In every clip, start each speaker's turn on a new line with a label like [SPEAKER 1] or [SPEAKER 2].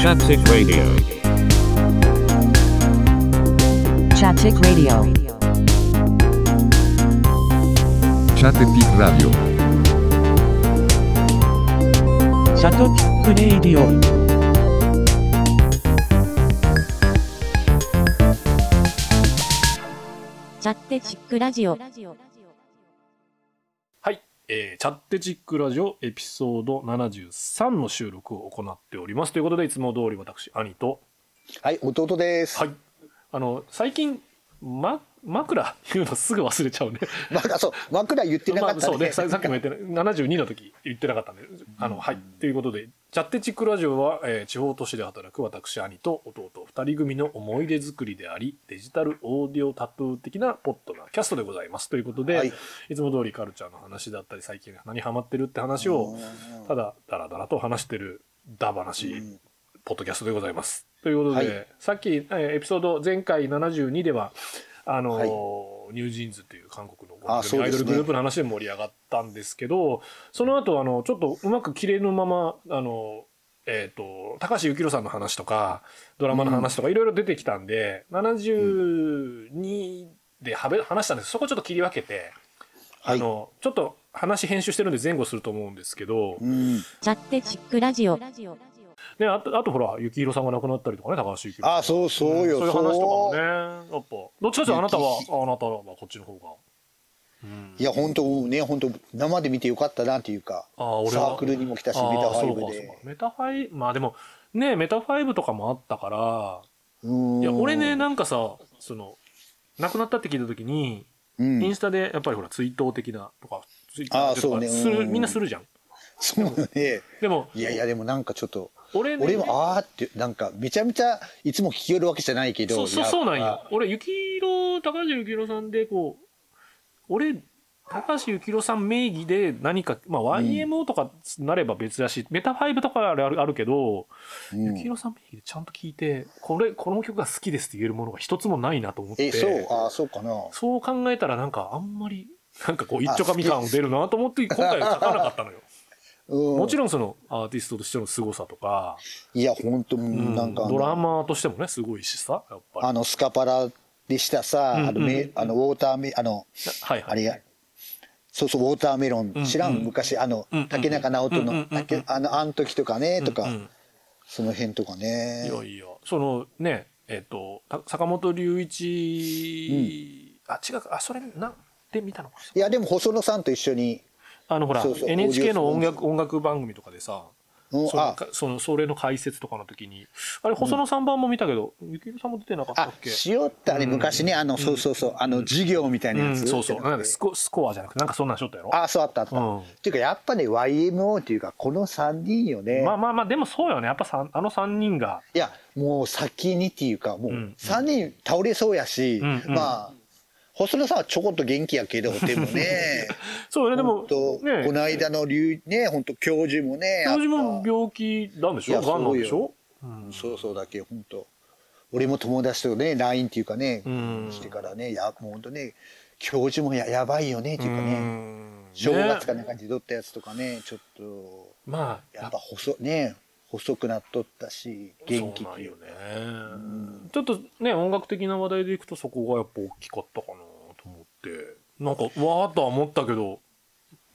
[SPEAKER 1] Chaptic Radio.
[SPEAKER 2] Chaptic Radio.
[SPEAKER 3] Chat Epic Radio.
[SPEAKER 4] シャトピックレイディオン。
[SPEAKER 5] チャッテチックラジオ。
[SPEAKER 6] はい、えーチャッテチックラジオエピソード73の収録を行っておりますということでいつも通り私兄と
[SPEAKER 7] はい、弟です。
[SPEAKER 6] はいあの最近ま枕言うのすぐ忘れちゃうね
[SPEAKER 7] まだそう、枕言ってな
[SPEAKER 6] ま
[SPEAKER 7] か
[SPEAKER 6] あ、
[SPEAKER 7] った
[SPEAKER 6] そ
[SPEAKER 7] ん
[SPEAKER 6] うね
[SPEAKER 7] で。
[SPEAKER 6] ささっきも言ってない72の時言ってなかったんであのはいということでチャッテチックラジオは、えー地方都市で働く私兄と弟2人組の思い出作りでありデジタルオーディオタトゥー的なポッドなキャストでございますということで、
[SPEAKER 7] はい
[SPEAKER 6] い、つも通りカルチャーの話だったり最近何ハマってるって話を、ただだらだらと話してるだ話、
[SPEAKER 7] ん
[SPEAKER 6] ポッドキャストでございます。ということで、
[SPEAKER 7] はい
[SPEAKER 6] さっき、えーエピソード前回72ではあのー
[SPEAKER 7] はい
[SPEAKER 6] ニュージーンズという韓国の
[SPEAKER 7] あそう
[SPEAKER 6] ア
[SPEAKER 7] で
[SPEAKER 6] イ
[SPEAKER 7] す
[SPEAKER 6] ド
[SPEAKER 7] ね
[SPEAKER 6] ルグループの話で盛り上がったんですけどその後あのちょっとうまく切れのままあのえー、と高橋幸宏さんの話とかドラマの話とかいろいろ出てきたんで、72ではべ話したんですそこちょっと切り分けて、
[SPEAKER 7] はい
[SPEAKER 6] あのちょっと話編集してるんで前後すると思うんですけど、
[SPEAKER 7] うん。
[SPEAKER 5] チャッテチックラジオ。
[SPEAKER 6] ね、あとあとほら幸宏さんが亡くなったりとかね高橋幸宏さん
[SPEAKER 7] あ、そうそうよ。
[SPEAKER 6] そういう話とかもね
[SPEAKER 7] そう
[SPEAKER 6] やっぱどっちかというとあなたはあなたはこっちの方が
[SPEAKER 7] いや、本当ね、本当生で見てよかったなっていうか。
[SPEAKER 6] ああ俺
[SPEAKER 7] サ
[SPEAKER 6] は
[SPEAKER 7] ークルにも来たし、
[SPEAKER 6] あー
[SPEAKER 7] メタファイ
[SPEAKER 6] そう
[SPEAKER 7] ブ
[SPEAKER 6] かそうか
[SPEAKER 7] で。
[SPEAKER 6] メタファイまあでもねメタファイブとかもあったから
[SPEAKER 7] うん
[SPEAKER 6] いや俺ね、なんかさその亡くなったって聞いた時に、
[SPEAKER 7] うん
[SPEAKER 6] インスタでやっぱりほら追悼的なとかツイッ
[SPEAKER 7] あー
[SPEAKER 6] と
[SPEAKER 7] そう
[SPEAKER 6] か
[SPEAKER 7] ね
[SPEAKER 6] する、
[SPEAKER 7] うん
[SPEAKER 6] みんなするじゃん
[SPEAKER 7] そうね。
[SPEAKER 6] でも
[SPEAKER 7] いやいや、でもなんかちょっと、
[SPEAKER 6] 俺ね
[SPEAKER 7] 俺もあーって、なんか、めちゃめちゃ、いつも聞けるわけじゃないけど。
[SPEAKER 6] そうそう
[SPEAKER 7] やっぱ
[SPEAKER 6] そうなんよ。俺幸宏高橋幸宏さんでこう俺高橋幸宏さん名義で何か、まあ、YMO とかなれば別だし、メタファイブとかあるあるあるけど、
[SPEAKER 7] うん
[SPEAKER 6] 幸宏さん名義でちゃんと聞いてこれこの曲が好きですって言えるものが一つもないなと思って
[SPEAKER 7] え、そう、あー、そうかな。あ
[SPEAKER 6] そう考えたらなんかあんまりなんかこう一丁かみ感出るなと思って今回は書かなかった のよも
[SPEAKER 7] も
[SPEAKER 6] ちろんそのアーティストとしての凄さとか、
[SPEAKER 7] ん。いや、本当
[SPEAKER 6] うん
[SPEAKER 7] なんかあの。
[SPEAKER 6] ドラマーとしてもねすごいしさやっぱり
[SPEAKER 7] あの、スカパラでしたさ、
[SPEAKER 6] うん
[SPEAKER 7] あの、め、あの、ウォーターメ、あの。
[SPEAKER 6] はいはい
[SPEAKER 7] あれや、そうそう、ウォーターメロン、
[SPEAKER 6] ん
[SPEAKER 7] 知らん、昔、あの
[SPEAKER 6] うんうん、
[SPEAKER 7] 竹中直人
[SPEAKER 6] うんうんう
[SPEAKER 7] の、
[SPEAKER 6] んうん
[SPEAKER 7] 竹あの、あん時とかね、と
[SPEAKER 6] うん
[SPEAKER 7] か
[SPEAKER 6] う、ん
[SPEAKER 7] その辺とかね
[SPEAKER 6] い。やいや、そのね、えっ、と、た坂本龍一、あ、違うか、あ、それ、なんで見たのか。
[SPEAKER 7] いや、でも、細野さんと一緒に、
[SPEAKER 6] あの、ほら、
[SPEAKER 7] そうそう
[SPEAKER 6] NHK の音
[SPEAKER 7] オーディオ
[SPEAKER 6] 楽、音楽番組とかでさ、
[SPEAKER 7] うん
[SPEAKER 6] その
[SPEAKER 7] あ、
[SPEAKER 6] かその、それの解説とかの時に、あれ、細野さん版も見たけど、ゆきるさんも出てなかったっ
[SPEAKER 7] あ
[SPEAKER 6] け、
[SPEAKER 7] 塩ってあれ、昔ね、あの、そうそうそう、あの、授業みたいうなや
[SPEAKER 6] ん、
[SPEAKER 7] つ。
[SPEAKER 6] そうそう。なんかスコスコアじゃなくて、なんかそんなんしょったやろ
[SPEAKER 7] あ、そうあったあっ
[SPEAKER 6] うん
[SPEAKER 7] た。っていうか、やっぱね、YMO っていうか、この3人よね
[SPEAKER 6] ま。あまあまあ、でもそうよね。やっぱさんあの3人が、
[SPEAKER 7] いや、もう先にっていうか、もうんう3人倒れそうやし、
[SPEAKER 6] んうん
[SPEAKER 7] まあ、細野さんはちょこっと元気 やけど、でもね。
[SPEAKER 6] そうよね、でも、
[SPEAKER 7] 本当
[SPEAKER 6] ね、
[SPEAKER 7] この間の竜ね本当教授もね
[SPEAKER 6] 教授も
[SPEAKER 7] やっ
[SPEAKER 6] 病気なんでし
[SPEAKER 7] い
[SPEAKER 6] ょ
[SPEAKER 7] や
[SPEAKER 6] がんなんでし
[SPEAKER 7] そう
[SPEAKER 6] ょ
[SPEAKER 7] よぱそうそうだけ本当俺も友達とね LINE っていうかね、
[SPEAKER 6] ん
[SPEAKER 7] してからねやもう本当ね教授もややばいよねっていうか
[SPEAKER 6] う
[SPEAKER 7] ね
[SPEAKER 6] ん
[SPEAKER 7] 正月か
[SPEAKER 6] ね
[SPEAKER 7] なんかに撮ったやつとかねちょっと
[SPEAKER 6] まあ、
[SPEAKER 7] やっぱ細ね細くなっとったし元気
[SPEAKER 6] そうな
[SPEAKER 7] っ
[SPEAKER 6] ん
[SPEAKER 7] てい
[SPEAKER 6] よ
[SPEAKER 7] う
[SPEAKER 6] ね、ちょっとね音楽的な話題でいくとそこがやっぱ大きかったかなと思ってなんかわーっとは思ったけど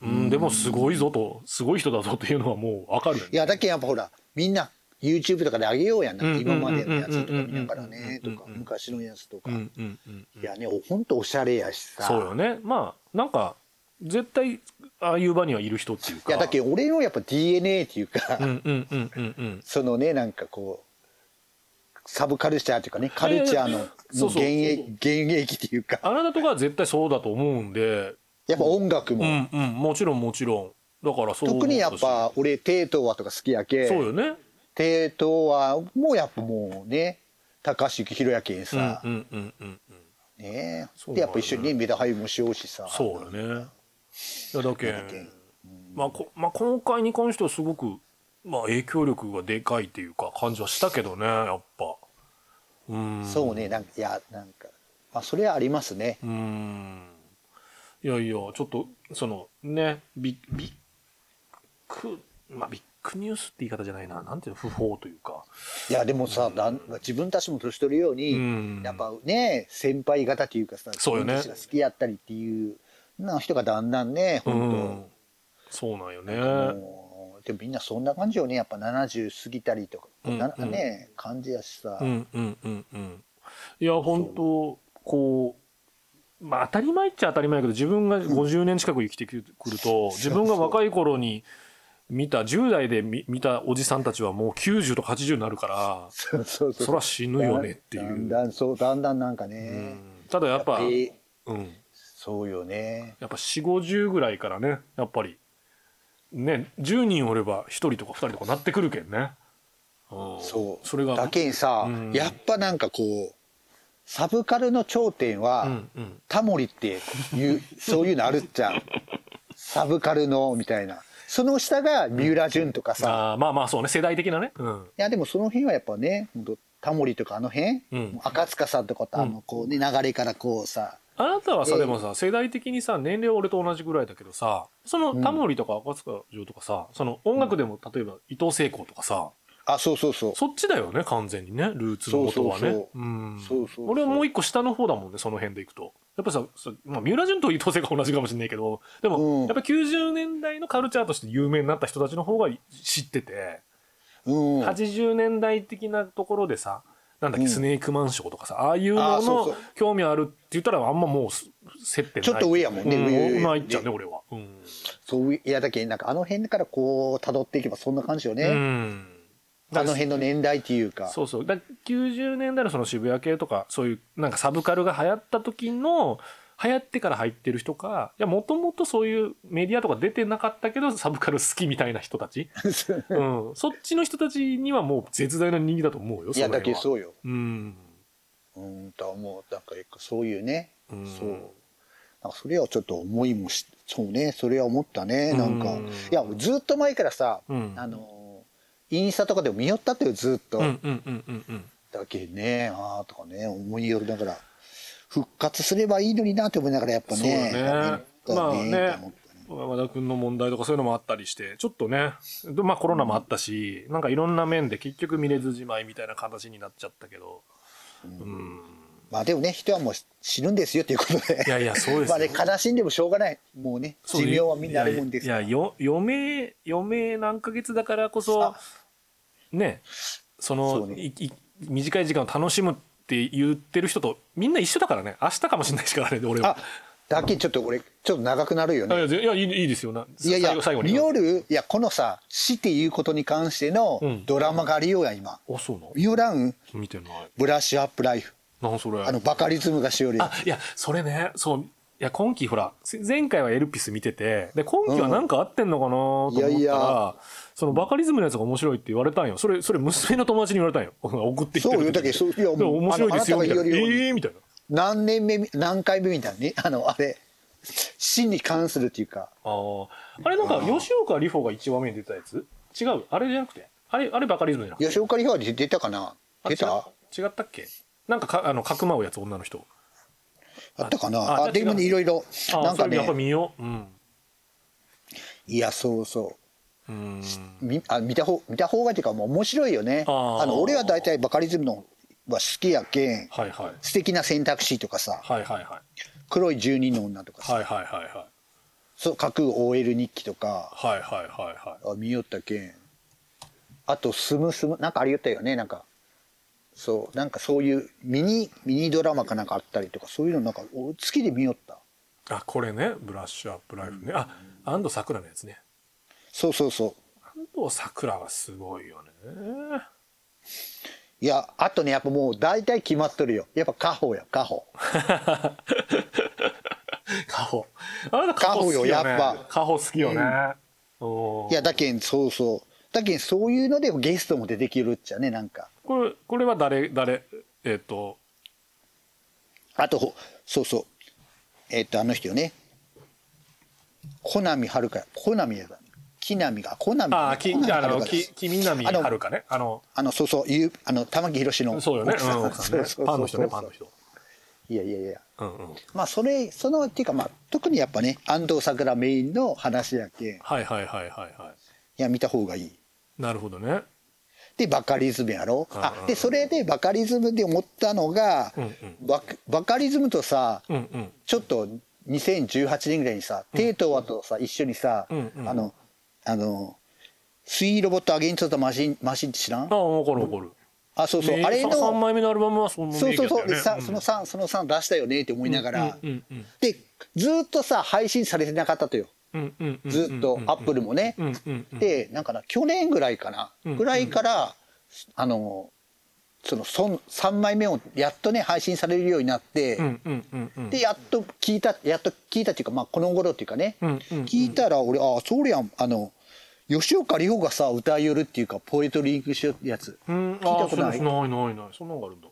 [SPEAKER 6] うんでもすごいぞとすごい人だぞっていうのはもうわかるよね
[SPEAKER 7] いやだけやっぱほらみんな YouTube とかで上げようやんな、
[SPEAKER 6] うん
[SPEAKER 7] 今までのやつとか見ながら
[SPEAKER 6] うんうんうん
[SPEAKER 7] ね
[SPEAKER 6] う
[SPEAKER 7] と
[SPEAKER 6] ん
[SPEAKER 7] か昔のやつとか、
[SPEAKER 6] うんうんうん
[SPEAKER 7] いやねほんとおしゃれやしさ
[SPEAKER 6] そうよねまあなんか絶対ああいう場にはいる人っていうか
[SPEAKER 7] いやだけど俺のやっぱ DNA っていうか、
[SPEAKER 6] うんうんうんうんうん
[SPEAKER 7] そのねなんかこうサブカルチャーっていうかねカルチャーの
[SPEAKER 6] いやいや
[SPEAKER 7] も
[SPEAKER 6] そう
[SPEAKER 7] う
[SPEAKER 6] そう
[SPEAKER 7] 現役現役っていうか
[SPEAKER 6] あなたとかは絶対そうだと思うんで
[SPEAKER 7] やっぱ音楽も、
[SPEAKER 6] うんうんもちろんもちろんだからそう思
[SPEAKER 7] 特
[SPEAKER 6] たし
[SPEAKER 7] にやっぱ俺テイトワとか好きやけ
[SPEAKER 6] そうよね
[SPEAKER 7] テイトワもやっぱもうね高橋幸宏やけん
[SPEAKER 6] うん
[SPEAKER 7] さ、
[SPEAKER 6] うんうんうんうん
[SPEAKER 7] ね
[SPEAKER 6] そう
[SPEAKER 7] でやっぱ一緒に
[SPEAKER 6] だ
[SPEAKER 7] ねメダハイもしようしさ
[SPEAKER 6] そうよね。いやだけ
[SPEAKER 7] だけ
[SPEAKER 6] ん、まあこまあ、今回に関してはすごく、まあ、影響力がでかいっていうか感じはしたけどねやっぱ。うん
[SPEAKER 7] そうねなんかいやなんか、まあ、それはありますね、
[SPEAKER 6] うんいやいやちょっとそのねビビッグまあビックニュースって言い方じゃないななんていうの不法というか
[SPEAKER 7] いやでもさ、なん自分たちも年取るように、
[SPEAKER 6] うん
[SPEAKER 7] やっぱね先輩方というかさ
[SPEAKER 6] そうよね
[SPEAKER 7] 自分たちが好きやったりっていうな人がだんだんね
[SPEAKER 6] う
[SPEAKER 7] 本当、
[SPEAKER 6] んそうなんよね
[SPEAKER 7] もうでもみんなそんな感じよねやっぱ70過ぎたりとか、
[SPEAKER 6] うん
[SPEAKER 7] なね感じやしさ、
[SPEAKER 6] うんうんうんうんいや本当こうまあ当たり前っちゃ当たり前やけど自分が50年近く生きてくると 自分が若い頃に見た10代で見見たおじさんたちはもう90とか80になるから
[SPEAKER 7] そうそうそう
[SPEAKER 6] そら死ぬよねってい
[SPEAKER 7] だん
[SPEAKER 6] う。
[SPEAKER 7] だんそうだんだんなんかね、
[SPEAKER 6] うんただやっぱ、うん、
[SPEAKER 7] りそうよね
[SPEAKER 6] やっぱ4 5 0ぐらいからねやっぱりね10人おれば1人とか2人とかなってくるけんね、うん、
[SPEAKER 7] そう
[SPEAKER 6] それが
[SPEAKER 7] だけにさ、
[SPEAKER 6] うん
[SPEAKER 7] やっぱなんかこうサブカルの頂点は、
[SPEAKER 6] うんうん
[SPEAKER 7] タモリっていうそういうのあるじゃんサブカルのみたいなその下が三浦淳とかさ、
[SPEAKER 6] あーまあまあそうね世代的なね、うん、
[SPEAKER 7] いやでもその辺はやっぱねほんとタモリとかあの辺、
[SPEAKER 6] うん
[SPEAKER 7] 赤塚さんとかとあのこうね流れからこうさ
[SPEAKER 6] あなたはさ、
[SPEAKER 7] ええ
[SPEAKER 6] でもさ世代的にさ年齢は俺と同じぐらいだけどさそのタモリとか赤塚城とかさその音楽でも例えば伊藤聖子とかさ
[SPEAKER 7] あそうそうそう
[SPEAKER 6] そっちだよね完全にねルーツのことは
[SPEAKER 7] そ
[SPEAKER 6] ね
[SPEAKER 7] うそうそう
[SPEAKER 6] うん
[SPEAKER 7] そうそうそう
[SPEAKER 6] 俺はもう一個下の方だもんねその辺でいくとやっぱさ、さまあ、三浦淳と伊藤聖子は同じかもしれないけどでも、
[SPEAKER 7] うん
[SPEAKER 6] やっぱ90年代のカルチャーとして有名になった人たちの方が知ってて、
[SPEAKER 7] うん
[SPEAKER 6] 80年代的なところでさなんだっけ、
[SPEAKER 7] うん
[SPEAKER 6] スネークマンショーとかさああいうの
[SPEAKER 7] あーそうそ
[SPEAKER 6] の
[SPEAKER 7] う
[SPEAKER 6] 興味あるって言ったらあんまもうす接点ない
[SPEAKER 7] ちょっと上やもんね
[SPEAKER 6] う
[SPEAKER 7] 上上上
[SPEAKER 6] まあいっちゃうね俺はうん、
[SPEAKER 7] そういやだけなんかあの辺からこう辿っていけばそんな感じよ
[SPEAKER 6] う
[SPEAKER 7] ね、
[SPEAKER 6] ん
[SPEAKER 7] あの辺の年代っていうか
[SPEAKER 6] そうそうだ90年代のその渋谷系とかそういうなんかサブカルが流行った時の流行ってから入ってる人かいやもともとそういうメディアとか出てなかったけどサブカル好きみたいな人た ち、うん、そっちの人たちにはもう絶大な人気だと思うよ
[SPEAKER 7] いや
[SPEAKER 6] その
[SPEAKER 7] だ
[SPEAKER 6] 辺
[SPEAKER 7] け
[SPEAKER 6] は
[SPEAKER 7] そうよ
[SPEAKER 6] うん
[SPEAKER 7] うんとは思うなんかそういうね、
[SPEAKER 6] うん
[SPEAKER 7] そうなんかそれはちょっと思いもしそうねそれは思ったねなんか、
[SPEAKER 6] うん
[SPEAKER 7] いやずっと前からさ、
[SPEAKER 6] うん
[SPEAKER 7] あのインスタとかでも見よったってよずっと、
[SPEAKER 6] うんうんうんうんうん
[SPEAKER 7] だけねああとかね思いよりながら復活すればいいのになって思いながらやっぱね
[SPEAKER 6] そうだねまあ
[SPEAKER 7] と思っ
[SPEAKER 6] ね
[SPEAKER 7] たね
[SPEAKER 6] 和田君の問題とかそういうのもあったりしてちょっとねでまあコロナもあったし、なんかいろんな面で結局見れずじまいみたいな形になっちゃったけどうん、
[SPEAKER 7] まあでもね人はもう死ぬんですよっていうことで
[SPEAKER 6] いやいやそうですよ
[SPEAKER 7] まあね悲しんでもしょうがないもうね
[SPEAKER 6] そ
[SPEAKER 7] 寿
[SPEAKER 6] う
[SPEAKER 7] 命はみんなあるもんです
[SPEAKER 6] いやいやよ余命余命何ヶ月だからこそ
[SPEAKER 7] あ
[SPEAKER 6] ねその
[SPEAKER 7] そうね
[SPEAKER 6] いい短い時間を楽しむって言ってる人とみんな一緒だからね明日かもしれないですからね俺は
[SPEAKER 7] あだけちょっと俺ちょっと長くなるよ
[SPEAKER 6] いや
[SPEAKER 7] ね
[SPEAKER 6] いやいいいいですよない
[SPEAKER 7] やいや
[SPEAKER 6] 最後最後に
[SPEAKER 7] によるいやこのさ死っていうことに関しての
[SPEAKER 6] うん
[SPEAKER 7] ドラマがあるようや今
[SPEAKER 6] あそうな
[SPEAKER 7] ミオラウン
[SPEAKER 6] の見てない
[SPEAKER 7] ブラッシュアップライフ
[SPEAKER 6] なんそれ
[SPEAKER 7] あのバカリズムがしおるや
[SPEAKER 6] あ、いや、それね、そう、いや、今期ほら、せ前回はエルピス見てて、で、今期はなんか合ってんのかなと思ったら、
[SPEAKER 7] うんいやいや
[SPEAKER 6] そのバカリズムのやつが面白いって言われたんよ。それ、それ娘の友達に言われたんよ。 送ってきて
[SPEAKER 7] そうよだけどそういやもう
[SPEAKER 6] でも面白いですよ、
[SPEAKER 7] あ
[SPEAKER 6] み
[SPEAKER 7] の
[SPEAKER 6] たい
[SPEAKER 7] あな
[SPEAKER 6] な。
[SPEAKER 7] たが言うように
[SPEAKER 6] ええー、みたいな。
[SPEAKER 7] つ何年目何回目みたいなねあのあれ死に関するっていうか
[SPEAKER 6] あーあれなんか、吉岡里帆が一話目に出たやつ違う。あれじゃなくて。あれ、あれバカリズムじゃなくて。
[SPEAKER 7] 吉岡里帆は出出たかな
[SPEAKER 6] あ
[SPEAKER 7] 出た
[SPEAKER 6] 違違ったっけなんかか、あの、かくまうやつ、女の人。
[SPEAKER 7] あったか
[SPEAKER 6] あ
[SPEAKER 7] なあ
[SPEAKER 6] じ
[SPEAKER 7] で
[SPEAKER 6] ゃあ違う
[SPEAKER 7] もねいろいろ
[SPEAKER 6] あー
[SPEAKER 7] なんか
[SPEAKER 6] それやっぱ
[SPEAKER 7] ね
[SPEAKER 6] 見よう。うん。
[SPEAKER 7] いやそうそう
[SPEAKER 6] うーん。
[SPEAKER 7] みあ見た方見た方がっていうかもう面白いよね
[SPEAKER 6] あー
[SPEAKER 7] あの俺は大体バカリズムのは好きやけん
[SPEAKER 6] はいはい。
[SPEAKER 7] 素敵な選択肢とかさ
[SPEAKER 6] はいはいはい。
[SPEAKER 7] 黒い十人の女とかさ、
[SPEAKER 6] はいはいはいはい。
[SPEAKER 7] そう架空 OL 日記とか
[SPEAKER 6] はいはいはいはい。
[SPEAKER 7] あ見よったけんあとスムスムなんかありよったよねなんかそうなんかそういうミニミニドラマかなんかあったりとかそういうのなんかお好きで見よった
[SPEAKER 6] あこれねブラッシュアップライフねあ安藤サクラのやつね
[SPEAKER 7] そうそうそう
[SPEAKER 6] 安藤サクラはすごいよね
[SPEAKER 7] いやあとねやっぱもう大体決まっとるよやっぱ家宝や家宝
[SPEAKER 6] カホあなたカホ好きよね
[SPEAKER 7] カホよやっぱ
[SPEAKER 6] カホ好きよね、おー
[SPEAKER 7] いやだけんそうそうだけんそういうのでゲストも出てきるっちゃねなんか
[SPEAKER 6] これこれは誰誰えっ、と
[SPEAKER 7] あとほそうそうえっとあの人よねコナミはるかコナミやだ木波がコナミ
[SPEAKER 6] あき
[SPEAKER 7] コナミ
[SPEAKER 6] あの
[SPEAKER 7] 遥香で
[SPEAKER 6] き
[SPEAKER 7] す
[SPEAKER 6] 君南はるかねあの
[SPEAKER 7] あのそうそうゆあの玉木宏の
[SPEAKER 6] そうよね、
[SPEAKER 7] 奥
[SPEAKER 6] う
[SPEAKER 7] さん
[SPEAKER 6] ん、奥さんね
[SPEAKER 7] そうそうそうそう
[SPEAKER 6] パンの人ねパンの人
[SPEAKER 7] いやいやいや
[SPEAKER 6] うんうん
[SPEAKER 7] まあそれそのっていうかまあ特にやっぱね安藤サクラメインの話やけんい
[SPEAKER 6] はいはいはいはいはい
[SPEAKER 7] や見た方がいい
[SPEAKER 6] なるほどね。
[SPEAKER 7] でバカリズムやろあ
[SPEAKER 6] うんうん
[SPEAKER 7] でそれでバカリズムで思ったのが、
[SPEAKER 6] うんうん
[SPEAKER 7] ババカリズムとさ
[SPEAKER 6] うんうん。
[SPEAKER 7] ちょっと2018年ぐらいにさ、テイトワとさ一緒にさ、
[SPEAKER 6] うんうん
[SPEAKER 7] あのあのスイーロボットアゲイントザマシンマシンって知らん
[SPEAKER 6] ああ、わかるわかる。
[SPEAKER 7] あそうそうあれの
[SPEAKER 6] 3枚目のアルバムはその
[SPEAKER 7] そうそうそう、でさ
[SPEAKER 6] ん
[SPEAKER 7] その3その3出したよねって思いながら、
[SPEAKER 6] うんうん
[SPEAKER 7] でずーっとさ配信されてなかったとよ
[SPEAKER 6] うんうんうん。
[SPEAKER 7] ずーっとアップルもね、
[SPEAKER 6] うんうんうん。
[SPEAKER 7] でなんかな去年ぐらいかな、
[SPEAKER 6] うん
[SPEAKER 7] ぐらいからあのそのそん3枚目をやっとね配信されるようになって、
[SPEAKER 6] うんうんうんうん。
[SPEAKER 7] でやっと聞いたやっと聞いたっていうかまあこの頃っていうかね、
[SPEAKER 6] うんうんうん
[SPEAKER 7] 聞いたら俺ああそうりゃあの吉岡里帆がさ歌いよるっていうかポエトリーイングリッシュやつ、
[SPEAKER 6] うん、聞い
[SPEAKER 7] 聞いたことない
[SPEAKER 6] ないないない。そんなのがあるんだ。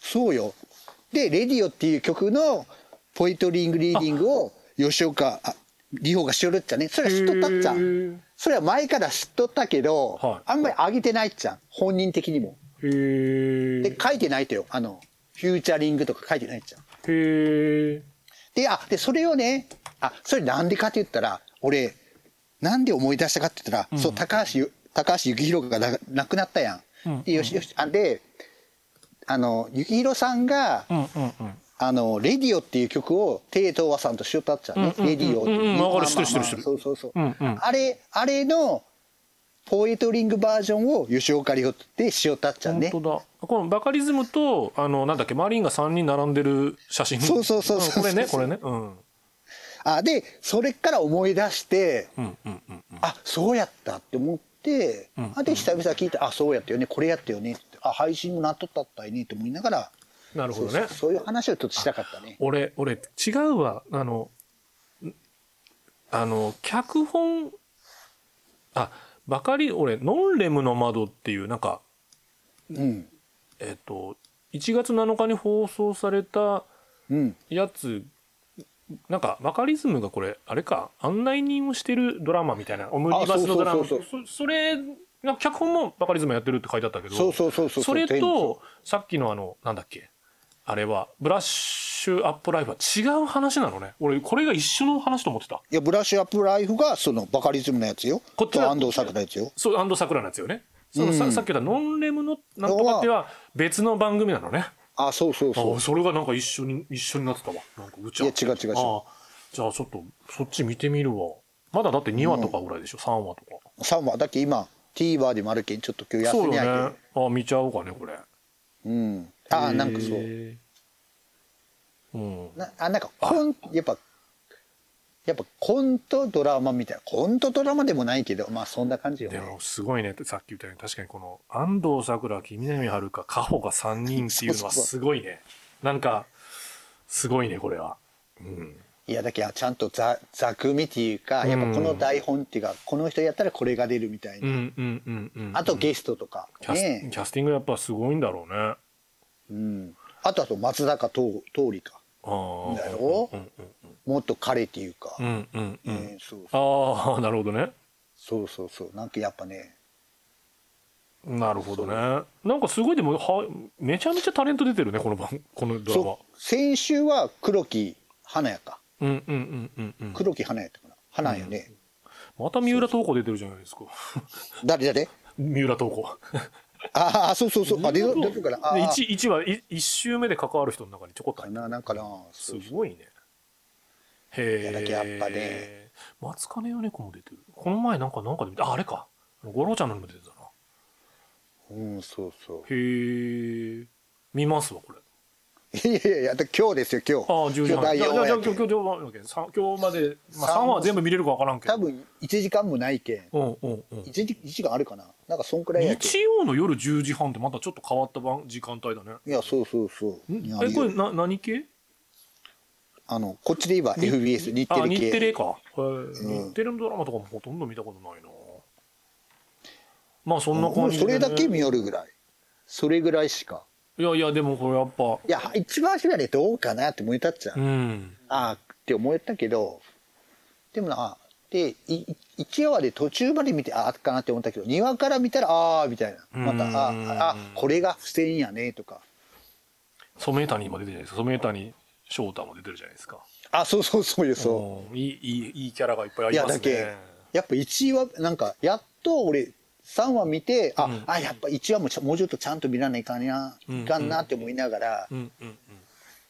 [SPEAKER 7] そうよで「レディオ」っていう曲のポエトリーイングリーディングを吉岡あ里帆がしよるっちゃねそれは知っとったっちゃ
[SPEAKER 6] へー
[SPEAKER 7] んそれは前から知っとったけど、
[SPEAKER 6] はい
[SPEAKER 7] あんまり上げてないっちゃん本人的にも
[SPEAKER 6] へ
[SPEAKER 7] で
[SPEAKER 6] え。
[SPEAKER 7] 書いてないとよあのフューチャリングとか書いてないっちゃん
[SPEAKER 6] へえ。
[SPEAKER 7] で、あ、で、それをね、あ、それなんでかって言ったら、俺、なんで思い出したかって言ったら、そう、高橋ゆ、高橋幸宏がな亡くなったやん。で、よし、よし、あ、で、あの、幸宏さんが、
[SPEAKER 6] うんうんうん。
[SPEAKER 7] あの、レディオっていう曲を、テイトワさんとしよったっちゃうね。レディオっていう。
[SPEAKER 6] うんうん
[SPEAKER 7] まあ
[SPEAKER 6] わかる知ってる
[SPEAKER 7] まあ
[SPEAKER 6] 知ってる知ってる
[SPEAKER 7] そうそうそう。
[SPEAKER 6] うんうん
[SPEAKER 7] あれ、あれの、ポエトリングバージョンを吉岡里帆でしよったっちゃうね。
[SPEAKER 6] 本当だ。このバカリズムと、あの、なんだっけ、マリンが3人並んでる写真。
[SPEAKER 7] そうそうそうそうん
[SPEAKER 6] これね、これね。うん。
[SPEAKER 7] あ、で、それから思い出して、
[SPEAKER 6] うんうんうんうん。
[SPEAKER 7] あそうやったって思って、
[SPEAKER 6] ん
[SPEAKER 7] あで久々聞いて「あそうやったよねこれやったよね」ってあ配信もなっとったったいねと思いながら
[SPEAKER 6] なるほど
[SPEAKER 7] そう
[SPEAKER 6] ね
[SPEAKER 7] そう。そういう話をちょっとしたかったね
[SPEAKER 6] 俺、俺、違うわ。あの、んあの、脚本、あ、バカリ、俺、ノンレムの窓っていう、なんか、
[SPEAKER 7] うん
[SPEAKER 6] えっと、1月7日に放送された
[SPEAKER 7] うん
[SPEAKER 6] やつ、なんか、バカリズムがこれ、あれか、案内人をしてるドラマみたいな、オムニバスのドラマ。
[SPEAKER 7] あそうそ
[SPEAKER 6] そ
[SPEAKER 7] う
[SPEAKER 6] それ、なんか脚本もバカリズムやってるって書いてあったけど、
[SPEAKER 7] そうそうそうそう
[SPEAKER 6] それ
[SPEAKER 7] 全部そ
[SPEAKER 6] と、さっきのあの、なんだっけ、あれは、ブラッシュアップライフは違う話なのね。俺、これが一緒の話と思ってた。
[SPEAKER 7] いやブラッシュアップライフがそのバカリズムのやつよ
[SPEAKER 6] こっちは
[SPEAKER 7] と安藤サクラのやつよ
[SPEAKER 6] そう、アンド桜のやつよね。そのさ,、
[SPEAKER 7] うん
[SPEAKER 6] さっき言ったノンレムのなんとかっては別の番組なのね。
[SPEAKER 7] あそうそうそ
[SPEAKER 6] あそれがなんか一緒に、一緒になってたわ。なんかうちゃ。
[SPEAKER 7] いや違う違う違う
[SPEAKER 6] あじゃあちょっと、そっち見てみるわ。まだだって2話とかぐらいでしょ、3話とか。
[SPEAKER 7] う3話だっけ今 TVer でもあるけんちょっと今日休
[SPEAKER 6] そう
[SPEAKER 7] み
[SPEAKER 6] よ
[SPEAKER 7] や
[SPEAKER 6] ね。あ見ちゃおうかね、これ。
[SPEAKER 7] けんうんあなんかそう
[SPEAKER 6] へー。うん。
[SPEAKER 7] なあなんかコンやっぱやっぱコントドラマみたいなコントドラマでもないけどまあそんな感じよ
[SPEAKER 6] で
[SPEAKER 7] ね
[SPEAKER 6] もすごいねってさっき言ったように確かにこの安藤サクラ君南遥かカホが3人っていうのは
[SPEAKER 7] そうそう
[SPEAKER 6] すごいねなんかすごいねこれは、うん、
[SPEAKER 7] いやだけどちゃんとざざくみっていうかやっぱこの台本っていうか、この人やったらこれが出るみたいな、
[SPEAKER 6] うんうんうんうん
[SPEAKER 7] あとゲストとか
[SPEAKER 6] キャス,、
[SPEAKER 7] ね
[SPEAKER 6] キャスティングやっぱすごいんだろうねあ
[SPEAKER 7] うん、あとあと松坂桃桃李か
[SPEAKER 6] あ
[SPEAKER 7] だよ
[SPEAKER 6] うん
[SPEAKER 7] もっと彼っていうか、
[SPEAKER 6] うんうんうん、
[SPEAKER 7] ねそう
[SPEAKER 6] ああなるほどね
[SPEAKER 7] そうそうそうなんかやっぱね
[SPEAKER 6] なるほどねなんかすごいでもはめちゃめちゃタレント出てるねこの番このドラマ
[SPEAKER 7] そう先週は黒木花やか
[SPEAKER 6] うんうんうんうんうん
[SPEAKER 7] 黒木花やったかな花やね、
[SPEAKER 6] また三浦透子出てるじゃないですか
[SPEAKER 7] 誰誰
[SPEAKER 6] 三浦透子
[SPEAKER 7] ああそうそうそうあ出て出てるからあ
[SPEAKER 6] で
[SPEAKER 7] あ
[SPEAKER 6] 一一話い一周目で関わる人の中にちょこっと
[SPEAKER 7] か
[SPEAKER 6] 入って
[SPEAKER 7] ななんかな
[SPEAKER 6] す
[SPEAKER 7] そうそう
[SPEAKER 6] ごいねへえ
[SPEAKER 7] いやだけやっぱね
[SPEAKER 6] 松金米子も出てるこの前なんかなんかで見たああれか五郎ちゃんのにも出てたな
[SPEAKER 7] うんそうそ
[SPEAKER 6] へえ見ますわこれ
[SPEAKER 7] ういやいやいやだ今日ですよ今日
[SPEAKER 6] ああ10時
[SPEAKER 7] 今日
[SPEAKER 6] 半
[SPEAKER 7] 第
[SPEAKER 6] じゃ
[SPEAKER 7] 四
[SPEAKER 6] あ
[SPEAKER 7] 話
[SPEAKER 6] じゃ
[SPEAKER 7] や
[SPEAKER 6] あ
[SPEAKER 7] け
[SPEAKER 6] 今
[SPEAKER 7] ん
[SPEAKER 6] 日今日今日さ今日まで、まあ、
[SPEAKER 7] 三
[SPEAKER 6] 3話全部見れるか分からんけど
[SPEAKER 7] 多分1時間もないけん
[SPEAKER 6] うんうんうん
[SPEAKER 7] 1時一時間あるかななんかそんくらいやけん
[SPEAKER 6] 日曜の夜10時半ってまたちょっと変わった番時間帯だね
[SPEAKER 7] いやそうそうそうんいや
[SPEAKER 6] えこ
[SPEAKER 7] あ
[SPEAKER 6] れ
[SPEAKER 7] る
[SPEAKER 6] な
[SPEAKER 7] よ
[SPEAKER 6] 何系
[SPEAKER 7] あのこっちで言えば FBS 日テ
[SPEAKER 6] あ
[SPEAKER 7] レ系
[SPEAKER 6] 日テレか、へえ
[SPEAKER 7] ん
[SPEAKER 6] 日テレのドラマとかもほとんど見たことないなまあそんな
[SPEAKER 7] も
[SPEAKER 6] 感
[SPEAKER 7] う
[SPEAKER 6] じ
[SPEAKER 7] そ
[SPEAKER 6] で、ね、
[SPEAKER 7] れだけ見よるぐらいそれぐらいしか
[SPEAKER 6] いやいやでもこれやっぱ
[SPEAKER 7] いや一番初めはねどうかなって思えたっちゃう、
[SPEAKER 6] うん
[SPEAKER 7] ああって思えたけどでもなで1話で途中まで見てああっかなって思ったけど2話から見たらああみたいなまたあ
[SPEAKER 6] うん
[SPEAKER 7] ああこれが不正やねとか
[SPEAKER 6] 染谷も出てるじゃないですか染谷翔太も出てるじゃないですか
[SPEAKER 7] あそうそうそうよそう
[SPEAKER 6] うんいいいいいいキャラがいっぱいあ
[SPEAKER 7] い
[SPEAKER 6] り
[SPEAKER 7] や
[SPEAKER 6] ま
[SPEAKER 7] だ
[SPEAKER 6] す
[SPEAKER 7] け
[SPEAKER 6] ね
[SPEAKER 7] やっぱ1位はなんかやっと俺3話見てあ,、
[SPEAKER 6] うん
[SPEAKER 7] あやっぱ1話もちょもうちょっとちゃんと見らないかんな、
[SPEAKER 6] うん
[SPEAKER 7] いかんなって思いながら、
[SPEAKER 6] うんうん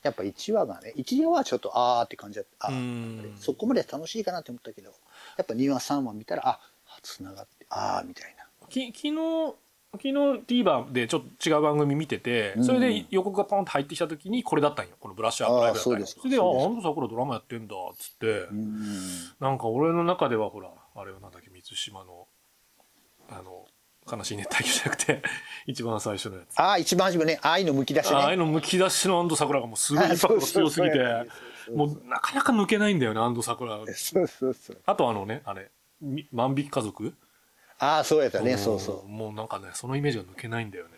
[SPEAKER 7] やっぱ1話がね1話はちょっとあーって感じだったあ
[SPEAKER 6] う
[SPEAKER 7] ー
[SPEAKER 6] ん
[SPEAKER 7] そこまで楽しいかなって思ったけどやっぱ2話3話見たらあつながってあーみたいな
[SPEAKER 6] き昨日昨日 TVer でちょっと違う番組見てて、
[SPEAKER 7] うん
[SPEAKER 6] それで予告がポンと入ってきた時にこれだったんよこのブラッシュアップライブだったんよ
[SPEAKER 7] あーそうですか
[SPEAKER 6] それで「ああ
[SPEAKER 7] そうですか
[SPEAKER 6] の桜ドラマやってんだ」っつって、
[SPEAKER 7] うん
[SPEAKER 6] なんか俺の中ではほらあれはなんだっけ満島のあの悲しい熱帯魚じゃなくて 一番最初のやつ
[SPEAKER 7] あー一番初めね愛のむき出しね
[SPEAKER 6] ああいうのむき出しの安藤桜がもう すごいインパクトが強すぎ てもうなかなか抜けないんだよね安藤桜
[SPEAKER 7] そうそうそう
[SPEAKER 6] あとあのねあれみ万引き家族
[SPEAKER 7] ああそうやったね
[SPEAKER 6] ん
[SPEAKER 7] そうそ
[SPEAKER 6] もうなんかねそのイメージが抜けないんだよね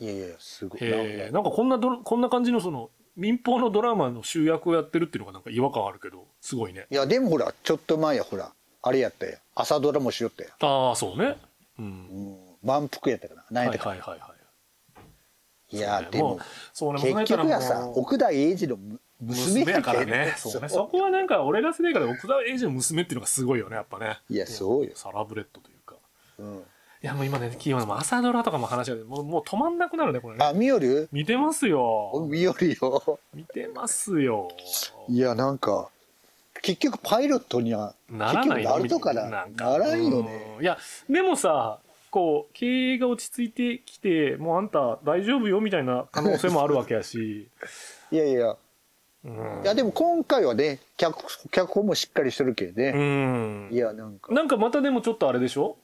[SPEAKER 7] ういやいやすごい
[SPEAKER 6] へえなんかこんなドこんな感じのその民放のドラマの集約をやってるっていうのがなんか違和感あるけどすごいね
[SPEAKER 7] いやでもほらちょっと前やほらあれやったよ朝ドラもしよったよ、
[SPEAKER 6] ああそうねうん
[SPEAKER 7] うん、満腹やったかな何
[SPEAKER 6] はい
[SPEAKER 7] やっ
[SPEAKER 6] は
[SPEAKER 7] た
[SPEAKER 6] い
[SPEAKER 7] かな、
[SPEAKER 6] はいはい
[SPEAKER 7] い
[SPEAKER 6] そ
[SPEAKER 7] や
[SPEAKER 6] うね
[SPEAKER 7] で
[SPEAKER 6] う
[SPEAKER 7] も
[SPEAKER 6] そうね
[SPEAKER 7] 結局はさ
[SPEAKER 6] もう
[SPEAKER 7] 奥田英二のむ娘
[SPEAKER 6] 娘やから
[SPEAKER 7] けど
[SPEAKER 6] ねそうねそこはなんか俺ら世代から奥田英二の娘っていうのがすごいよねやっぱね
[SPEAKER 7] いやそうよ、
[SPEAKER 6] サラブレッドというか
[SPEAKER 7] うん、
[SPEAKER 6] いやもう今ね企業の朝ドラとかも話が出てもうもう止まんなくなるねこれね
[SPEAKER 7] あ見よる
[SPEAKER 6] 見てますよ
[SPEAKER 7] 見よるよ
[SPEAKER 6] 見てますよ
[SPEAKER 7] いやなんか結局パイロットには
[SPEAKER 6] ならない
[SPEAKER 7] 結局なるとから
[SPEAKER 6] なん
[SPEAKER 7] ならんよね
[SPEAKER 6] うんいやでもさこう経営が落ち着いてきてもうあんた大丈夫よみたいな可能性もあるわけや し、
[SPEAKER 7] いやいや
[SPEAKER 6] うん、
[SPEAKER 7] いやでも今回はね脚脚本もしっかりしてるけど
[SPEAKER 6] う
[SPEAKER 7] ね、
[SPEAKER 6] ん
[SPEAKER 7] いやなんか
[SPEAKER 6] なんかまたでもちょっとあれでしょ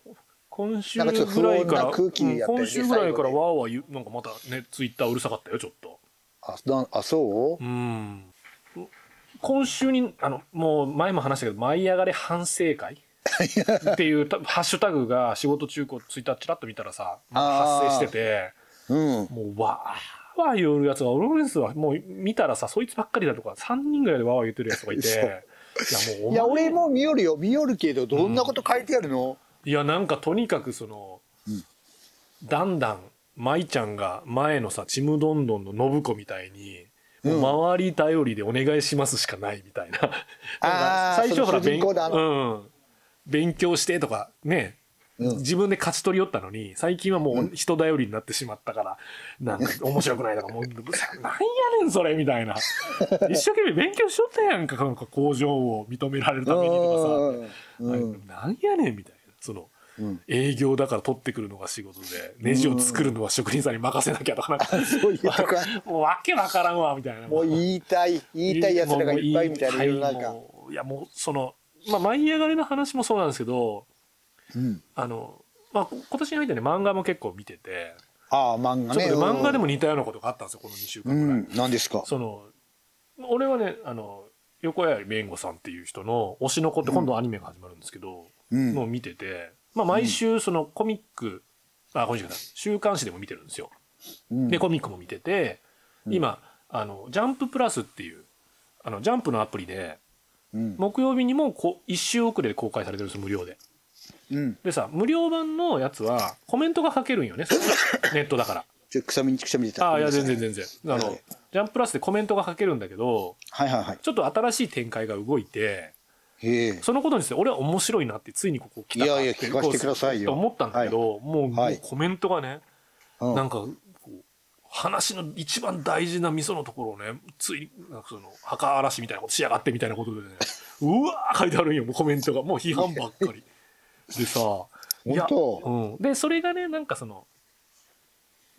[SPEAKER 6] 今週
[SPEAKER 7] なんかちょっと
[SPEAKER 6] ぐらいから、
[SPEAKER 7] 不穏な空気やったよね
[SPEAKER 6] 今週ぐらいから
[SPEAKER 7] 最後ね
[SPEAKER 6] わーわー言うなんかまたねツイッターうるさかったよちょっと
[SPEAKER 7] あなあそう
[SPEAKER 6] うん今週にあのもう前も話したけど「舞い上がれ反省会」っていう たハッシュタグが仕事中こうツイッターちらっと見たらさ
[SPEAKER 7] あー
[SPEAKER 6] 発生してて
[SPEAKER 7] うん
[SPEAKER 6] もうわーわー言うやつが俺のやつはもう見たらさそいつばっかりだとか3人ぐらいでわーわー言ってるやつがいてい
[SPEAKER 7] 嘘
[SPEAKER 6] やもうお前
[SPEAKER 7] いや俺も見よるよ見よるけどどんなこと書いてあるの、
[SPEAKER 6] いやなんかとにかくその、だんだん舞ちゃんが前のさ「ちむどんどん」の信子みたいに、もう
[SPEAKER 7] うん
[SPEAKER 6] 周り頼りでお願いしますしかないみた いななんか
[SPEAKER 7] あー
[SPEAKER 6] 最初
[SPEAKER 7] その
[SPEAKER 6] ほら
[SPEAKER 7] 主
[SPEAKER 6] 勉,、
[SPEAKER 7] 人公だあ
[SPEAKER 6] うん、勉強してとかね、
[SPEAKER 7] うん
[SPEAKER 6] 自分で勝ち取りよったのに最近はもう人頼りになってしまったから、なんか面白くないとかもうなんやねんそれみたい な一生懸命勉強しよったやんかなんか工場を認められるためにとかさ。
[SPEAKER 7] うんうん
[SPEAKER 6] なんやねんみたいなその、
[SPEAKER 7] うん
[SPEAKER 6] 営業だから取ってくるのが仕事でネジを作るのは職人さんに任せなきゃとかなんか、
[SPEAKER 7] そういうとか
[SPEAKER 6] もうわけわからんわみたいな
[SPEAKER 7] もう言いたい言いたいやつらがいっぱいみたいな世の
[SPEAKER 6] は
[SPEAKER 7] 中
[SPEAKER 6] もういやもうその、まあ、舞い上がりの話もそうなんですけど
[SPEAKER 7] うん
[SPEAKER 6] あの、まあ、こ今年に入ってね漫画も結構見てて
[SPEAKER 7] ああ漫画
[SPEAKER 6] ちょっ
[SPEAKER 7] ね
[SPEAKER 6] とね漫画で
[SPEAKER 7] も
[SPEAKER 6] も似たようなことがあったんですよこの2週
[SPEAKER 7] う
[SPEAKER 6] 間ぐらい。
[SPEAKER 7] ん何ですか
[SPEAKER 6] その俺はねあの横谷弁護さんっていう人の推しの子って今度アニメが始まるんですけど、
[SPEAKER 7] うん
[SPEAKER 6] のを見てて、まあ、毎週そのコミック、あコミックだ週刊誌でも見てるんですよ。
[SPEAKER 7] うん
[SPEAKER 6] でコミックも見てて、今あの「ジャンププラス」っていうあのジャンプのアプリで
[SPEAKER 7] うん
[SPEAKER 6] 木曜日にもこ1週遅れで公開されてるんですよ無料で。
[SPEAKER 7] うん
[SPEAKER 6] でさ無料版のやつはコメントが書けるんよね ネットだから。
[SPEAKER 7] ちょくさみにくさみ出た
[SPEAKER 6] ああいや全然全然。あ
[SPEAKER 7] は
[SPEAKER 6] の
[SPEAKER 7] い
[SPEAKER 6] ジャンププラスでコメントが書けるんだけど
[SPEAKER 7] はいはいはい
[SPEAKER 6] ちょっと新しい展開が動いて
[SPEAKER 7] へえ
[SPEAKER 6] そのことにして俺は面白いなってついにここ来た
[SPEAKER 7] いやいや聞かせてくださいよ
[SPEAKER 6] と思ったんだけど、もう,、
[SPEAKER 7] はい
[SPEAKER 6] もうコメントがね
[SPEAKER 7] うん
[SPEAKER 6] なんかこう話の一番大事な味噌のところをねついなんかその墓荒らしみたいなことしやがってみたいなことでねうわー書いてあるんよもうコメントがもう批判ばっかりでさいや
[SPEAKER 7] 本
[SPEAKER 6] うん、でそれがねなんかその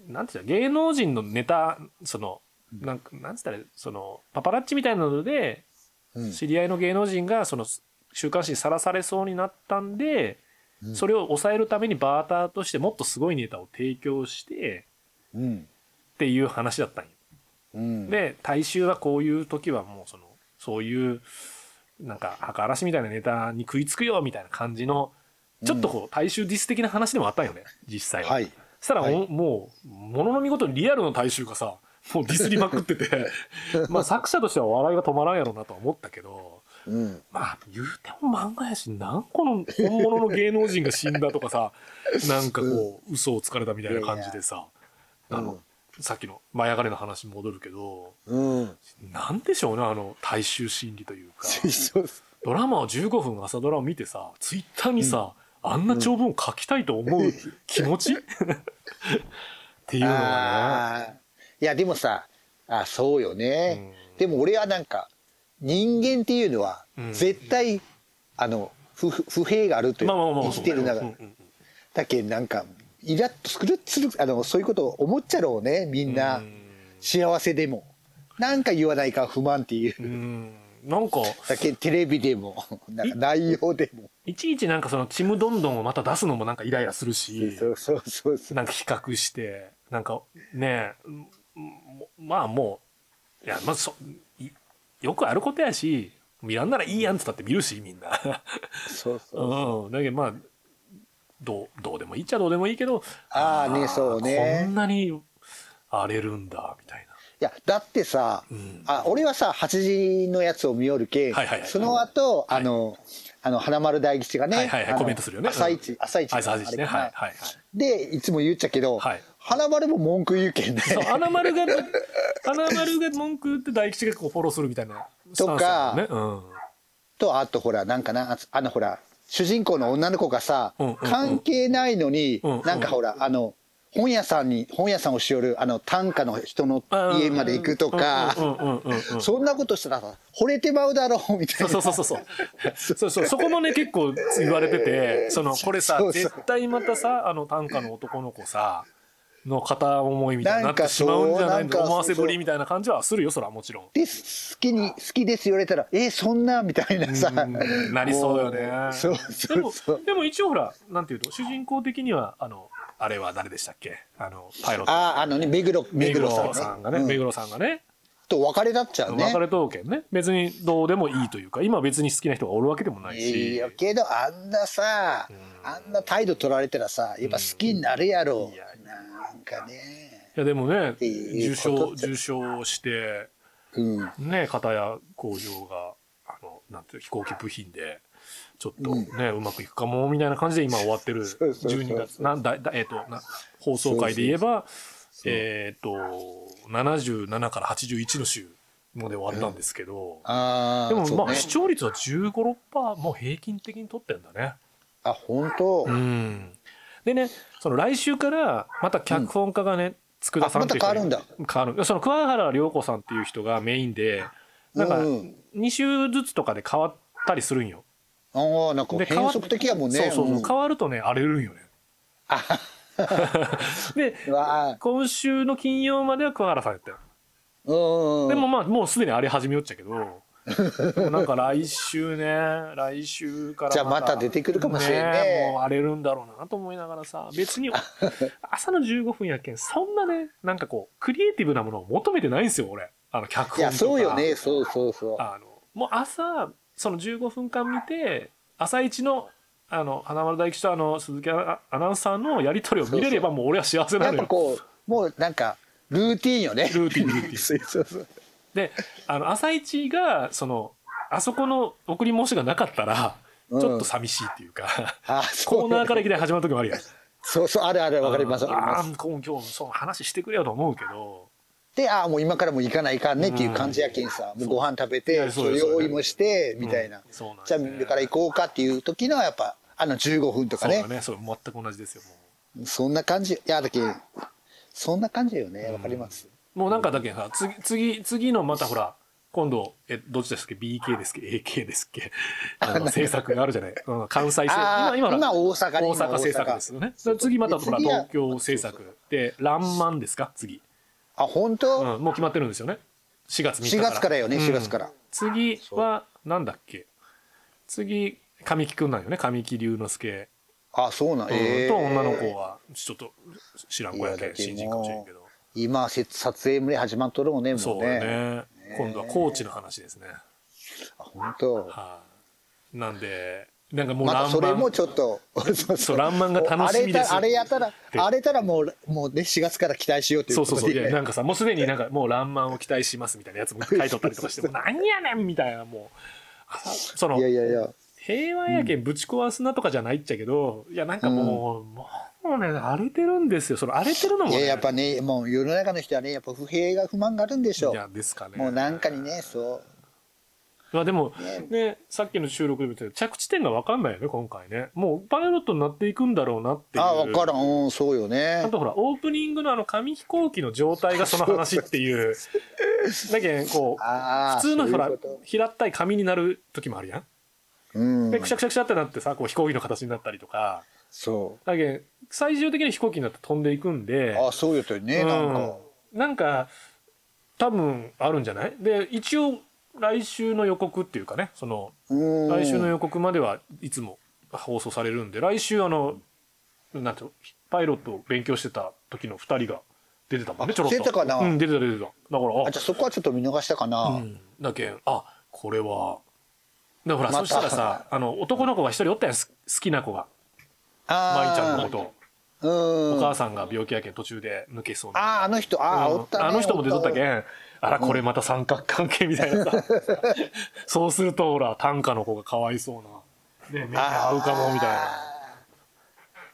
[SPEAKER 6] なんていうの芸能人のネタそのなんかなんつったらそのパパラッチみたいなので
[SPEAKER 7] うん
[SPEAKER 6] 知り合いの芸能人がその週刊誌にさらされそうになったんで、
[SPEAKER 7] うん
[SPEAKER 6] それを抑えるためにバーターとしてもっとすごいネタを提供して
[SPEAKER 7] うん
[SPEAKER 6] っていう話だったんよ。
[SPEAKER 7] うん
[SPEAKER 6] で大衆はこういう時はもうそのそういうなんか墓荒らしみたいなネタに食いつくよみたいな感じのちょっとこう大衆ディス的な話でもあったんよね実際は。
[SPEAKER 7] はい
[SPEAKER 6] そしたら、
[SPEAKER 7] はい
[SPEAKER 6] おもうものの見事にリアルの大衆がさもうディスりまくってて まあ作者としては笑いが止まらんやろうなとは思ったけど
[SPEAKER 7] うん
[SPEAKER 6] まあ言うても漫画やし何個の本物の芸能人が死んだとかさなんかこう嘘をつかれたみたいな感じでさ
[SPEAKER 7] や
[SPEAKER 6] あのさっきの「舞い上がれ」の話に戻るけど
[SPEAKER 7] うん
[SPEAKER 6] なんでしょうねあの大 衆心理というか
[SPEAKER 7] そうそう
[SPEAKER 6] ドラマを15分朝ドラを見てさツイッターにさ、あんな長文を書きたいと思う気持 ちっていうのはね。
[SPEAKER 7] あーいやでもさあそうよね、
[SPEAKER 6] う
[SPEAKER 7] でも俺はなんか人間っていうのは
[SPEAKER 6] うん
[SPEAKER 7] 絶対、あの不不平があるという
[SPEAKER 6] まあまあまあ、
[SPEAKER 7] 生きてる中
[SPEAKER 6] そう
[SPEAKER 7] で
[SPEAKER 6] ねうんうん
[SPEAKER 7] だけどなんかイラッとするするあのそういうことを思っちゃろうねみんな、幸せでもなんか言わないから不満っていう、
[SPEAKER 6] うんなんか、
[SPEAKER 7] だけどテレビでもなんか内容でも
[SPEAKER 6] いちいちなんかその、ちむどんどんをまた出すのもなんかイライラするし、
[SPEAKER 7] そうそうそうそう
[SPEAKER 6] なんか比較して、なんかねえ、うんもまあもう、いや、まずそ、いよくあることやし、見らんならいいやんつったって見るし、みんな。
[SPEAKER 7] そうそう
[SPEAKER 6] うん。だけどまあ、どう、どうでもいいっちゃどうでもいいけど、
[SPEAKER 7] ああねそうね
[SPEAKER 6] こんなに荒れるんだ、みたい
[SPEAKER 7] いやだってさ、
[SPEAKER 6] ん
[SPEAKER 7] あ俺はさ8時のやつを見よるけ、
[SPEAKER 6] はいはいはい
[SPEAKER 7] その後、あのあの花丸大吉がね、
[SPEAKER 6] はいはいはい
[SPEAKER 7] あの
[SPEAKER 6] コメントするよね
[SPEAKER 7] 朝一、
[SPEAKER 6] うん
[SPEAKER 7] 朝一
[SPEAKER 6] な。あいつ味ね。
[SPEAKER 7] あれかな
[SPEAKER 6] はいはいはい。
[SPEAKER 7] でいつも言っちゃけど、
[SPEAKER 6] はい
[SPEAKER 7] 花丸も文句言うけんね
[SPEAKER 6] そう、花丸が、花丸が文句言って大吉がこうフォローするみたいなスタンスだもんね。うん。
[SPEAKER 7] とあとほらなんかなああのほら主人公の女の子がさ、
[SPEAKER 6] うんうんうん
[SPEAKER 7] 関係ないのに、
[SPEAKER 6] うんうん
[SPEAKER 7] なんかほらあの本屋さんに本屋さんをしよるあの短歌の人の家まで行くとか、
[SPEAKER 6] うんうんうんうんうん
[SPEAKER 7] そんなことしたらさ惚れてまうだろうみたいな
[SPEAKER 6] そうそうそうそう。そうそう。そこもね、結構言われてて、その、これさ
[SPEAKER 7] そ、うそう
[SPEAKER 6] 絶対またさ、あの、短歌の男の子さ、の片思いみたいになっ
[SPEAKER 7] な
[SPEAKER 6] て
[SPEAKER 7] んか
[SPEAKER 6] し
[SPEAKER 7] そう
[SPEAKER 6] まうんじゃない
[SPEAKER 7] な
[SPEAKER 6] の
[SPEAKER 7] んかそう
[SPEAKER 6] 思わせぶりみたいな感じはするよ、それはもちろん。
[SPEAKER 7] で好きに好きです言われたらえそんなみたいなさ
[SPEAKER 6] うんなりそうよ
[SPEAKER 7] も
[SPEAKER 6] ね。
[SPEAKER 7] そうそうそ
[SPEAKER 6] で
[SPEAKER 7] う
[SPEAKER 6] も、でも一応ほら、なんていうと、主人公的には、あの、あれは誰でしたっけあの、パイロット。
[SPEAKER 7] あああのね目黒目
[SPEAKER 6] 目
[SPEAKER 7] 黒
[SPEAKER 6] 黒
[SPEAKER 7] さん,、ね、
[SPEAKER 6] さんがね、目黒さんがね、
[SPEAKER 7] と別れだっちゃうね
[SPEAKER 6] 別れとうけんね、別にどうでもいいというか、今別に好きな人がおるわけでもないし。
[SPEAKER 7] いいよけどあんなさあんな態度取られたらさやっぱ好きになるやろ
[SPEAKER 6] いやい
[SPEAKER 7] なんかね
[SPEAKER 6] いやでもね
[SPEAKER 7] ていう
[SPEAKER 6] 受
[SPEAKER 7] こと
[SPEAKER 6] 賞
[SPEAKER 7] じゃ
[SPEAKER 6] 受賞して
[SPEAKER 7] うん
[SPEAKER 6] ね片や工場があのなんていうの飛行機部品でちょっとね、うまくいくかもみたいな感じで今終わってる
[SPEAKER 7] そうそうそう
[SPEAKER 6] 12月なんだだえっ、とな放送回で言えばえっ、と77から81の週まで終わったんですけど、
[SPEAKER 7] ああ
[SPEAKER 6] でもまあ、
[SPEAKER 7] ね
[SPEAKER 6] 視聴率は1 5 6もう平均的に取ってんだね。
[SPEAKER 7] あ本当、
[SPEAKER 6] うん、でねその来週からまた脚本家がね、佃さんっていう人
[SPEAKER 7] あまた変わ
[SPEAKER 6] るんだ変わるその桑原涼子さんっていう人がメインでなんか
[SPEAKER 7] うんうん
[SPEAKER 6] 2週ずつとかで変わったりするんよ。
[SPEAKER 7] ああなんか
[SPEAKER 6] で変
[SPEAKER 7] 変
[SPEAKER 6] わ
[SPEAKER 7] 則的やもんね
[SPEAKER 6] そうそうそう、
[SPEAKER 7] ん
[SPEAKER 6] 変わるとね荒れるんよね。 で
[SPEAKER 7] うわあ
[SPEAKER 6] 今週の金曜までは桑原さんやったよ。
[SPEAKER 7] うん
[SPEAKER 6] でもまあもうすでに荒れ始めよっちゃけど。でもなんか来週ね来週から
[SPEAKER 7] じゃあまた出てくるかもしれんね
[SPEAKER 6] もう荒れるんだろうなと思いながらさ別に朝の15分やけんそんなねなんかこうクリエイティブなものを求めてないんですよ俺あの脚本とか
[SPEAKER 7] いやそうよねそうそうそう
[SPEAKER 6] あのもう朝その15分間見て朝一のあの花丸大吉とあの鈴木アアナウンサーのやり取りを見れればもう俺は幸せな
[SPEAKER 7] や
[SPEAKER 6] の
[SPEAKER 7] っ
[SPEAKER 6] よ
[SPEAKER 7] ぱこうもうなんかルーティンよね
[SPEAKER 6] ルーテ ィンルーティン
[SPEAKER 7] そうそうそう
[SPEAKER 6] であの朝一がそのあそこの送り申しがなかったらち
[SPEAKER 7] うん
[SPEAKER 6] ょっと寂しいっていうか、
[SPEAKER 7] あそう
[SPEAKER 6] コーナーからいきなり始まる時もあるやん
[SPEAKER 7] そうそうあるあるわかりますわかり
[SPEAKER 6] あ
[SPEAKER 7] ま
[SPEAKER 6] あ
[SPEAKER 7] す
[SPEAKER 6] ー今今日その話してくれよと思うけど
[SPEAKER 7] でああもう今からもう行かないかんねっていう感じやけんさ、もうご飯食べ
[SPEAKER 6] い
[SPEAKER 7] て
[SPEAKER 6] やそうよそうよ
[SPEAKER 7] 用意もしてみたいな、
[SPEAKER 6] うんそうなんです
[SPEAKER 7] じゃ
[SPEAKER 6] ね
[SPEAKER 7] あみんなから行こうかっていう時のはやっぱあの15分とか
[SPEAKER 6] そう
[SPEAKER 7] ね
[SPEAKER 6] だねそう全く同じですよも
[SPEAKER 7] そんな感じいやだけんそんな感じよねわかります、
[SPEAKER 6] うもうなんかだけどさ次次次のまたほら今度えどっちですっけ BK ですっけ AK ですっ けあの制作があるじゃない、うん、関西制作
[SPEAKER 7] あー
[SPEAKER 6] ほら
[SPEAKER 7] 今大阪に
[SPEAKER 6] 大阪制作ですよねだから次またほら
[SPEAKER 7] で次は
[SPEAKER 6] 東京制作で「らんまん」ですか次、
[SPEAKER 7] あ本当、
[SPEAKER 6] うん、もう決まってるんですよね4月3日
[SPEAKER 7] 4
[SPEAKER 6] から
[SPEAKER 7] 月からよね
[SPEAKER 6] うん
[SPEAKER 7] 4月から、
[SPEAKER 6] 次はなんだっけ次神木くんなんよね神木隆之介
[SPEAKER 7] あそうなん、
[SPEAKER 6] うん
[SPEAKER 7] ええ
[SPEAKER 6] と女の子はちょっと知らん子や
[SPEAKER 7] いや
[SPEAKER 6] け
[SPEAKER 7] だ
[SPEAKER 6] ん
[SPEAKER 7] けど
[SPEAKER 6] 新人かもしれんけど
[SPEAKER 7] 今せ撮影もね始まっとるもんねもうね
[SPEAKER 6] そうだね今度はコーチの話ですね
[SPEAKER 7] あ本当
[SPEAKER 6] はいなんでなんかもう
[SPEAKER 7] ま
[SPEAKER 6] ラ
[SPEAKER 7] た
[SPEAKER 6] ン
[SPEAKER 7] それ
[SPEAKER 6] マ
[SPEAKER 7] も
[SPEAKER 6] ン
[SPEAKER 7] ちょっとそ う
[SPEAKER 6] そう爛漫が楽しみです
[SPEAKER 7] あれたあれやった
[SPEAKER 6] で
[SPEAKER 7] ら荒れたらもうもうね4月から期待しようという
[SPEAKER 6] そ
[SPEAKER 7] こ
[SPEAKER 6] う
[SPEAKER 7] と
[SPEAKER 6] そう
[SPEAKER 7] で
[SPEAKER 6] そういやなんかさもうすでになんかもう「らんまん」を期待しますみたいなやつも書いとったりとかしてもうなんやねんみたいなもうあその
[SPEAKER 7] いやいやいや
[SPEAKER 6] 平和やけんぶち壊すなとかじゃないっちゃけど、いやなんかもう、もうね荒れてるんですよその荒れてるのも、
[SPEAKER 7] い
[SPEAKER 6] ね、
[SPEAKER 7] ややっぱねもう世の中の人はねやっぱ不平が不満があるんでしょ
[SPEAKER 6] いやですかね
[SPEAKER 7] うもうなんかにねそう
[SPEAKER 6] いやでもねさっきの収録でも言ったけど着地点が分かんないよね今回ねもうパイロットになっていくんだろうなっていう
[SPEAKER 7] あ分からんうんそうよ
[SPEAKER 6] あ
[SPEAKER 7] ね
[SPEAKER 6] とほらオープニングのあの紙飛行機の状態がその話って いうだけんこう
[SPEAKER 7] ああ
[SPEAKER 6] 普通のほら
[SPEAKER 7] そういうこ
[SPEAKER 6] 平ったい紙になる時もあるやん
[SPEAKER 7] とうん
[SPEAKER 6] でくしゃくしゃくしゃってなってさこう飛行機の形になったりとか
[SPEAKER 7] そ
[SPEAKER 6] だけん最終的に飛行機になって飛んでいくん
[SPEAKER 7] う
[SPEAKER 6] で
[SPEAKER 7] あそうよとねなんか
[SPEAKER 6] うん、なんか多分あるんじゃないで一応来週の予告っていうかねその
[SPEAKER 7] うん
[SPEAKER 6] 来週の予告まではいつも放送されるんで来週あのなんていうのパイロットを勉強してた時の2人が出てたもんね
[SPEAKER 7] あ
[SPEAKER 6] ちょろっと
[SPEAKER 7] 出てたかな
[SPEAKER 6] うん、出てた出てただから
[SPEAKER 7] あじゃあそこはちょっと見逃したかな、
[SPEAKER 6] あ、うん、だけんあこれはだからほら
[SPEAKER 7] ま
[SPEAKER 6] そ
[SPEAKER 7] た
[SPEAKER 6] したらさあの男の子が一人おったやんす好きな子が
[SPEAKER 7] あ
[SPEAKER 6] 舞
[SPEAKER 7] あ
[SPEAKER 6] ちゃんのこと
[SPEAKER 7] う
[SPEAKER 6] お
[SPEAKER 7] ん
[SPEAKER 6] 母
[SPEAKER 7] あ
[SPEAKER 6] さんが病気やけん途中で抜けそうな
[SPEAKER 7] ああの人ああ、
[SPEAKER 6] うん
[SPEAKER 7] おったね
[SPEAKER 6] あの人も出とったけ
[SPEAKER 7] お
[SPEAKER 6] んあらこれまた三角関係みたいなさそうするとほら短歌の子がかわいそうな、ね、目が合うかもみたいな
[SPEAKER 7] ね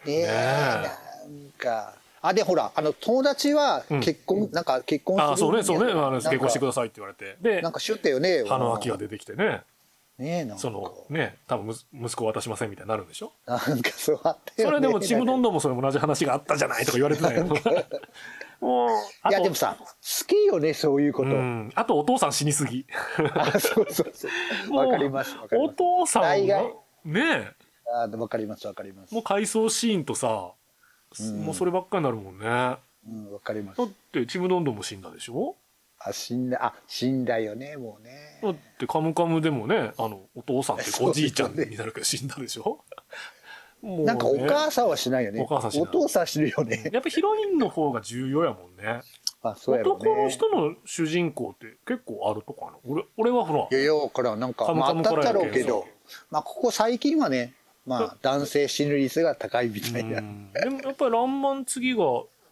[SPEAKER 7] え
[SPEAKER 6] ねえ
[SPEAKER 7] なんかあでほらあの友達は
[SPEAKER 6] うん
[SPEAKER 7] 結婚、なんか結婚
[SPEAKER 6] ああそうねそうねあの結婚してく
[SPEAKER 7] だ
[SPEAKER 6] ださいって言われてで
[SPEAKER 7] なんかしよったよね
[SPEAKER 6] 歯の秋が出てきてね
[SPEAKER 7] ねえなんか
[SPEAKER 6] そのね多分む息子渡しませんみたいになるんでしょ
[SPEAKER 7] なんかそうあったよ
[SPEAKER 6] そ
[SPEAKER 7] ね
[SPEAKER 6] れでもちむどん
[SPEAKER 7] い
[SPEAKER 6] どんもそれも同じ話があったじゃないとか言われてない もうあと
[SPEAKER 7] やでもさ好きよねそういうこ
[SPEAKER 6] う
[SPEAKER 7] と、
[SPEAKER 6] んあとお父さん死にすぎ
[SPEAKER 7] あ そうそうそう
[SPEAKER 6] もう
[SPEAKER 7] わかりますわかり
[SPEAKER 6] お
[SPEAKER 7] ます
[SPEAKER 6] 父さん
[SPEAKER 7] 大
[SPEAKER 6] が
[SPEAKER 7] 概
[SPEAKER 6] ねえ
[SPEAKER 7] あわかりますわかります
[SPEAKER 6] もう回想シーンとさ、
[SPEAKER 7] ん
[SPEAKER 6] もうそればっかになるもんねだ
[SPEAKER 7] うんわかります
[SPEAKER 6] ってちむどんどんも死んだでしょ
[SPEAKER 7] あ死んだあ死んだよねもうね
[SPEAKER 6] だって「カムカム」でもねあのお父さんって
[SPEAKER 7] そう
[SPEAKER 6] おじいちゃんになるけど死んだでしょもうね
[SPEAKER 7] なんかお母さんはしないよね
[SPEAKER 6] お母さんしない
[SPEAKER 7] 父さん死ぬよ ね
[SPEAKER 6] やっぱヒロインの方が重要やもんね
[SPEAKER 7] あそうやろうね
[SPEAKER 6] 男の人の主人公って結構あるとかな俺俺はほ
[SPEAKER 7] い
[SPEAKER 6] ら
[SPEAKER 7] やいやからなんか
[SPEAKER 6] カム
[SPEAKER 7] ま
[SPEAKER 6] カ
[SPEAKER 7] ああ
[SPEAKER 6] ム
[SPEAKER 7] ったっちゃろう
[SPEAKER 6] から
[SPEAKER 7] け
[SPEAKER 6] やけど
[SPEAKER 7] どまあここ最近はねまあ男性死ぬ率が高いみた
[SPEAKER 6] う
[SPEAKER 7] いな、うん
[SPEAKER 6] んでもやっぱり「らんまん」次が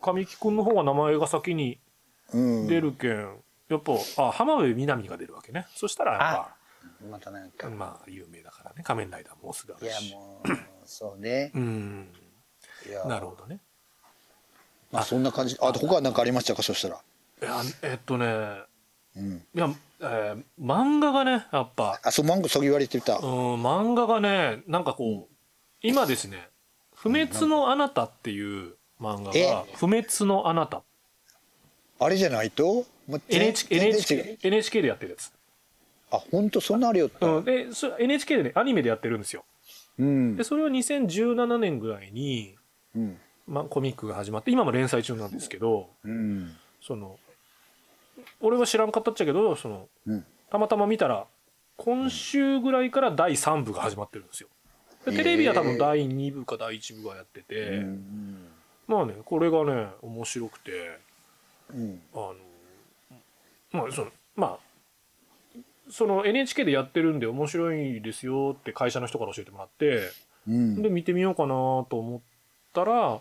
[SPEAKER 6] 神木君の方が名前が先に出るけんやっぱあ浜辺美波が出るわけねそしたらやっぱ
[SPEAKER 7] またなんか、
[SPEAKER 6] まあ有名だからね仮面ライダーもうすぐあ
[SPEAKER 7] い
[SPEAKER 6] る
[SPEAKER 7] や
[SPEAKER 6] し
[SPEAKER 7] もうそうね
[SPEAKER 6] うん
[SPEAKER 7] いや
[SPEAKER 6] なるほどね
[SPEAKER 7] まあそんな感じあと他は何かありましたかそしたら
[SPEAKER 6] いやえっとね
[SPEAKER 7] うん
[SPEAKER 6] いや、えー漫画がねやっぱ
[SPEAKER 7] あそうマンゴーそう言われてた、
[SPEAKER 6] うん漫画がねなんかこう、今ですね「不滅のあなた」っていう漫画
[SPEAKER 7] え
[SPEAKER 6] が「不滅のあなた
[SPEAKER 7] あれじゃないと、まあ」全
[SPEAKER 6] NHK,
[SPEAKER 7] 全然違う
[SPEAKER 6] NHK, NHK でやってるやつ、
[SPEAKER 7] あ本当そんなあれよった
[SPEAKER 6] うん、でそ NHK でねアニメでやってるんですよ
[SPEAKER 7] うん
[SPEAKER 6] でそれを2017年ぐらいに、
[SPEAKER 7] うん
[SPEAKER 6] まあ、コミックが始まって今も連載中なんですけど
[SPEAKER 7] うん
[SPEAKER 6] その俺は知らんかったっちゃけどその
[SPEAKER 7] うん
[SPEAKER 6] たまたま見たら今週ぐらいから第3部が始まってるんですよで
[SPEAKER 7] へー
[SPEAKER 6] テレビは多分第2部か第1部がやってて、
[SPEAKER 7] うん
[SPEAKER 6] まあねこれがね面白くて
[SPEAKER 7] うん
[SPEAKER 6] あのまあそのまあその NHK でやってるんで面白いですよって会社の人から教えてもらって
[SPEAKER 7] うん
[SPEAKER 6] で見てみようかなと思ったら、
[SPEAKER 7] ん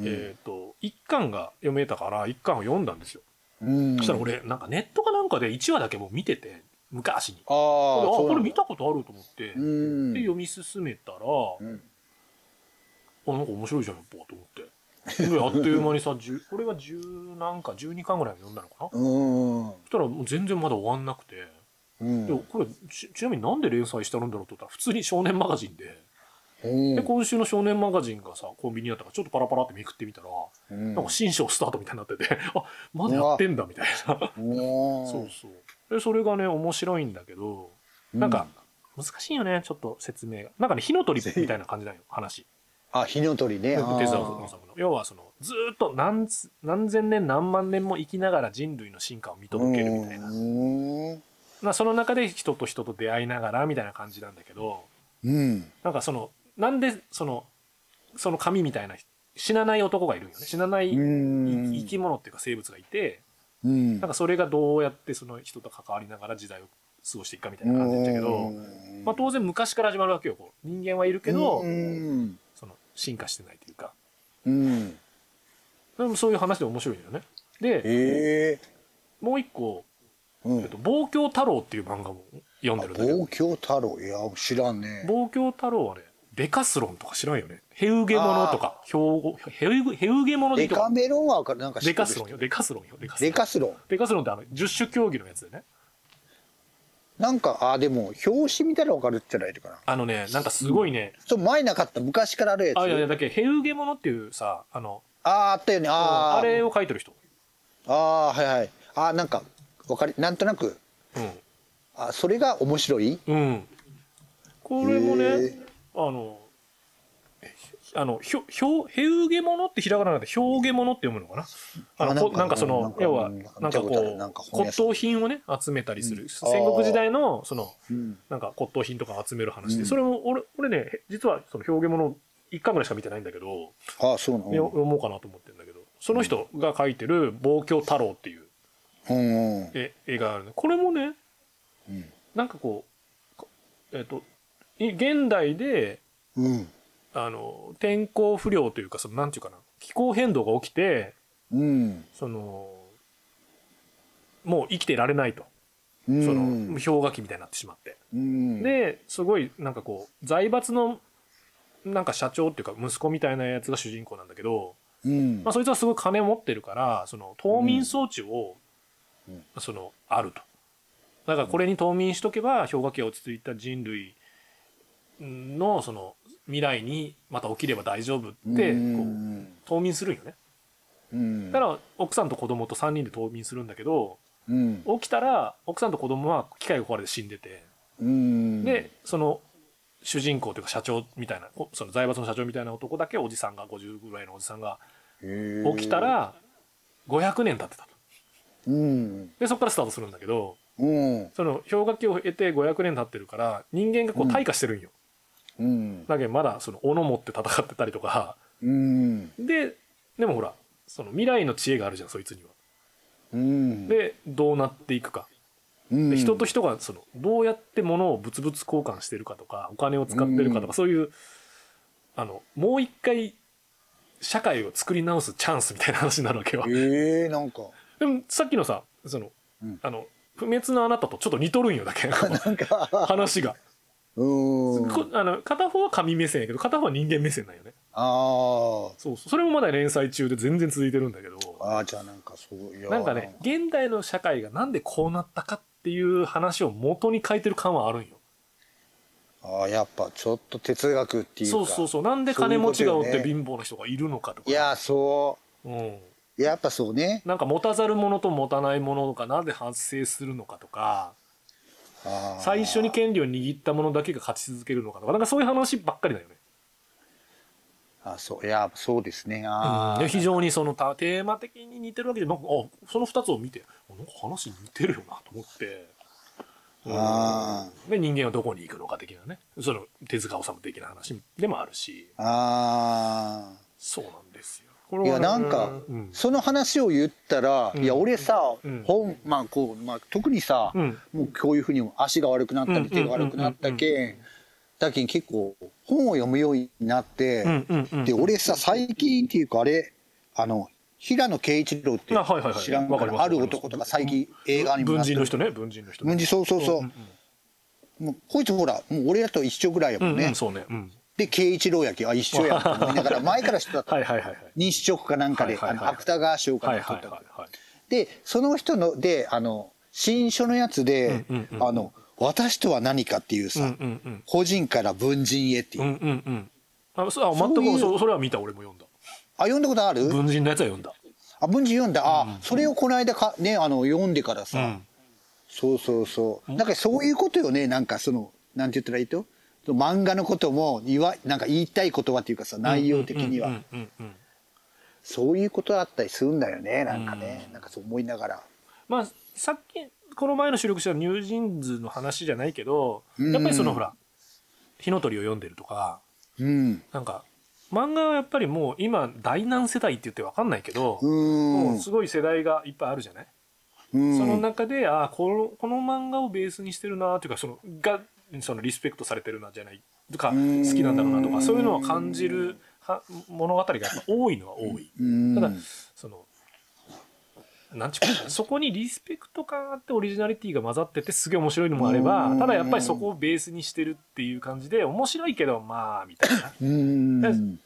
[SPEAKER 6] えっ、と1巻が読めたから1巻を読んだんですよ
[SPEAKER 7] うん
[SPEAKER 6] そしたら俺なんかネットかなんかで1話だけもう見てて昔に
[SPEAKER 7] ああ
[SPEAKER 6] あ
[SPEAKER 7] そう
[SPEAKER 6] こ
[SPEAKER 7] な
[SPEAKER 6] れ
[SPEAKER 7] んだ
[SPEAKER 6] 見たことあると思って、
[SPEAKER 7] うん
[SPEAKER 6] で読み進めたら、
[SPEAKER 7] ん
[SPEAKER 6] あなんか面白いじゃんやっぱと思ってであっという間にさ10これが10何巻12巻ぐらい読んだのかな、
[SPEAKER 7] うん
[SPEAKER 6] そしたらもう全然まだ終わんなくて、
[SPEAKER 7] うん
[SPEAKER 6] でこれちちなみになんで連載してあるんだろうと思ったら普通に少年マガジンで。
[SPEAKER 7] うん
[SPEAKER 6] で今週の少年マガジンがさコンビニだったからちょっとパラパラってめくってみたら、
[SPEAKER 7] うん
[SPEAKER 6] なんか新章スタートみたいになって てあまだやってんだみたいな
[SPEAKER 7] うん
[SPEAKER 6] そうそう。で、それがね、面白いんだけど、なんか、難しいよね、ちょっと説明が。なんかね、火の鳥みたいな感じなんよ、話。
[SPEAKER 7] あ火の鳥ね
[SPEAKER 6] 手
[SPEAKER 7] あ
[SPEAKER 6] 沢
[SPEAKER 7] ー
[SPEAKER 6] 治虫の。要は、その、ずーっと何つ何千年何万年も生きながら人類の進化を見届けるみたいな。
[SPEAKER 7] うん
[SPEAKER 6] まあ、その中で人と人と出会いながらみたいな感じなんだけど、
[SPEAKER 7] うん
[SPEAKER 6] なんかその、なんで、その、その神みたいな、死なない男がいるんよね。死なないい
[SPEAKER 7] うん
[SPEAKER 6] 生き物っていうか生物がいて、
[SPEAKER 7] うん
[SPEAKER 6] なんかそれがどうやってその人と関わりながら時代を過ごしていくかみたいな感じだったけど、まあ、当然昔から始まるわけよこう人間はいるけど、
[SPEAKER 7] うん
[SPEAKER 6] その進化してないというか
[SPEAKER 7] うん
[SPEAKER 6] でもそういう話で面白いんだよねで
[SPEAKER 7] ええ
[SPEAKER 6] もう一個
[SPEAKER 7] う
[SPEAKER 6] 「えっ
[SPEAKER 7] ん
[SPEAKER 6] と、望郷太郎」っていう漫画も読んでるんだけ
[SPEAKER 7] 望
[SPEAKER 6] ど
[SPEAKER 7] 郷太郎いや知らんね
[SPEAKER 6] 望郷太郎はねデカスロンとか知らんよねヘウゲモノとか兵庫ヘウゲヘウゲモノでい
[SPEAKER 7] デ
[SPEAKER 6] いとか
[SPEAKER 7] カメロンはわかるなんか知
[SPEAKER 6] デ
[SPEAKER 7] ってる
[SPEAKER 6] カスロンよデカスロンよデカスロン
[SPEAKER 7] デカスロン
[SPEAKER 6] デカスロンってあの十種競技のやつでね
[SPEAKER 7] なんか、ああ、でも、表紙見たらわかるってないるかな。
[SPEAKER 6] あのね、なんかすごいね、
[SPEAKER 7] そう、前なかった、昔からあるやつ。
[SPEAKER 6] あ、いやいや、だっけ、ヘウゲモノっていうさ、あの、
[SPEAKER 7] ああ、あったよね。ああ、
[SPEAKER 6] あれを書いてる人。
[SPEAKER 7] ああー、はいはい。ああ、なんか、わかり、なんとなく、あそれが面白い
[SPEAKER 6] うん。うん。これも
[SPEAKER 7] へ
[SPEAKER 6] ね
[SPEAKER 7] ー、
[SPEAKER 6] あの、えあの、ひょ、ひょ、ヘウゲモノってひらがなで、ひょうげものって読むのかなあ
[SPEAKER 7] あ
[SPEAKER 6] の、こな
[SPEAKER 7] なんん
[SPEAKER 6] か
[SPEAKER 7] か
[SPEAKER 6] そ
[SPEAKER 7] な
[SPEAKER 6] の
[SPEAKER 7] ん、か
[SPEAKER 6] 要は
[SPEAKER 7] うんな
[SPEAKER 6] な
[SPEAKER 7] ん、か
[SPEAKER 6] んかこ
[SPEAKER 7] 見たことあるなんか
[SPEAKER 6] う、
[SPEAKER 7] 本
[SPEAKER 6] 骨
[SPEAKER 7] 屋さん
[SPEAKER 6] 董品をね、集めたりする。
[SPEAKER 7] あー
[SPEAKER 6] 戦国時代の、その、
[SPEAKER 7] うん。
[SPEAKER 6] なんか骨董品とか集める話で、
[SPEAKER 7] うん
[SPEAKER 6] それも俺俺ねへ実はその表現物1巻ぐらいしか見てないんだけど、
[SPEAKER 7] ああ、そうなの。
[SPEAKER 6] 読読もうかなと思ってるんだけどその人が書いてる「望郷太郎」っていう
[SPEAKER 7] うんうん。
[SPEAKER 6] え映画があるのこれもね、
[SPEAKER 7] うん
[SPEAKER 6] なんかこうえっ、とい現代で
[SPEAKER 7] うん。
[SPEAKER 6] あの天候不良というかそのなんていうかな気候変動が起きて
[SPEAKER 7] うん。
[SPEAKER 6] そのもう生きてられないと、
[SPEAKER 7] うん。
[SPEAKER 6] その氷河期みたいになってしまって。
[SPEAKER 7] うん、
[SPEAKER 6] ですごいなんかこう財閥のなんか社長っていうか息子みたいなやつが主人公なんだけど、
[SPEAKER 7] うん
[SPEAKER 6] まあ、そいつはすごい金持ってるからその冬眠装置を、
[SPEAKER 7] うん
[SPEAKER 6] そのあるとだからこれに冬眠しとけば氷河期が落ち着いた人類のその未来にまた起きれば大丈夫って
[SPEAKER 7] う
[SPEAKER 6] こうん冬眠するんよね
[SPEAKER 7] うん、
[SPEAKER 6] だから奥さんと子供と3人で冬眠するんだけど
[SPEAKER 7] うん、
[SPEAKER 6] 起きたら奥さんと子供は機械が壊れて死んでて。
[SPEAKER 7] うん、
[SPEAKER 6] でその主人公というか社長みたいなおその財閥の社長みたいな男だけおじさんが50ぐらいのおじさんが
[SPEAKER 7] へー
[SPEAKER 6] 起きた、ら500年経ってたと
[SPEAKER 7] うん、
[SPEAKER 6] でそこからスタートするんだけど
[SPEAKER 7] うん、
[SPEAKER 6] その氷河期を経て500年経ってるから人間がこう
[SPEAKER 7] うん
[SPEAKER 6] 退化してるんよ、
[SPEAKER 7] うん、
[SPEAKER 6] だけどまだその斧持って戦ってたりとか
[SPEAKER 7] うん、
[SPEAKER 6] ででもほらその未来の知恵があるじゃんそいつには
[SPEAKER 7] うん、
[SPEAKER 6] でどうなっていくか
[SPEAKER 7] うん、
[SPEAKER 6] で人と人がそのどうやって物を物々交換してるかとかお金を使ってるかと
[SPEAKER 7] う
[SPEAKER 6] かそういうあのもう一回社会を作り直すチャンスみたいな話になるわけよ。
[SPEAKER 7] えー、なんか、
[SPEAKER 6] でもさっきのさその、
[SPEAKER 7] うん
[SPEAKER 6] あの不滅のあなたとちょっと似とるんよだ け
[SPEAKER 7] なんか、
[SPEAKER 6] 話が、
[SPEAKER 7] うん、
[SPEAKER 6] こあの片方は神目線やけど片方は人間目線なんよね
[SPEAKER 7] あ
[SPEAKER 6] そうそうそれもまだ連載中で全然続いてるんだけど
[SPEAKER 7] あ、ああ、じゃあなんかそう、いやー
[SPEAKER 6] なんかね、現代の社会がなんでこうなったかっていう話を元に書いてる感はあるんよ
[SPEAKER 7] ああ、やっぱちょっと哲学っていうか、
[SPEAKER 6] そうそう
[SPEAKER 7] う
[SPEAKER 6] そうなんで金持ちがおっ
[SPEAKER 7] そうい
[SPEAKER 6] て
[SPEAKER 7] うことよ
[SPEAKER 6] 貧乏な人がいるのかとか
[SPEAKER 7] いやー、そ
[SPEAKER 6] うん、
[SPEAKER 7] う、やっぱそうね、
[SPEAKER 6] なんか持たざるものと持たないものがなんで発生するのかとか
[SPEAKER 7] あー
[SPEAKER 6] 最初に権利を握ったものだけが勝ち続けるのかとかなんかそういう話ばっかりだよね、
[SPEAKER 7] あそう、いやー、そうですね、あ
[SPEAKER 6] うん、
[SPEAKER 7] あ、
[SPEAKER 6] で非常にそのたテーマ的に似てるわけでなんかあその2つを見てあなんか話似てるよなと思って、
[SPEAKER 7] あ
[SPEAKER 6] うん、で人間はどこに行くのか的なねその手塚治虫的な話でもあるし
[SPEAKER 7] ああ。
[SPEAKER 6] そうなんですよこれ
[SPEAKER 7] い
[SPEAKER 6] は
[SPEAKER 7] や
[SPEAKER 6] ね
[SPEAKER 7] なんか、
[SPEAKER 6] うん
[SPEAKER 7] その話を言ったら、
[SPEAKER 6] うん
[SPEAKER 7] いや俺さ、
[SPEAKER 6] うん
[SPEAKER 7] 本まあこう、まあ、特にさ、
[SPEAKER 6] うん
[SPEAKER 7] もうこういうふうに足が悪くなった
[SPEAKER 6] うん
[SPEAKER 7] り手が悪くなったけんだけん結構本を読むようになって、
[SPEAKER 6] うんうんうん
[SPEAKER 7] で俺さ最近っていうかあれあの平野慶一郎って
[SPEAKER 6] あはいはいはい
[SPEAKER 7] 知らん
[SPEAKER 6] わ
[SPEAKER 7] か
[SPEAKER 6] かりま
[SPEAKER 7] ら
[SPEAKER 6] す
[SPEAKER 7] ある男とか最近映画にも
[SPEAKER 6] 文
[SPEAKER 7] なって
[SPEAKER 6] 人の
[SPEAKER 7] る
[SPEAKER 6] 人ね文人の人ね
[SPEAKER 7] 文人そうそうそう,、もうこいつほらもう俺らと一緒ぐらいや
[SPEAKER 6] うん
[SPEAKER 7] も
[SPEAKER 6] うん
[SPEAKER 7] んね、
[SPEAKER 6] そうね、うん、
[SPEAKER 7] で慶一郎やけんあ一緒やんと思いながら前から知ってた
[SPEAKER 6] はいはいはいはい
[SPEAKER 7] 日食かなんかで、
[SPEAKER 6] はいはいはい
[SPEAKER 7] あの芥川賞か
[SPEAKER 6] は
[SPEAKER 7] ないんか
[SPEAKER 6] は
[SPEAKER 7] 取っ
[SPEAKER 6] い
[SPEAKER 7] た、
[SPEAKER 6] はいはい
[SPEAKER 7] でその人のであの新書のやつで、
[SPEAKER 6] うんうんうん
[SPEAKER 7] あの「私とは何か」っていうさ、
[SPEAKER 6] うんうんうん
[SPEAKER 7] 個人から文人へっていう、
[SPEAKER 6] うんうんうんあそうあ
[SPEAKER 7] そう
[SPEAKER 6] 全
[SPEAKER 7] いう
[SPEAKER 6] くそうそれは見た俺も読んだ
[SPEAKER 7] あ読んだことある
[SPEAKER 6] 文人のやつは読んだ
[SPEAKER 7] あ文人読んだあ、それをこの間か、ね、あの読んでからさ、
[SPEAKER 6] うん
[SPEAKER 7] そうそうそうなんかそういうことよねなんかそのなんて言ったらいいとその漫画のことも言わなんか言いたい言葉っていうかさ内容的には、
[SPEAKER 6] うんうんうんうん
[SPEAKER 7] そういうことだったりするんだよねなんかね、なんかそう思いながら。
[SPEAKER 6] まあさっきこの前の収録したニュージーンズの話じゃないけど
[SPEAKER 7] うん
[SPEAKER 6] やっぱりそのほら「火の鳥」を読んでるとか
[SPEAKER 7] うん、
[SPEAKER 6] なんか漫画はやっぱりもう今第何世代って言って分かんないけど、
[SPEAKER 7] うー
[SPEAKER 6] も
[SPEAKER 7] ん
[SPEAKER 6] うすごい世代がいっぱいあるじゃない
[SPEAKER 7] うん
[SPEAKER 6] その中で、ああ、この、この漫画をベースにしてるなというか、その、が、そのリスペクトされてるなじゃない、とか、
[SPEAKER 7] ん
[SPEAKER 6] 好きなんだろうなとか、そういうのを感じるは物語がやっぱ多いのは多い。
[SPEAKER 7] うん
[SPEAKER 6] ただ、その、なんちゅうか、そこにリスペクト感あってオリジナリティが混ざっててすげえ面白いのもあれば
[SPEAKER 7] う、ん
[SPEAKER 6] ただやっぱりそこをベースにしてるっていう感じで、面白いけど、まあ、みたいな。
[SPEAKER 7] うん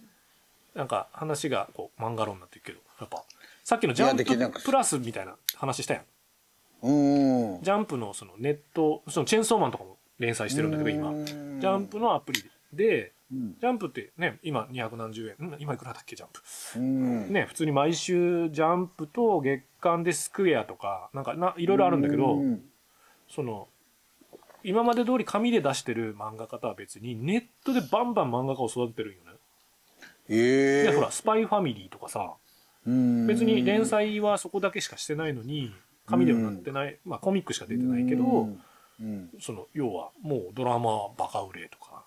[SPEAKER 6] なんか話がこう、漫画論になってるけど、やっぱ、さっきのジャ
[SPEAKER 7] いやできな
[SPEAKER 6] ン
[SPEAKER 7] い
[SPEAKER 6] ププラスみたいな話したやん。
[SPEAKER 7] うん。
[SPEAKER 6] ジャンプのそのネット、そのチェーンソーマンとかも連載してるんだけど、今。ジャンプのアプリで、
[SPEAKER 7] うん
[SPEAKER 6] ジャンプってね、今270円。ん今いくらだっけ、ジャンプ。
[SPEAKER 7] うん。
[SPEAKER 6] ね、普通に毎週ジャンプと月間でスクエアとか、なんかな、いろいろあるんだけど
[SPEAKER 7] う、ん
[SPEAKER 6] その、今まで通り紙で出してる漫画家とは別に、ネットでバンバン漫画家を育ててるんよね。
[SPEAKER 7] ええ
[SPEAKER 6] で、ほら、スパイファミリーとかさ、別
[SPEAKER 7] 別
[SPEAKER 6] に連載はそこだけしかしてないのに、紙ではなってない、まあコミックしか出てないけど、
[SPEAKER 7] うん、
[SPEAKER 6] その要はもうドラマバカ売れとか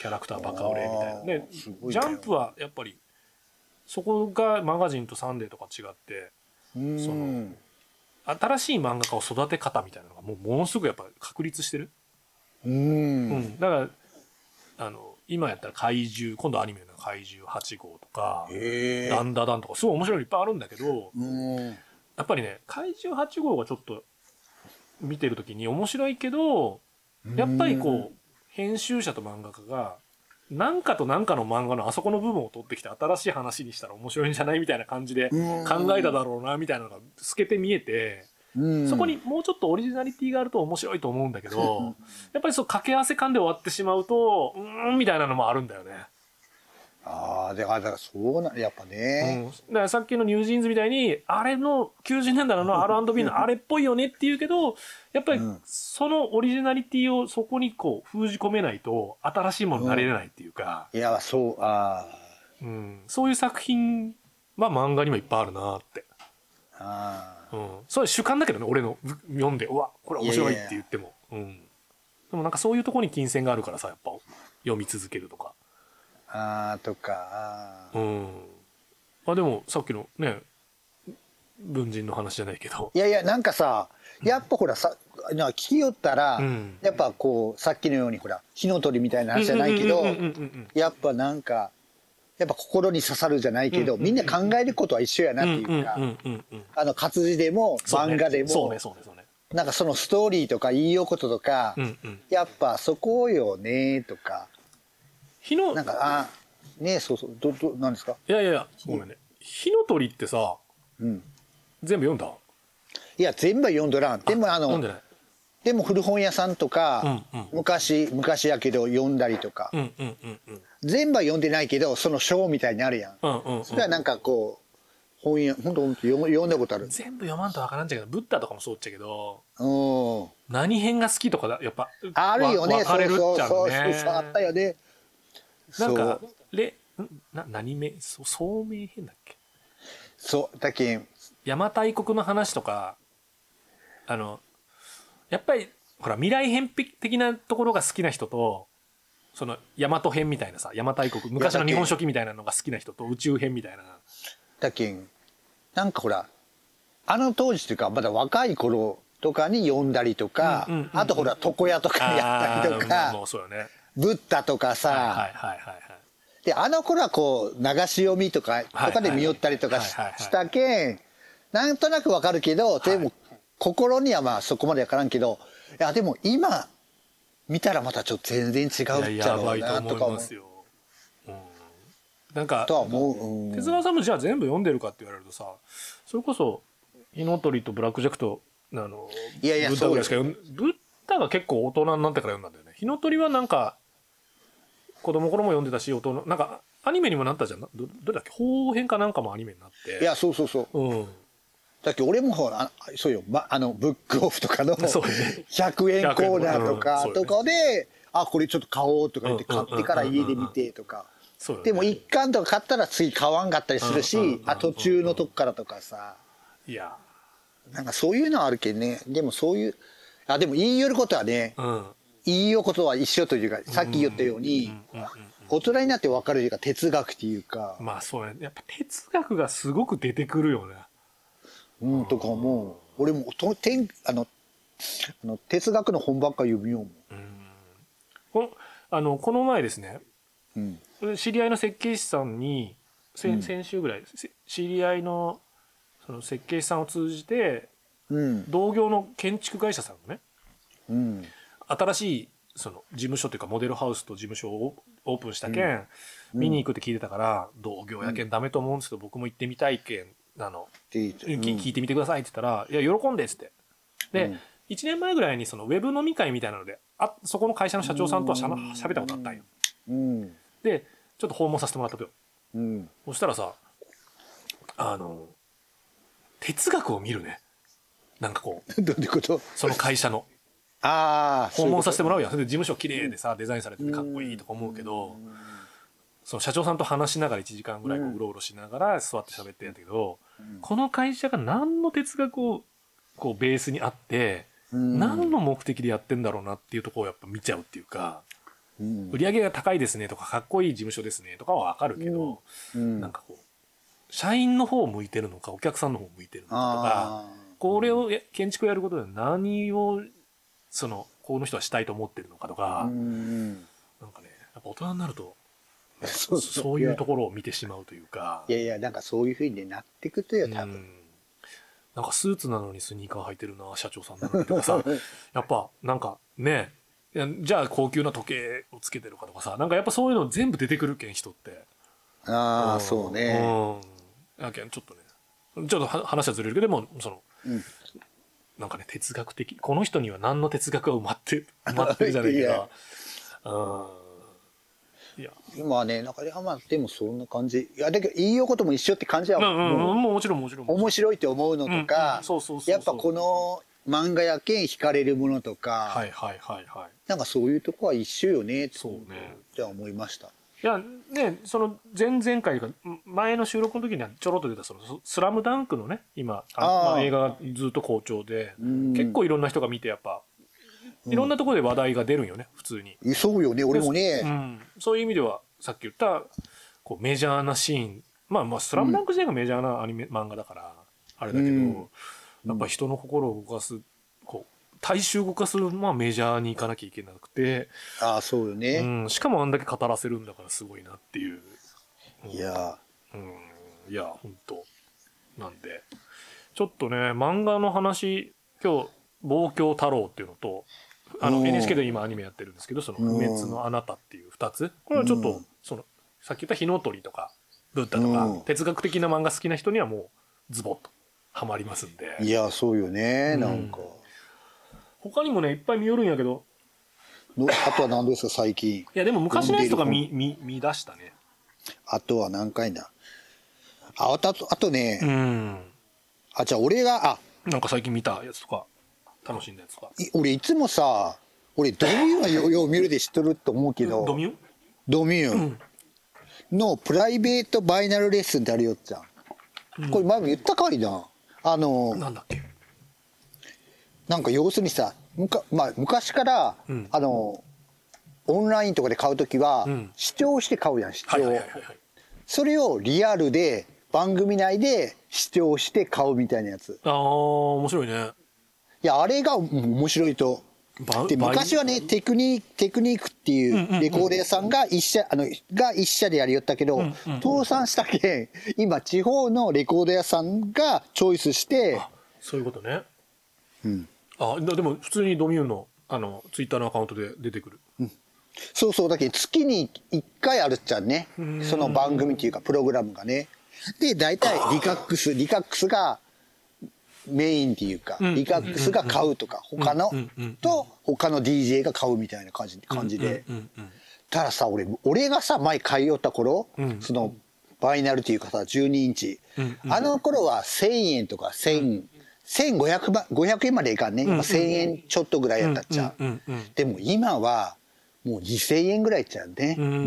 [SPEAKER 6] キャラクターバカ売れみたいな
[SPEAKER 7] あ
[SPEAKER 6] ね
[SPEAKER 7] ーすごい
[SPEAKER 6] ジ
[SPEAKER 7] ね
[SPEAKER 6] ャンプはやっぱりそこがマガジンとサンデーとか違って
[SPEAKER 7] うん、
[SPEAKER 6] その新しい漫画家を育て方みたいなのがもうものすごくやっぱ確立してる、
[SPEAKER 7] う、
[SPEAKER 6] うんんだからあの今やったら怪獣今度アニメの怪獣8号とか、
[SPEAKER 7] ええ
[SPEAKER 6] ダンダダンとかすごい面白いのいっぱいあるんだけど
[SPEAKER 7] うん、
[SPEAKER 6] やっぱりね怪獣8号がちょっと見てる時に面白いけどやっぱりこう編集者と漫画家が何かと何かの漫画のあそこの部分を取ってきて新しい話にしたら面白いんじゃないみたいな感じで
[SPEAKER 7] うん
[SPEAKER 6] 考えただろうなみたいなのが透けて見えて
[SPEAKER 7] うん、
[SPEAKER 6] そこにもうちょっとオリジナリティがあると面白いと思うんだけどやっぱりそう掛け合わせ感で終わってしまうとうーんみたいなのもあるんだよね。
[SPEAKER 7] ああだからだからそうなやっぱね、
[SPEAKER 6] うん、だからさっきのニュージーンズみたいにあれの90年代の R&B のあれっぽいよねっていうけどやっぱり
[SPEAKER 7] うん
[SPEAKER 6] そのオリジナリティをそこにこう封じ込めないと新しいものになれないっていうか、
[SPEAKER 7] いやそうあ
[SPEAKER 6] うん、そういう作品は漫画にもいっぱいあるなって、
[SPEAKER 7] ーあ
[SPEAKER 6] うん、それ主観だけどね俺のず読んでうわこれ面白いって言ってもうん、でもなんかそういうとこに金銭があるからさやっぱ読み続けるとか。
[SPEAKER 7] ーあーとかあ
[SPEAKER 6] う
[SPEAKER 7] ー
[SPEAKER 6] ん、あでもさっきのね文人の話じゃないけど。
[SPEAKER 7] いやいやなんかさやっぱほらさな聞きよったら、
[SPEAKER 6] うん
[SPEAKER 7] やっぱこうさっきのようにほら火の鳥みたいな話じゃないけど、
[SPEAKER 6] うんうんうんうんうん
[SPEAKER 7] やっぱなんかやっぱ心に刺さるじゃないけど、
[SPEAKER 6] うんうんうん
[SPEAKER 7] みんな考えることは一緒やなっていうか、
[SPEAKER 6] うんうんうんうん
[SPEAKER 7] あの活字でも
[SPEAKER 6] そうね
[SPEAKER 7] 漫画でも、
[SPEAKER 6] そうねそうねそうね
[SPEAKER 7] なんかそのストーリーとか言いようこととか、
[SPEAKER 6] うんうん
[SPEAKER 7] やっぱそこよねとか
[SPEAKER 6] 火の
[SPEAKER 7] なんかあねそうそうどどなんですか
[SPEAKER 6] いやいやいやごめんね火の鳥ってさ
[SPEAKER 7] うん
[SPEAKER 6] 全部読んだ
[SPEAKER 7] いや全部は読んどらんでもあ
[SPEAKER 6] 読
[SPEAKER 7] の
[SPEAKER 6] んでない
[SPEAKER 7] でも古本屋さんとか、
[SPEAKER 6] うんうん
[SPEAKER 7] 昔昔やけど読んだりとか、
[SPEAKER 6] うんうんうんうん
[SPEAKER 7] 全部は読んでないけどその章みたいになるやん、
[SPEAKER 6] うんうんうん
[SPEAKER 7] それはなんかこう本屋本当本当読む読んだことある
[SPEAKER 6] 全部読まんとわからんじゃけどブッダとかもそうっちゃけど
[SPEAKER 7] うん
[SPEAKER 6] 何編が好きとかだやっぱ
[SPEAKER 7] あるよ
[SPEAKER 6] わ
[SPEAKER 7] ね
[SPEAKER 6] 分かれるっちゃ
[SPEAKER 7] そうそううそうそうあった
[SPEAKER 6] ね
[SPEAKER 7] よね
[SPEAKER 6] なんか
[SPEAKER 7] そう
[SPEAKER 6] れんな何名そう聡明編だっけ
[SPEAKER 7] そうだけん
[SPEAKER 6] 邪馬台国の話とかあのやっぱりほら未来編的なところが好きな人とその大和編みたいなさ邪馬台国昔の日本書紀みたいなのが好きな人と宇宙編みたいな
[SPEAKER 7] だけんなんかほらあの当時というかまだ若い頃とかに読んだりとか、
[SPEAKER 6] うんうんうん
[SPEAKER 7] あとほら床屋とか やったりと
[SPEAKER 6] あーも
[SPEAKER 7] か
[SPEAKER 6] うそうよね
[SPEAKER 7] ブッダとかさ、
[SPEAKER 6] はいはいはいはいはい
[SPEAKER 7] であの頃はこう流し読みとかと
[SPEAKER 6] はい
[SPEAKER 7] かで見よったりとかし,、
[SPEAKER 6] はいはいはい
[SPEAKER 7] たけんなんとなくわかるけど、でも心にはまあそこまでわからんけどいやでも今見たらまたちょっと全然違う
[SPEAKER 6] い
[SPEAKER 7] っ
[SPEAKER 6] や
[SPEAKER 7] ちゃ
[SPEAKER 6] や
[SPEAKER 7] ろ
[SPEAKER 6] ば
[SPEAKER 7] う
[SPEAKER 6] い
[SPEAKER 7] な
[SPEAKER 6] と思
[SPEAKER 7] とか
[SPEAKER 6] い
[SPEAKER 7] 思
[SPEAKER 6] ま
[SPEAKER 7] う
[SPEAKER 6] すよ、うん、なんか
[SPEAKER 7] とは思う、うん
[SPEAKER 6] 手塚さんもじゃあ全部読んでるかって言われるとさそれこそ「火の鳥」と「ブラック・ジャックと」あの
[SPEAKER 7] いやいや
[SPEAKER 6] ブッダぐらいしか
[SPEAKER 7] そう
[SPEAKER 6] 読んブッダが結構大人になってから読んだんだよね「火の鳥」はなんか子供頃も読んでたし大人なんかアニメにもなったじゃんなどどれだっけ方編かなんかもアニメになって
[SPEAKER 7] いやそうそうそう
[SPEAKER 6] うん
[SPEAKER 7] だって俺もほらあそうよ、ま、あのブックオフとかの
[SPEAKER 6] そうね
[SPEAKER 7] 100円コーナーと
[SPEAKER 6] 100円
[SPEAKER 7] か
[SPEAKER 6] うん
[SPEAKER 7] とかで「あこれちょっと買おう」とか言って
[SPEAKER 6] うん
[SPEAKER 7] 買
[SPEAKER 6] うん
[SPEAKER 7] ってから家で見てとか
[SPEAKER 6] そうよね
[SPEAKER 7] でも一巻とか買ったら次買わんかったりする
[SPEAKER 6] うんうんうん
[SPEAKER 7] し
[SPEAKER 6] うん
[SPEAKER 7] あ途中のとこからとかさ
[SPEAKER 6] いや
[SPEAKER 7] なんかそういうのはあるけんねでもそういうあでも言いよることはね
[SPEAKER 6] うん
[SPEAKER 7] 言いよることは一緒というかさっき言ったように
[SPEAKER 6] うんうんうん
[SPEAKER 7] 大人になって分かるというか哲学っていうか
[SPEAKER 6] まあそうねやっぱ哲学がすごく出てくるよね
[SPEAKER 7] うんとかもう俺もとてんあのあの哲学の本ばっか読みようもん。
[SPEAKER 6] このあのこの前ですね
[SPEAKER 7] うん
[SPEAKER 6] 知り合いの設計士さんに先,、
[SPEAKER 7] うん
[SPEAKER 6] 先週ぐらいせ知り合いのその設計士さんを通じて
[SPEAKER 7] うん
[SPEAKER 6] 同業の建築会社さんのね
[SPEAKER 7] うん
[SPEAKER 6] 新しいその事務所というかモデルハウスと事務所をオープンしたけん、見に行くって聞いてたから、同業やけんダメと思うんですけど僕も行ってみたいけんあの、
[SPEAKER 7] って言って
[SPEAKER 6] き聞いてみてくださいって言ったら「いや喜んで」っつってで、
[SPEAKER 7] うん
[SPEAKER 6] 1年前ぐらいにそのウェブ飲み会みたいなのであそこの会社の社長さんとはしゃしゃべったことあったんよ
[SPEAKER 7] うん
[SPEAKER 6] でちょっと訪問させてもらったとよ
[SPEAKER 7] うん
[SPEAKER 6] そしたらさあの哲学を見るねなんかこう
[SPEAKER 7] どういうこと
[SPEAKER 6] その会社 の
[SPEAKER 7] ああ
[SPEAKER 6] 訪問させて
[SPEAKER 7] も
[SPEAKER 6] もらうやんそれで事務所綺麗でさデザインされててかっこいいとか思うけどその社長さんと話しながら1時間ぐらいこう
[SPEAKER 7] うん
[SPEAKER 6] うろうろしながら座って喋ってんやけど、
[SPEAKER 7] ん
[SPEAKER 6] この会社が何の哲学をこうベースにあって、
[SPEAKER 7] うん
[SPEAKER 6] 何の目的でやってんだろうなっていうところをやっぱ見ちゃうっていうか、
[SPEAKER 7] うん
[SPEAKER 6] 売り上げが高いですねとかかっこいい事務所ですねとかは分かるけど、
[SPEAKER 7] うん
[SPEAKER 6] なんかこう社員の方を向いてるのかお客さんの方を向いてるのかとか
[SPEAKER 7] あー
[SPEAKER 6] これをや建築をやることで何をそのこの人はしたいと思ってるのかとか、
[SPEAKER 7] うん
[SPEAKER 6] なんかねやっぱ大人になると
[SPEAKER 7] そ
[SPEAKER 6] そそういうと
[SPEAKER 7] こ
[SPEAKER 6] ころを見てしまうというか。
[SPEAKER 7] いやいやなんかそういうふうにねなってくとよ多
[SPEAKER 6] う
[SPEAKER 7] 分
[SPEAKER 6] んなんかスーツなのにスニーカー履いてるな社長さんなのにとか さやっぱなんかねいやじゃあ高級な時計をつけてるかとかさなんかやっぱそういうの全部出てくるけん人って
[SPEAKER 7] あ
[SPEAKER 6] ん
[SPEAKER 7] あそうね
[SPEAKER 6] うんやけんちょっとねちょっとは話はずれるけどでもその
[SPEAKER 7] うん
[SPEAKER 6] なんかね哲学的この人には何の哲学が埋ま って埋まってるじゃないけ
[SPEAKER 7] い
[SPEAKER 6] ど
[SPEAKER 7] や
[SPEAKER 6] うんいや
[SPEAKER 7] まあねなんかいやまあでもそんな感じいやだけど言いようことも一緒って感じは
[SPEAKER 6] うんうんう
[SPEAKER 7] も
[SPEAKER 6] んもうもちろんもちろん
[SPEAKER 7] う面白いって思うのと
[SPEAKER 6] うん
[SPEAKER 7] か
[SPEAKER 6] うんそうそうそうそう
[SPEAKER 7] やっぱこの漫画やけん惹かれるものと
[SPEAKER 6] は
[SPEAKER 7] か
[SPEAKER 6] いはいはいはい
[SPEAKER 7] なんかそういうとこは一緒よねって
[SPEAKER 6] そうね
[SPEAKER 7] じゃあ思いました
[SPEAKER 6] いやねその前々回というかん前の収録の時にはちょろっと出たそのス「スラムダンクのね今あの
[SPEAKER 7] あー
[SPEAKER 6] まあ、映画がずっと好調で、
[SPEAKER 7] うん
[SPEAKER 6] 結構いろんな人が見てやっぱいろんなところで話題が出るんよね普通に、
[SPEAKER 7] そうよね俺も
[SPEAKER 6] う
[SPEAKER 7] ね
[SPEAKER 6] ん、そういう意味ではさっき言ったこうメジャーなシーンまあまあ「スラムダンク自体がメジャーなアニメ、漫画だからあれだけど、
[SPEAKER 7] うん
[SPEAKER 6] やっぱ人の心を動かすこう大衆を動かす、まあ、メジャーに行かなきゃいけなくて、
[SPEAKER 7] ああそうよ
[SPEAKER 6] う
[SPEAKER 7] ね
[SPEAKER 6] ん、しかもあんだけ語らせるんだからすごいなっていう。うん
[SPEAKER 7] いや
[SPEAKER 6] うんいや、ほんと。なんで。ちょっとね、漫画の話、今日、望郷太郎っていうのと、あ
[SPEAKER 7] う
[SPEAKER 6] の、
[SPEAKER 7] ん
[SPEAKER 6] NHK で今アニメやってるんですけど、その、不滅のあなたっていう二つ。これはちょっ
[SPEAKER 7] う
[SPEAKER 6] と
[SPEAKER 7] ん、
[SPEAKER 6] その、さっき言った火の鳥とか、ブッダとか
[SPEAKER 7] うん、
[SPEAKER 6] 哲学的な漫画好きな人にはもう、ズボッと、ハマりますんで。
[SPEAKER 7] いやそうよね
[SPEAKER 6] うん
[SPEAKER 7] なんか
[SPEAKER 6] 他にもね、いっぱい見よるんやけど、
[SPEAKER 7] のあとは何ですか最近
[SPEAKER 6] いや、でも昔のやつとか見、見、見出したね。
[SPEAKER 7] あとは何回だああとあとあとね、
[SPEAKER 6] うん。
[SPEAKER 7] あじゃあ俺があ
[SPEAKER 6] なんか最近見たやつとか、楽しんだやつとか。
[SPEAKER 7] い俺いつもさ俺ドミューンはよよう見るで知っとると思うけど
[SPEAKER 6] ドミュ
[SPEAKER 7] ドミューンのプライベートバイナルレッスンってあるよっちゃんこれ前も言ったかいなあの
[SPEAKER 6] なんだっけ
[SPEAKER 7] なんか要するにさむか、まあ、昔から、
[SPEAKER 6] うん
[SPEAKER 7] あのオンラインとかで買うときは、
[SPEAKER 6] うん
[SPEAKER 7] 視聴して買うやん視聴、
[SPEAKER 6] はいはいはいはいはい。
[SPEAKER 7] それをリアルで番組内で視聴して買うみたいなやつ
[SPEAKER 6] ああ、面白いね。
[SPEAKER 7] いやあれがうん面白いと
[SPEAKER 6] ば
[SPEAKER 7] で昔はねテクニテクニックっていうレコーデーさんが一社あのが一社でやりよったけど、倒産したけん今地方のレコード屋さんがチョイスして
[SPEAKER 6] あそういうことね。
[SPEAKER 7] ん
[SPEAKER 6] あだでも普通にドミューンのあのツイッターのアカウントで出てくる。
[SPEAKER 7] そうそうだけど月に1回あるっちゃねその番組っていうかプログラムがねで大体リカックスリカックスがメインっていうかリカックスが買うとか他のと他の DJ が買うみたいな感じ感じで
[SPEAKER 6] うんうん。
[SPEAKER 7] たださ俺俺がさ前買いよった頃そのバイナルっていうかさ12インチあの頃は1,000円とか1,000 1500ば500円までいかんね今1,000円ちょっとぐらいやったっちゃ
[SPEAKER 6] うんうん
[SPEAKER 7] でも今はもう2,000円ぐらいちゃうね、
[SPEAKER 6] うん。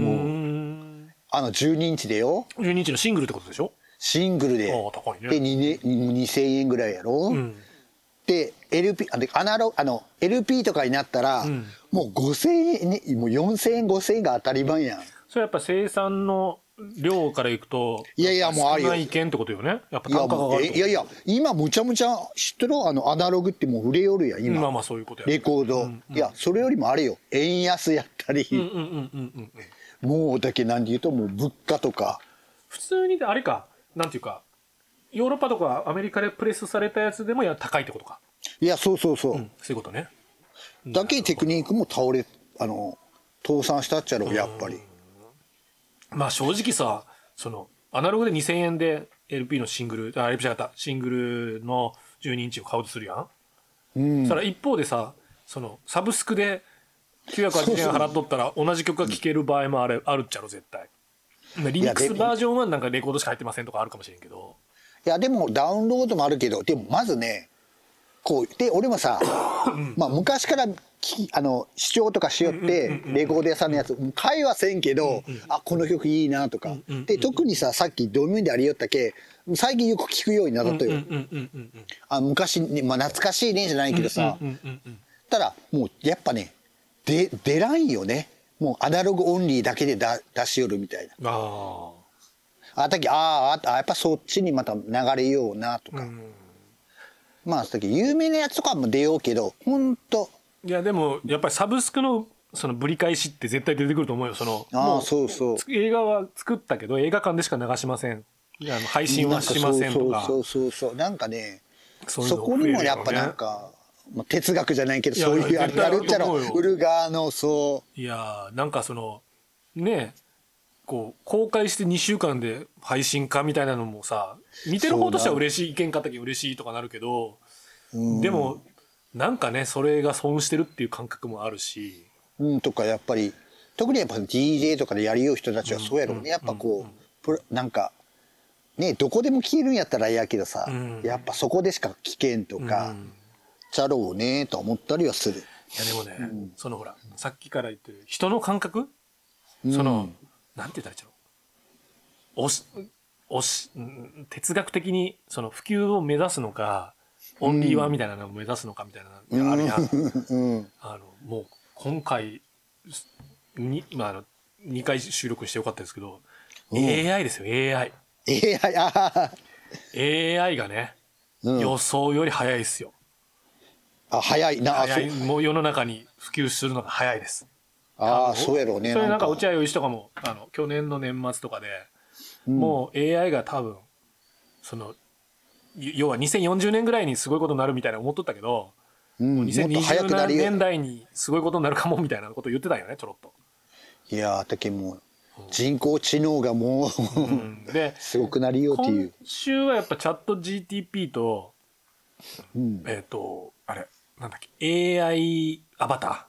[SPEAKER 7] もう
[SPEAKER 6] も
[SPEAKER 7] あの12インチでよ
[SPEAKER 6] う12インチのシングルってことでしょ
[SPEAKER 7] シングル
[SPEAKER 6] あ
[SPEAKER 7] で
[SPEAKER 6] あ、高い
[SPEAKER 7] で
[SPEAKER 6] ね。
[SPEAKER 7] 2,000、2,000円ぐらいやろ、
[SPEAKER 6] うん。
[SPEAKER 7] で LP あのアナロあの LP とかになったら、
[SPEAKER 6] ん
[SPEAKER 7] もう5,000円、ね、もう4,000円5,000円が当たり前やん
[SPEAKER 6] それやっぱ生産の量からいくと、
[SPEAKER 7] いやいやもうあるよ
[SPEAKER 6] 少ない件ってことよね。やっぱ
[SPEAKER 7] いや
[SPEAKER 6] 単価が上
[SPEAKER 7] も
[SPEAKER 6] が
[SPEAKER 7] う
[SPEAKER 6] る
[SPEAKER 7] え
[SPEAKER 6] と。
[SPEAKER 7] いやいや今むちゃむちゃ知ってるあのアナログってもう売れよるやん今、
[SPEAKER 6] まあまあそういうことや。
[SPEAKER 7] レコード、いやそれよりもあれよ円安やったり、
[SPEAKER 6] うんうんうんうんうん。
[SPEAKER 7] もうだけなんで言うともう物価とか
[SPEAKER 6] 普通にあれかなんていうかヨーロッパとかアメリカでプレスされたやつでもや高いってことか、
[SPEAKER 7] いやそうそうそう、
[SPEAKER 6] そういうことね
[SPEAKER 7] だけにテクニックも倒れあの倒産したっちゃろやっぱり
[SPEAKER 6] まあ正直さそのアナログで2000円で LP のシングルあ LP じゃなかったシングルの12インチを買おうとするやん
[SPEAKER 7] うん
[SPEAKER 6] そしたら一方でさそのサブスクで980円払っとったら同じ曲が聴ける場合もあるあるっちゃろ絶対まあリミックスバージョンはなんかレコードしか入ってませんとかあるかもしれんけど
[SPEAKER 7] いやでもダウンロードもあるけどでもまずねこうで俺も さ、まあ、昔からきあの視聴とかしよってレコード屋さんのやつ会話せんけど、あこの曲いいなとか、で特にささっきドミューンでありよったけ最近よく聞くようになったとよ、
[SPEAKER 6] うんうんうんうん
[SPEAKER 7] あ昔に、まあ、懐かしいねじゃないけどさ、
[SPEAKER 6] うんうんうん
[SPEAKER 7] たらもうやっぱねで出らんよねもうアナログオンリーだけでだ出しよるみたいな
[SPEAKER 6] あ
[SPEAKER 7] あたきあーああやっぱそっちにまた流れようなとか、
[SPEAKER 6] あうん
[SPEAKER 7] まあさっき有名なやつとかも出ようけどほんと
[SPEAKER 6] いやでもやっぱりサブスクのそのぶり返しって絶対出てくると思うよその
[SPEAKER 7] あ
[SPEAKER 6] も
[SPEAKER 7] あそうそう
[SPEAKER 6] つ映画は作ったけど映画館でしか流しませんあの配信はしませんとか
[SPEAKER 7] そうそうそうそうなんかね
[SPEAKER 6] そういう
[SPEAKER 7] そ
[SPEAKER 6] の
[SPEAKER 7] こにもやっ
[SPEAKER 6] 増え
[SPEAKER 7] ぱなん
[SPEAKER 6] るよね
[SPEAKER 7] か、まあ、哲学じゃないけど
[SPEAKER 6] いや
[SPEAKER 7] そういうあれ
[SPEAKER 6] 絶対
[SPEAKER 7] や
[SPEAKER 6] あ
[SPEAKER 7] る
[SPEAKER 6] る
[SPEAKER 7] っちゃ
[SPEAKER 6] と
[SPEAKER 7] ろ
[SPEAKER 6] 思うよ
[SPEAKER 7] 売る側のそ
[SPEAKER 6] いやーなんかそのねえこう公開して2週間で配信化みたいなのもさ見てる方としては嬉しい意見かたき嬉しいとかなるけど
[SPEAKER 7] う、うん、
[SPEAKER 6] でもなんかねそれが損してるっていう感覚もあるし
[SPEAKER 7] うんとかやっぱり特にやっぱ DJ とかでやりよう人たちはそうやろうね、やっぱこうプロなんかねどこでも消えるんやったらええやけどさ、
[SPEAKER 6] うん
[SPEAKER 7] やっぱそこでしか聞けんとか、
[SPEAKER 6] うん
[SPEAKER 7] ちゃろうねと思ったりはする。
[SPEAKER 6] いやでもね、そのほらさっきから言ってる人の感覚その、なんて言ったらいいんだろう。おし、おし、うん哲学的に、その普及を目指すのか、オンリーワンみたいなのを目指すのかみたいなのがあるやん。
[SPEAKER 7] うん、うん
[SPEAKER 6] あの、もう、今回、に、まあ、あの、2回収録してよかったですけど、AI ですよ、AI。
[SPEAKER 7] AI あはは
[SPEAKER 6] AI がね、
[SPEAKER 7] うん
[SPEAKER 6] 予想より早いですよ。
[SPEAKER 7] あ早いなあ
[SPEAKER 6] 早
[SPEAKER 7] そう
[SPEAKER 6] い、もう世の中に普及するのが早いです。
[SPEAKER 7] あーそうやろうね
[SPEAKER 6] それなんか
[SPEAKER 7] なんか
[SPEAKER 6] 落合陽一とかもあの去年の年末とかで、もう AI が多分そのゆ要は2040年ぐらいにすごいことになるみたいな思っとったけど、
[SPEAKER 7] うんもっと早くな
[SPEAKER 6] 2020
[SPEAKER 7] るよ
[SPEAKER 6] 年代にすごいことになるかもみたいなこと言ってたよねちょろっと。
[SPEAKER 7] いやーだけもう人工知能がもう、
[SPEAKER 6] うんで
[SPEAKER 7] すごくなりようってい
[SPEAKER 6] 今
[SPEAKER 7] う、
[SPEAKER 6] 週はやっぱチャット GTP と
[SPEAKER 7] うん、
[SPEAKER 6] えっ、とあれなんだっけ AI アバタ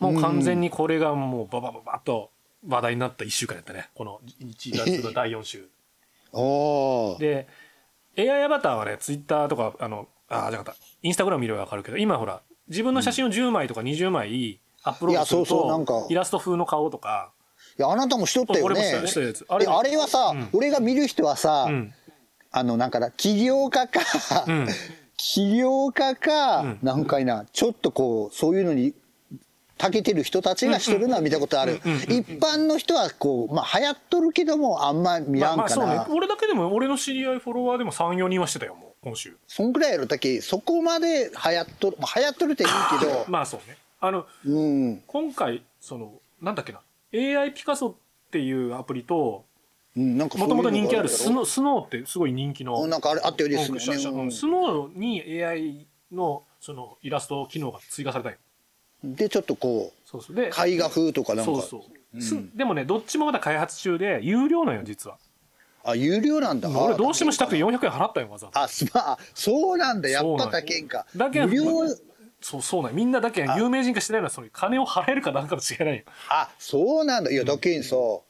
[SPEAKER 6] ーもう完全にこれがもうババババッと話題になった1週間やったねこの1月の第4週。
[SPEAKER 7] おー
[SPEAKER 6] で AI アバターはねツイッターとかあのあじゃなかったインスタグラム見れば分かるけど今ほら自分の写真を10枚とか20枚アップロードす
[SPEAKER 7] いやそう
[SPEAKER 6] る
[SPEAKER 7] そうなんか
[SPEAKER 6] とイラスト風の顔とか
[SPEAKER 7] いやあなたもしとったよ
[SPEAKER 6] 俺もし
[SPEAKER 7] ね
[SPEAKER 6] たしたやつ
[SPEAKER 7] あ
[SPEAKER 6] あ
[SPEAKER 7] れ
[SPEAKER 6] れ
[SPEAKER 7] あれはさ、
[SPEAKER 6] うん
[SPEAKER 7] 俺が見る人はさ、
[SPEAKER 6] うん
[SPEAKER 7] あのなんかな起業家か、
[SPEAKER 6] うん
[SPEAKER 7] 起業家か、
[SPEAKER 6] うん
[SPEAKER 7] なんかいなちょっとこうそういうのに長けてる人たちがしとるのは見たことある、一般の人はこうまあ流行っとるけどもあんま見
[SPEAKER 6] ま
[SPEAKER 7] ら
[SPEAKER 6] あ
[SPEAKER 7] ん
[SPEAKER 6] まあ
[SPEAKER 7] かな、
[SPEAKER 6] そうね俺だけでも俺の知り合いフォロワーでも34人はしてたよもう今週
[SPEAKER 7] そんくらいやろだけそこまで流行っとる、まあ、流行っとるって言うけど、
[SPEAKER 6] まあそうねあの
[SPEAKER 7] うん
[SPEAKER 6] 今回そのなんだっけな AI ピカソっていうアプリと
[SPEAKER 7] うんなんかそう
[SPEAKER 6] も
[SPEAKER 7] いう
[SPEAKER 6] と
[SPEAKER 7] の
[SPEAKER 6] もと人気
[SPEAKER 7] が
[SPEAKER 6] ある
[SPEAKER 7] やろ
[SPEAKER 6] スノースノーってすごい人気の
[SPEAKER 7] なんかあれあったようですね
[SPEAKER 6] しゃしゃ
[SPEAKER 7] うん
[SPEAKER 6] スノーに AI のそのイラスト機能が追加されたんよ
[SPEAKER 7] でちょっとこ
[SPEAKER 6] そうそうで
[SPEAKER 7] う絵画風とかなんか
[SPEAKER 6] そうそう、すでもねどっちもまだ開発中で有料なんよ実は
[SPEAKER 7] あ有料なんだ
[SPEAKER 6] 俺どうしてもしたくて
[SPEAKER 7] よ
[SPEAKER 6] 400円払ったよわざわざ
[SPEAKER 7] あすまあそうなんだやっ
[SPEAKER 6] そうな
[SPEAKER 7] ぱ
[SPEAKER 6] の
[SPEAKER 7] だけんか
[SPEAKER 6] だけん
[SPEAKER 7] 無料
[SPEAKER 6] そうそうなんよみんなだけん有名人化してないのはそれ金を払えるかなんかの違いないよ
[SPEAKER 7] あそうなんだいやだけんさ、こ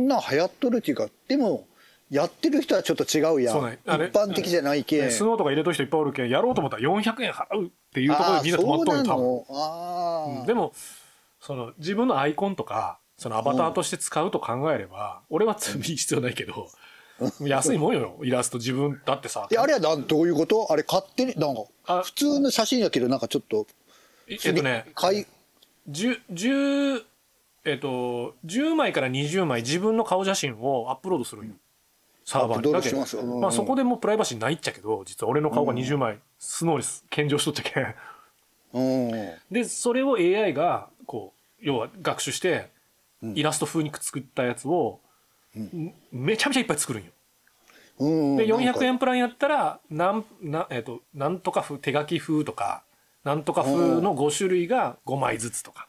[SPEAKER 7] んなん流行っとるっていうかでもやってる人はちょっと違うやん
[SPEAKER 6] そうね
[SPEAKER 7] 一
[SPEAKER 6] あれ
[SPEAKER 7] 般的じゃないけん、
[SPEAKER 6] でスノーとか入れとる人いっぱいおるけんやろうと思ったら400円払うっていうところ
[SPEAKER 7] あ
[SPEAKER 6] でみんな止まっとるよ多分
[SPEAKER 7] そうなのあー、
[SPEAKER 6] でもその自分のアイコンとかそのアバターとして使うと考えれば、俺は罪必要ないけど、安いもんよイラスト自分だってさ
[SPEAKER 7] であれはなんどういうことあれ勝手になんか
[SPEAKER 6] あ
[SPEAKER 7] 普通の写真やけどなんかちょっと
[SPEAKER 6] えっとね
[SPEAKER 7] かい
[SPEAKER 6] 10 10えっと10枚から20枚自分の顔写真をアップロードするんよサーバー
[SPEAKER 7] アップ
[SPEAKER 6] に
[SPEAKER 7] ロー
[SPEAKER 6] だ
[SPEAKER 7] ド
[SPEAKER 6] け
[SPEAKER 7] し
[SPEAKER 6] ど
[SPEAKER 7] ますうんうん
[SPEAKER 6] まあそこでもうプライバシーないっちゃけど実は俺の顔が20枚スノーです献上しとったけん
[SPEAKER 7] うん
[SPEAKER 6] でそれを AI がこう要は学習してイラスト風に作ったやつをんめちゃめちゃいっぱい作るんよ
[SPEAKER 7] うん
[SPEAKER 6] で
[SPEAKER 7] なんか
[SPEAKER 6] 400円プランやったらなんな,、えっとなんとか風手書き風とかなんとか風の5種類が5枚ずつとか、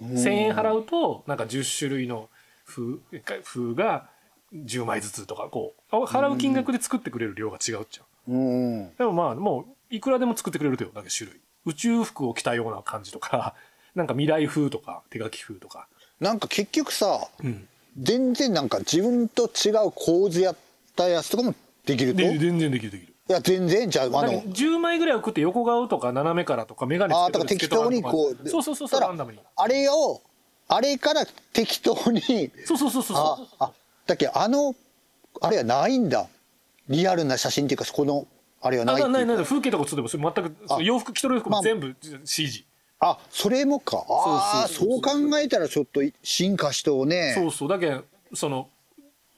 [SPEAKER 6] 1,000円払うとなんか10種類の風風が10枚ずつとかこう払う金額で作ってくれる量が違うっちゃう、
[SPEAKER 7] うん
[SPEAKER 6] でもまあもいくらでも作ってくれるとよ、だけ種類。宇宙服を着たような感じとか、 なんか未来風とか、手書き風とか。
[SPEAKER 7] なんか結局さ、
[SPEAKER 6] うん。
[SPEAKER 7] 全然なんか自分と違う構図やったやつとかもできると
[SPEAKER 6] で、
[SPEAKER 7] い
[SPEAKER 6] 全然できるできる。
[SPEAKER 7] や全然じゃああ
[SPEAKER 6] あ
[SPEAKER 7] の
[SPEAKER 6] 10枚ぐらい送って横顔とか斜めからとか眼鏡
[SPEAKER 7] あ
[SPEAKER 6] つ
[SPEAKER 7] あ
[SPEAKER 6] け
[SPEAKER 7] と
[SPEAKER 6] た
[SPEAKER 7] から
[SPEAKER 6] りつけたらと
[SPEAKER 7] 適当に
[SPEAKER 6] か
[SPEAKER 7] こう
[SPEAKER 6] そうそうそうそ
[SPEAKER 7] た
[SPEAKER 6] う
[SPEAKER 7] ら
[SPEAKER 6] ランダムに
[SPEAKER 7] あれをあれから適当に
[SPEAKER 6] そうそうそうそう
[SPEAKER 7] あ
[SPEAKER 6] そう
[SPEAKER 7] あだっけあのあれはないんだリアルな写真っていうかそこのあれはない
[SPEAKER 6] あ
[SPEAKER 7] って
[SPEAKER 6] ない
[SPEAKER 7] い
[SPEAKER 6] ないう
[SPEAKER 7] か
[SPEAKER 6] 風景とかちょっと全くその洋服着とる服も
[SPEAKER 7] まあ
[SPEAKER 6] 全部 CG、
[SPEAKER 7] あそれもかああ
[SPEAKER 6] そう
[SPEAKER 7] そ
[SPEAKER 6] そうう
[SPEAKER 7] 考えたらちょっと進化しとうね
[SPEAKER 6] そうそうだけんその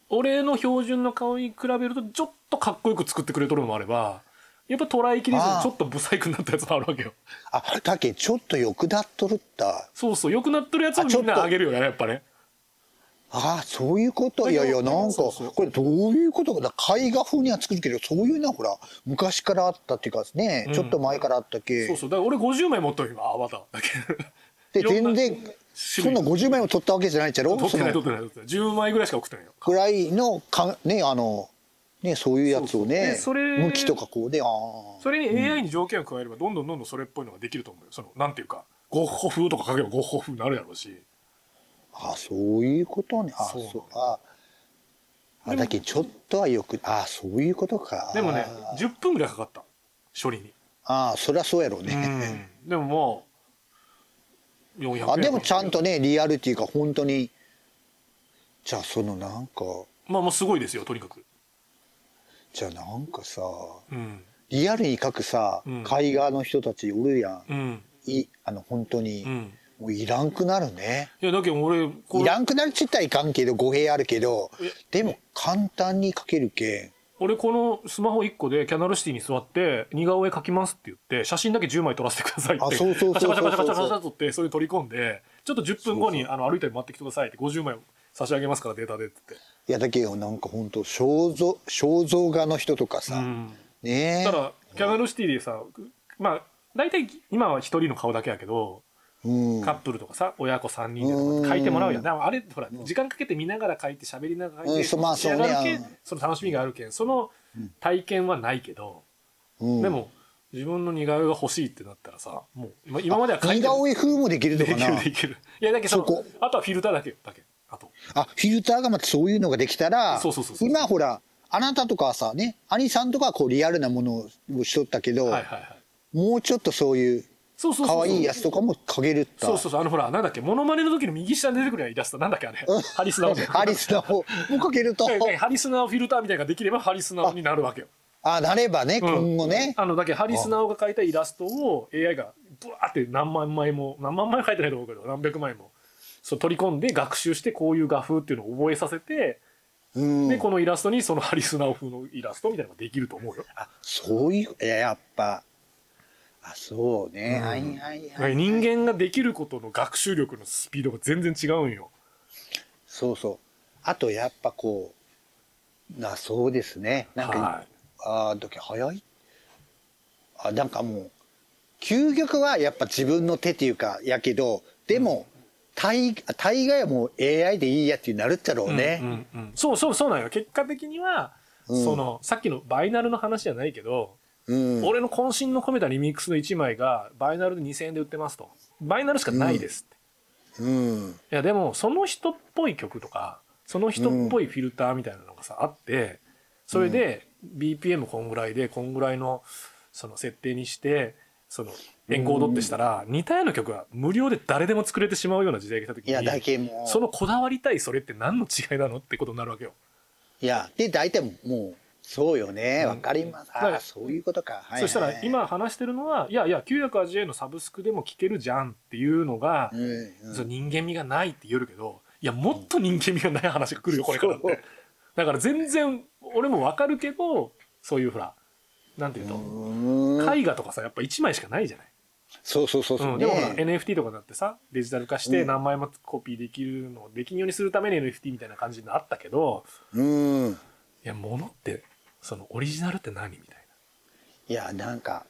[SPEAKER 6] 俺の標準の顔に比べるとちょっとかっこよく作ってくれとるのもあればやっぱ捉えきれず
[SPEAKER 7] あー
[SPEAKER 6] にちょっとブサイクになったやつもあるわけよ
[SPEAKER 7] あだっけちょっとよくなっとるった
[SPEAKER 6] そうそう良くなってるやつを
[SPEAKER 7] あちょ
[SPEAKER 6] み
[SPEAKER 7] っ
[SPEAKER 6] ん
[SPEAKER 7] と
[SPEAKER 6] なあげるよねやっぱね
[SPEAKER 7] ああそういうこと
[SPEAKER 6] だ
[SPEAKER 7] い
[SPEAKER 6] けど
[SPEAKER 7] やいやなんか
[SPEAKER 6] そうそう
[SPEAKER 7] これどういうことかだ絵画風には作るけどそういうのはほら昔からあったっていうかね、
[SPEAKER 6] うん
[SPEAKER 7] ちょっと前からあったけ
[SPEAKER 6] そうそうだから俺50枚持っとる今アバターだけ
[SPEAKER 7] で
[SPEAKER 6] いろんな
[SPEAKER 7] 全然そ
[SPEAKER 6] 種
[SPEAKER 7] ん
[SPEAKER 6] 類
[SPEAKER 7] な50枚も撮ったわけじゃないじゃろ
[SPEAKER 6] 撮っ
[SPEAKER 7] そ
[SPEAKER 6] てない撮
[SPEAKER 7] の
[SPEAKER 6] ってない撮ってない10枚ぐらいしか送ってないよ
[SPEAKER 7] ぐらいのかねあのねそういうやつ
[SPEAKER 6] そうそ
[SPEAKER 7] をね
[SPEAKER 6] うでそれ
[SPEAKER 7] 向きとかこうでああ
[SPEAKER 6] それに AI に条件を加えればどんどんどんどんそれっぽいのができると思うよそのなんていうかゴッホ風とか書けばゴッホ風になるやろうし
[SPEAKER 7] あそういうことねあ
[SPEAKER 6] そうなの
[SPEAKER 7] そうああ
[SPEAKER 6] でも
[SPEAKER 7] だけどちょっとはよくあそういうことか
[SPEAKER 6] でもね10分ぐらいかかった処理に、
[SPEAKER 7] ああそりゃそうやろうね、
[SPEAKER 6] でももう400円
[SPEAKER 7] あでもちゃんとねリアルっていうか本当にじゃあそのなんか
[SPEAKER 6] まあもうすごいですよとにかく
[SPEAKER 7] じゃあなんかさ
[SPEAKER 6] うん
[SPEAKER 7] リアルに描くさ、
[SPEAKER 6] うん
[SPEAKER 7] 絵画の人たちおるやん、
[SPEAKER 6] うん
[SPEAKER 7] いあの本当に、
[SPEAKER 6] うん
[SPEAKER 7] もういらんくなるね
[SPEAKER 6] いやだけど俺こ
[SPEAKER 7] い
[SPEAKER 6] れ
[SPEAKER 7] らんくなるちったらいかんけど語弊あるけどでも簡単に描けるけん
[SPEAKER 6] 俺このスマホ1個でキャナルシティに座って似顔絵描きますって言って写真だけ10枚撮らせてくださいって
[SPEAKER 7] あそうそうそうそう
[SPEAKER 6] カチャカチャカチャカチャカチャ撮ってそれ取り込んでちょっと10分後にあの歩いたり待ってきてくださいって50枚差し上げますからデータでって言って
[SPEAKER 7] いやだけどなんか本当肖像肖像画の人とかさ、ね
[SPEAKER 6] た
[SPEAKER 7] え
[SPEAKER 6] だキャメロシティでさまあ大体今は一人の顔だけやけど、
[SPEAKER 7] うん
[SPEAKER 6] カップルとかさ親子3人でとか書いてもらうやんでもあれってほら、時間かけて見ながら書いて喋りながら書いて、
[SPEAKER 7] うんそうまあ
[SPEAKER 6] 仕上がるけん
[SPEAKER 7] そうね
[SPEAKER 6] その楽しみがあるけんその体験はないけど、
[SPEAKER 7] うん
[SPEAKER 6] でも自分の似顔絵が欲しいってなったらさもう今今までは書い
[SPEAKER 7] 似
[SPEAKER 6] て
[SPEAKER 7] 顔絵風もできる
[SPEAKER 6] で
[SPEAKER 7] の
[SPEAKER 6] き
[SPEAKER 7] か
[SPEAKER 6] る
[SPEAKER 7] な
[SPEAKER 6] できるいやだけどその
[SPEAKER 7] そこ
[SPEAKER 6] あとはフィルターだけよだけあと
[SPEAKER 7] あフィルターがまたそういうのができたら
[SPEAKER 6] そうそうそうそう
[SPEAKER 7] 今ほらあなたとかはさね兄さんとかはこうリアルなものをしとったけど、
[SPEAKER 6] はいはいはい
[SPEAKER 7] もうちょっとそういう
[SPEAKER 6] そうそうそう
[SPEAKER 7] 可
[SPEAKER 6] そう
[SPEAKER 7] 愛いやつとかも描けるった
[SPEAKER 6] そうそうそうあのほらなんだっけモノマネの時の右下に出てくるやんイラストなんだっけあれハリスナオ
[SPEAKER 7] ハリスナをも描け ると
[SPEAKER 6] だからハリスナオフィルターみたいなのができればハリスナオになるわけよ。
[SPEAKER 7] あなればね、今後ね
[SPEAKER 6] あのだけどハリスナオが描いたイラストを AI がブワーって何万枚も何万枚も描いてないと思うけど何百枚もそう取り込んで学習してこういう画風っていうのを覚えさせて、
[SPEAKER 7] うん
[SPEAKER 6] でこのイラストにそのハリスナオ風のイラストみたいなのができると思うよ。
[SPEAKER 7] そういういややっぱあそうね、はいはい
[SPEAKER 6] だから
[SPEAKER 7] はい
[SPEAKER 6] 人間ができることの学習力のスピードが全然違うんよ。
[SPEAKER 7] そうそうあとやっぱこうなそうですねなんか、
[SPEAKER 6] はい
[SPEAKER 7] ああだけ早いあなんかもう究極はやっぱ自分の手っていうかやけどでも、大大概はもう AI でいいやってなるっちゃろうね、
[SPEAKER 6] うんうんそうそうそうなんよ結果的には、
[SPEAKER 7] うん
[SPEAKER 6] そのさっきのバイナルの話じゃないけど、
[SPEAKER 7] うん
[SPEAKER 6] 俺の渾身の込めたリミックスの1枚がバイナルで2000円で売ってますとバイナルしかないですって、
[SPEAKER 7] うん
[SPEAKER 6] いやでもその人っぽい曲とかその人っぽいフィルターみたいなのがさあってそれで BPM こんぐらいでこんぐらいのその設定にしてそのエンコードってしたら似たような曲は無料で誰でも作れてしまうような時代が来た時
[SPEAKER 7] いやだ
[SPEAKER 6] に
[SPEAKER 7] けもう
[SPEAKER 6] そのこだわりたいそれって何の違いなのってことになるわけよ。
[SPEAKER 7] いやで大体もうそうよね
[SPEAKER 6] うん
[SPEAKER 7] わ、かります
[SPEAKER 6] だか
[SPEAKER 7] ああ
[SPEAKER 6] ら
[SPEAKER 7] そういうことか、はいはい
[SPEAKER 6] そしたら、今話してるのはいやいや980円のサブスクでも聴けるじゃんっていうのが
[SPEAKER 7] う、んうん
[SPEAKER 6] その人間味がないって言えるけどいやもっと人間味がない話が来るよこれからっ
[SPEAKER 7] そう
[SPEAKER 6] てだから全然俺も分かるけどそういうほらなんていうと、
[SPEAKER 7] うーん
[SPEAKER 6] 絵画とかさやっぱ1枚しかないじゃない、
[SPEAKER 7] そうそうそうそう、
[SPEAKER 6] うんでもほら
[SPEAKER 7] ね
[SPEAKER 6] NFT とかだってさデジタル化し
[SPEAKER 7] う
[SPEAKER 6] て
[SPEAKER 7] ん
[SPEAKER 6] 何枚もコピーできるのをできんようにするために NFT みたいな感じになったけど
[SPEAKER 7] うん
[SPEAKER 6] いや物ってそのオリジナルって何みたいない
[SPEAKER 7] やなんか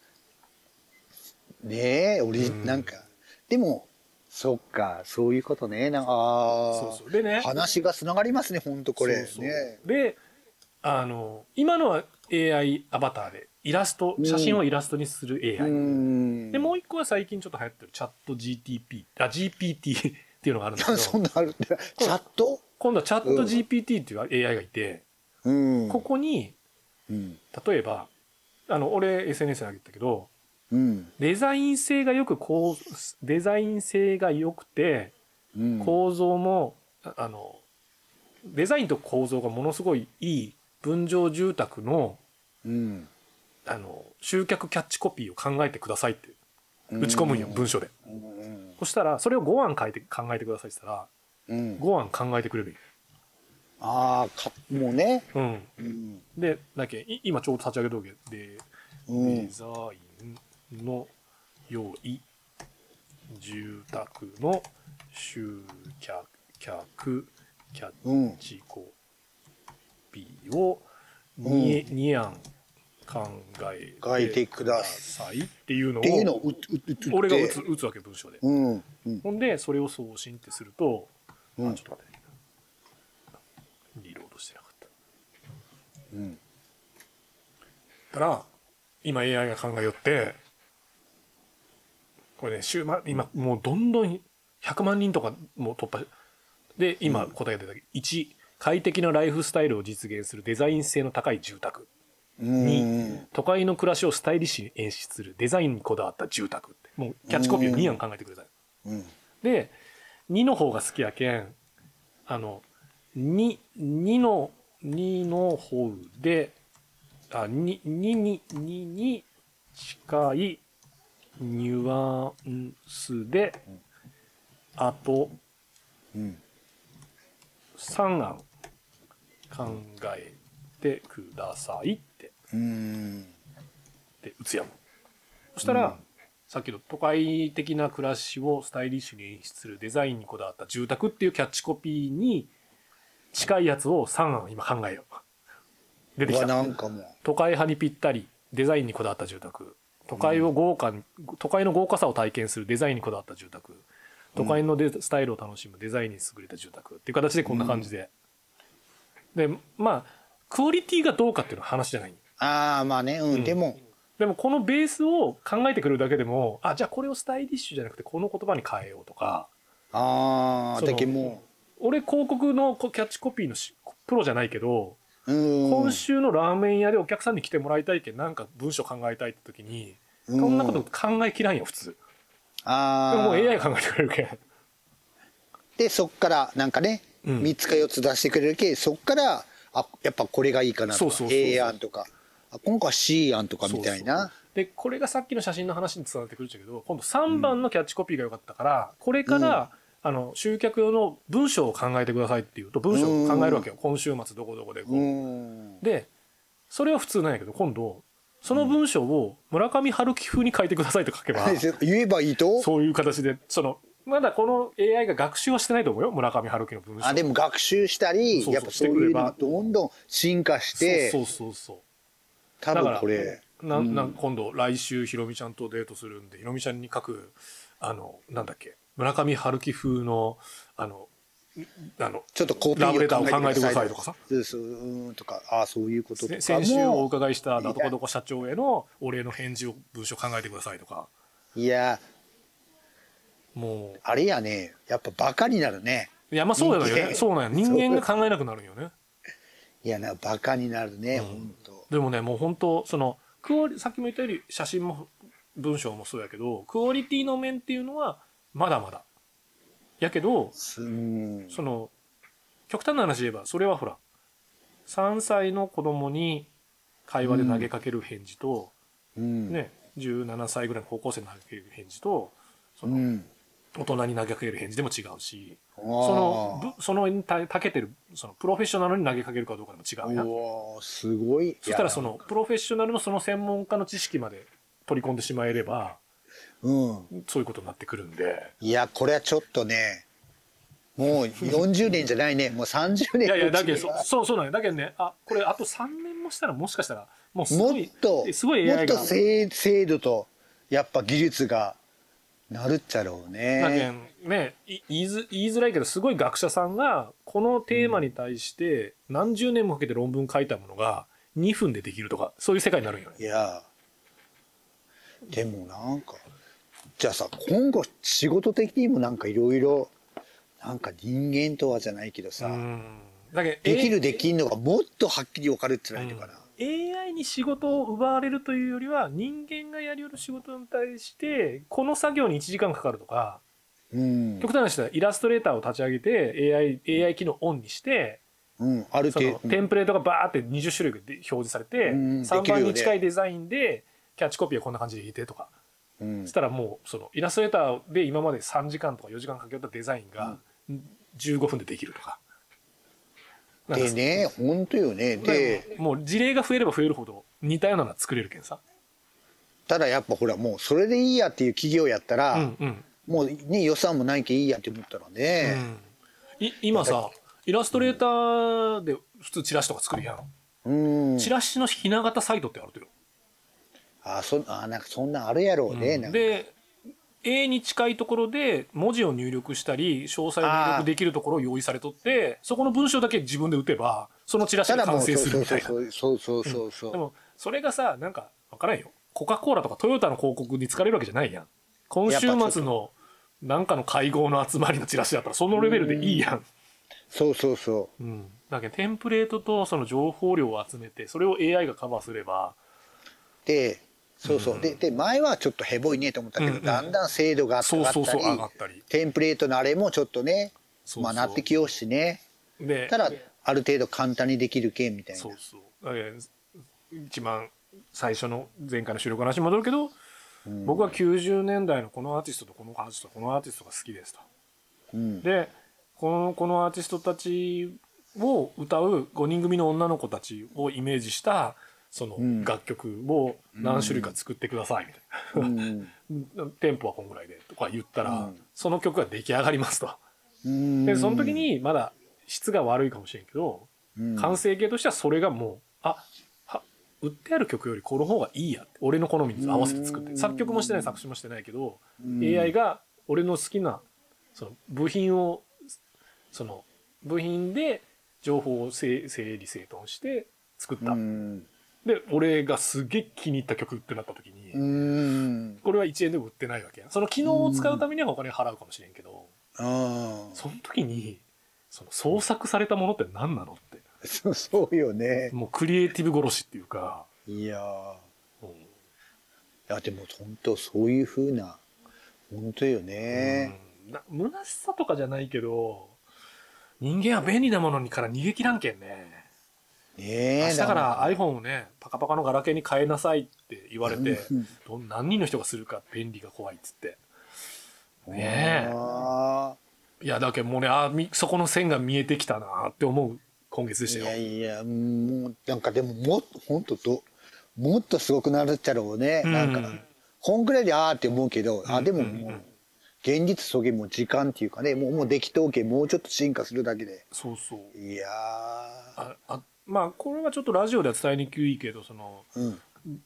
[SPEAKER 7] ねえ俺、
[SPEAKER 6] うん
[SPEAKER 7] なんかでもそっかそういうことねなんかあー
[SPEAKER 6] そうそうでね
[SPEAKER 7] 話がつながりますね本当これ
[SPEAKER 6] そうそう
[SPEAKER 7] ね
[SPEAKER 6] であの今のは AI アバターでイラスト、写真をイラストにする AI。
[SPEAKER 7] ん
[SPEAKER 6] でもう一個は最近ちょっと流行ってるチャット GTP あ GPT っていうのがあるんだけ
[SPEAKER 7] そ
[SPEAKER 6] ど
[SPEAKER 7] んなあ るってチャット
[SPEAKER 6] 今度はチャット GPT っていう AI がいて、
[SPEAKER 7] うん
[SPEAKER 6] ここに
[SPEAKER 7] うん
[SPEAKER 6] 例えばあの俺 SNS であげたけど
[SPEAKER 7] うん
[SPEAKER 6] デザイン性がよくこうデザイン性が良くて
[SPEAKER 7] うん
[SPEAKER 6] 構造も、ああのデザインと構造がものすごいいい分譲住宅の
[SPEAKER 7] うん
[SPEAKER 6] あの集客キャッチコピーを考えてくださいって打ち込むんよ、文章で。
[SPEAKER 7] うん
[SPEAKER 6] そしたらそれを5案書いて考えてくださいって言ったら
[SPEAKER 7] うん
[SPEAKER 6] 5案考えてくれるんよ
[SPEAKER 7] ああかもうね
[SPEAKER 6] うん、
[SPEAKER 7] うん
[SPEAKER 6] でなんだっけい今ちょうど立ち上げ動画で、
[SPEAKER 7] う
[SPEAKER 6] デ
[SPEAKER 7] ん
[SPEAKER 6] ザインの用意住宅の集客客キャ
[SPEAKER 7] うん
[SPEAKER 6] ッチコピーを 2,、二案考え
[SPEAKER 7] 書いてくだ
[SPEAKER 6] さいっていうの
[SPEAKER 7] っていうの
[SPEAKER 6] を
[SPEAKER 7] を打っ打っ打って
[SPEAKER 6] 俺が打つ打つわけ文章で、
[SPEAKER 7] うんうん
[SPEAKER 6] ほんでそれを送信ってすると、
[SPEAKER 7] う
[SPEAKER 6] あ
[SPEAKER 7] ん
[SPEAKER 6] ちょっと待ってねリロードしてなかった
[SPEAKER 7] うん
[SPEAKER 6] たら今 AI が考えよってこれね週末今もうどんどん100万人とかもう突破で今答えが出たけど1快適なライフスタイルを実現するデザイン性の高い住宅
[SPEAKER 7] うん
[SPEAKER 6] 都会の暮らしをスタイリッシュに演出するデザインにこだわった住宅ってもうキャッチコピーを2案考えてください
[SPEAKER 7] うん
[SPEAKER 6] で2の方が好きやけんあの 2, 2の2の方であ 2, 2に2に近いニュアンスであと
[SPEAKER 7] うん
[SPEAKER 6] 3案考えてくださいって
[SPEAKER 7] うん
[SPEAKER 6] で打つやんそしたら、さっきの都会的な暮らしをスタイリッシュに演出するデザインにこだわった住宅っていうキャッチコピーに近いやつを3案今考えよう出て
[SPEAKER 7] う
[SPEAKER 6] き
[SPEAKER 7] わ
[SPEAKER 6] た
[SPEAKER 7] なんかもう
[SPEAKER 6] 都会派にぴったりデザインにこだわった住宅都会を豪華に、都会の豪華さを体験するデザインにこだわった住宅都会のデスタイルを楽しむデザインに優れた住宅っていう形でこんな感じで、でまあクオリティがどうかっていうのは話じゃない
[SPEAKER 7] ああまあねうん、でも
[SPEAKER 6] でもこのベースを考えてくれるだけでもあじゃあこれをスタイリッシュじゃなくてこの言葉に変えようとか
[SPEAKER 7] あ
[SPEAKER 6] その
[SPEAKER 7] あだけも
[SPEAKER 6] 俺広告のこキャッチコピーのしプロじゃないけど、
[SPEAKER 7] ううん
[SPEAKER 6] 今週のラーメン屋でお客さんに来てもらいたいけんなんか文章考えたいって時に
[SPEAKER 7] うん
[SPEAKER 6] そんなこと考えきらんよ普通で
[SPEAKER 7] あ
[SPEAKER 6] ももう
[SPEAKER 7] あ
[SPEAKER 6] AI が考えてくれるけん
[SPEAKER 7] でそっからなんかね、
[SPEAKER 6] うん
[SPEAKER 7] 3つか4つ出してくれるけそっからあやっぱこれがいいかなとか
[SPEAKER 6] そうそうそうそう
[SPEAKER 7] A 案とかあ今回は C 案とかみたいな
[SPEAKER 6] でこれがさっきの写真の話につながってくるんだけど今度3番のキャッチコピーが良かったから、これから、あの集客用の文章を考えてくださいっていうと文章を考えるわけよ、今週末どこどこでこう、
[SPEAKER 7] うーん
[SPEAKER 6] でそれは普通なんやけど今度その文章を村上春樹風に書いてくださいと書けば
[SPEAKER 7] 言えばいいと
[SPEAKER 6] そういう形でそのまだこの AI が学習はしてないと思うよ村上春樹の文章
[SPEAKER 7] あでも学習した
[SPEAKER 6] そ
[SPEAKER 7] り
[SPEAKER 6] うそう
[SPEAKER 7] やっぱそういうのがどんどん進化して
[SPEAKER 6] そうそうそうそう
[SPEAKER 7] 多分これ
[SPEAKER 6] ななん今度来週ひろみちゃんとデートするんでひろみちゃんに書くあのなんだっけ村上春樹風のあのんあの
[SPEAKER 7] ちょっとコピ
[SPEAKER 6] ラブレタ
[SPEAKER 7] ー
[SPEAKER 6] ー
[SPEAKER 7] を
[SPEAKER 6] を
[SPEAKER 7] 考
[SPEAKER 6] 考
[SPEAKER 7] え
[SPEAKER 6] え
[SPEAKER 7] て
[SPEAKER 6] てく
[SPEAKER 7] くだ
[SPEAKER 6] だ
[SPEAKER 7] さ
[SPEAKER 6] さ
[SPEAKER 7] い
[SPEAKER 6] い
[SPEAKER 7] と
[SPEAKER 6] と
[SPEAKER 7] か
[SPEAKER 6] か
[SPEAKER 7] さ
[SPEAKER 6] さ
[SPEAKER 7] そうそううーんとかああそういうことと
[SPEAKER 6] せ
[SPEAKER 7] か
[SPEAKER 6] 先週お
[SPEAKER 7] も
[SPEAKER 6] 伺いしたどこどこ社長へのお礼の返事を文章考えてくださいとか
[SPEAKER 7] いや
[SPEAKER 6] もう
[SPEAKER 7] あれやねやっぱバカになるね
[SPEAKER 6] いやまあそうだよ
[SPEAKER 7] 人間
[SPEAKER 6] ねそうなんや人間が考えなくなるんよね
[SPEAKER 7] いやなバカになるね、ほんと
[SPEAKER 6] でもねもう本当そのクオリさっきも言ったより写真も文章もそうやけどクオリティの面っていうのはまだまだやけど
[SPEAKER 7] すうーん
[SPEAKER 6] その極端な話言えばそれはほら3歳の子供に会話で投げかける返事と、
[SPEAKER 7] うん
[SPEAKER 6] ね17歳ぐらいの高校生に投げかける返事とそうの
[SPEAKER 7] ん
[SPEAKER 6] 大人に投げかける返事でも違うし、
[SPEAKER 7] そ
[SPEAKER 6] そのぶそのたたけてるそのプロフェッショナルに投げかけるかどうかでも違うやん
[SPEAKER 7] うわーすごい
[SPEAKER 6] そしたらそ
[SPEAKER 7] の
[SPEAKER 6] のプロフェッショナルのその専門家の知識まで取り込んでしまえれば
[SPEAKER 7] うん
[SPEAKER 6] そういうことになってくるんで
[SPEAKER 7] いやこれはちょっとねもう40年じゃないねもう30
[SPEAKER 6] い
[SPEAKER 7] 年
[SPEAKER 6] やいやだけど
[SPEAKER 7] ど
[SPEAKER 6] そそうそうなんやだけどねあこれあと3年もしたらもしかしたらもうすご
[SPEAKER 7] もっ
[SPEAKER 6] い
[SPEAKER 7] と
[SPEAKER 6] えすごい
[SPEAKER 7] もっ
[SPEAKER 6] AI
[SPEAKER 7] と
[SPEAKER 6] が
[SPEAKER 7] 精精度とやっぱ技術がなるっちゃろう
[SPEAKER 6] だけ
[SPEAKER 7] ね
[SPEAKER 6] んねい言いづ言いづらいけどすごい学者さんがこのテーマに対して何十年もかけて論文書いたものが2分でできるとかそういう世界になるんよね
[SPEAKER 7] いやーでもなんかじゃあさ今後仕事的にもなんかいろいろなんか人間とはじゃないけどさ、
[SPEAKER 6] うんだけど
[SPEAKER 7] できるできんのがもっとはっきり分かれてないのかな、
[SPEAKER 6] AI に仕事を奪われるというよりは人間がやりうる仕事に対してこの作業に1時間かかるとか
[SPEAKER 7] うん
[SPEAKER 6] 極端な話だイラストレーターを立ち上げて AI, AI 機能オンにして
[SPEAKER 7] うん、ある
[SPEAKER 6] そ
[SPEAKER 7] 程
[SPEAKER 6] の
[SPEAKER 7] 度
[SPEAKER 6] テンプレートがバーって20種類で表示されて
[SPEAKER 7] うん
[SPEAKER 6] 3
[SPEAKER 7] でき
[SPEAKER 6] 番
[SPEAKER 7] る
[SPEAKER 6] に
[SPEAKER 7] よね
[SPEAKER 6] 近いデザインでキャッチコピーはこんな感じで入れてとか
[SPEAKER 7] うん
[SPEAKER 6] そしたらもうそのイラストレーターで今まで3時間とか4時間かけたデザインが15分でできるとか。なんか
[SPEAKER 7] でね本当よねで
[SPEAKER 6] もう事例が増えれば増えるほど似たようなのは作れるけんさ。
[SPEAKER 7] ただやっぱほらもうそれでいいやっていう企業やったら、
[SPEAKER 6] うんうん
[SPEAKER 7] もうね予算もないけんいいやって思ったら
[SPEAKER 6] う
[SPEAKER 7] ね
[SPEAKER 6] んい今さイラストレーターで普通チラシとか作るやん、
[SPEAKER 7] うん、
[SPEAKER 6] チラシのひな形サイトってあるとよ、
[SPEAKER 7] あそあなんかそんなんあるやろうね、なんか
[SPEAKER 6] で A に近いところで文字を入力したり詳細を入力できるところを用意されとってそこの文章だけ自分で打てばそのチラシ
[SPEAKER 7] た
[SPEAKER 6] が
[SPEAKER 7] だも
[SPEAKER 6] 完
[SPEAKER 7] うそ
[SPEAKER 6] 成
[SPEAKER 7] う
[SPEAKER 6] するみ
[SPEAKER 7] そう
[SPEAKER 6] た
[SPEAKER 7] そ
[SPEAKER 6] いな
[SPEAKER 7] うそうそうそうそう
[SPEAKER 6] でもそれがさなんか分からんよコカ・コーラとかトヨタの広告に使われるわけじゃないやん今週
[SPEAKER 7] やっぱち
[SPEAKER 6] 末
[SPEAKER 7] ょっ
[SPEAKER 6] のなんかの会合の集まりのチラシだったらそのレベルでいいやん
[SPEAKER 7] そうそうそ
[SPEAKER 6] うん、だけどテンプレートとその情報量を集めてそれを AI がカバーすれば
[SPEAKER 7] うでそうそう、でで前はちょっとヘボいねと思ったけど、
[SPEAKER 6] うんうん
[SPEAKER 7] だんだん精度が上
[SPEAKER 6] そう
[SPEAKER 7] がった
[SPEAKER 6] そ
[SPEAKER 7] り
[SPEAKER 6] うそう上がったり
[SPEAKER 7] テンプレートのあれもちょっとね
[SPEAKER 6] そうそう
[SPEAKER 7] まあなってきようしね
[SPEAKER 6] で
[SPEAKER 7] ただある程度簡単にできるけんみたいな
[SPEAKER 6] そうそうだけど一番最初の前回の収録の話に戻るけど、僕は90年代のこのアーティストとこのアーティストとこのアーティストが好きですと
[SPEAKER 7] うん
[SPEAKER 6] でこのこのアーティストたちを歌う5人組の女の子たちをイメージしたその
[SPEAKER 7] ん
[SPEAKER 6] 楽曲を何種類か作ってくださいみたいな。
[SPEAKER 7] うん
[SPEAKER 6] テンポはこんぐらいでとか言ったら、
[SPEAKER 7] うん
[SPEAKER 6] その曲が出来上がりますと。
[SPEAKER 7] う ん
[SPEAKER 6] でその時にまだ質が悪いかもしれんけど、
[SPEAKER 7] うん
[SPEAKER 6] 完成形としてはそれがもうあは売ってある曲よりこの方がいいやって俺の好みに合わせて作って、
[SPEAKER 7] うん
[SPEAKER 6] 作曲もしてない作詞もしてないけど、
[SPEAKER 7] ん
[SPEAKER 6] AI が俺の好きなその部品をその部品で情報を整整理整頓して作った、
[SPEAKER 7] うん
[SPEAKER 6] で俺がすげえ気に入った曲ってなった時に、
[SPEAKER 7] うん
[SPEAKER 6] これは1円でも売ってないわけやんその機能を使うためにはお金払うかもしれんけど、
[SPEAKER 7] あー
[SPEAKER 6] その時にその創作されたものって何なのって
[SPEAKER 7] そ そうよね
[SPEAKER 6] もうクリエイティブ殺しっていうか、
[SPEAKER 7] いやー
[SPEAKER 6] うん
[SPEAKER 7] いやでも本当そういう風な本当よね、
[SPEAKER 6] うんな虚しさとかじゃないけど人間は便利なものにから逃げ切らんけんね
[SPEAKER 7] ね
[SPEAKER 6] 明
[SPEAKER 7] え
[SPEAKER 6] 日から iPhone をねパカパカのガラケーに変えなさいって言われてどん何人の人がするか便利が怖いっつってねえ
[SPEAKER 7] あ
[SPEAKER 6] いやだけどもうねあみそこの線が見えてきたなって思う今月でし
[SPEAKER 7] ーい
[SPEAKER 6] たよ
[SPEAKER 7] やいやもうなんかでももっと本当ともっとすごくなるっちゃろうね、
[SPEAKER 6] うん
[SPEAKER 7] なんかこんくらいであーって思うけどあでももう、現実そげもう時間っていうかねもうもうできとうけもうちょっと進化するだけで
[SPEAKER 6] そうそう
[SPEAKER 7] いや
[SPEAKER 6] ああまあこれはちょっとラジオでは伝えにくいけどその
[SPEAKER 7] ーうん
[SPEAKER 6] なんだ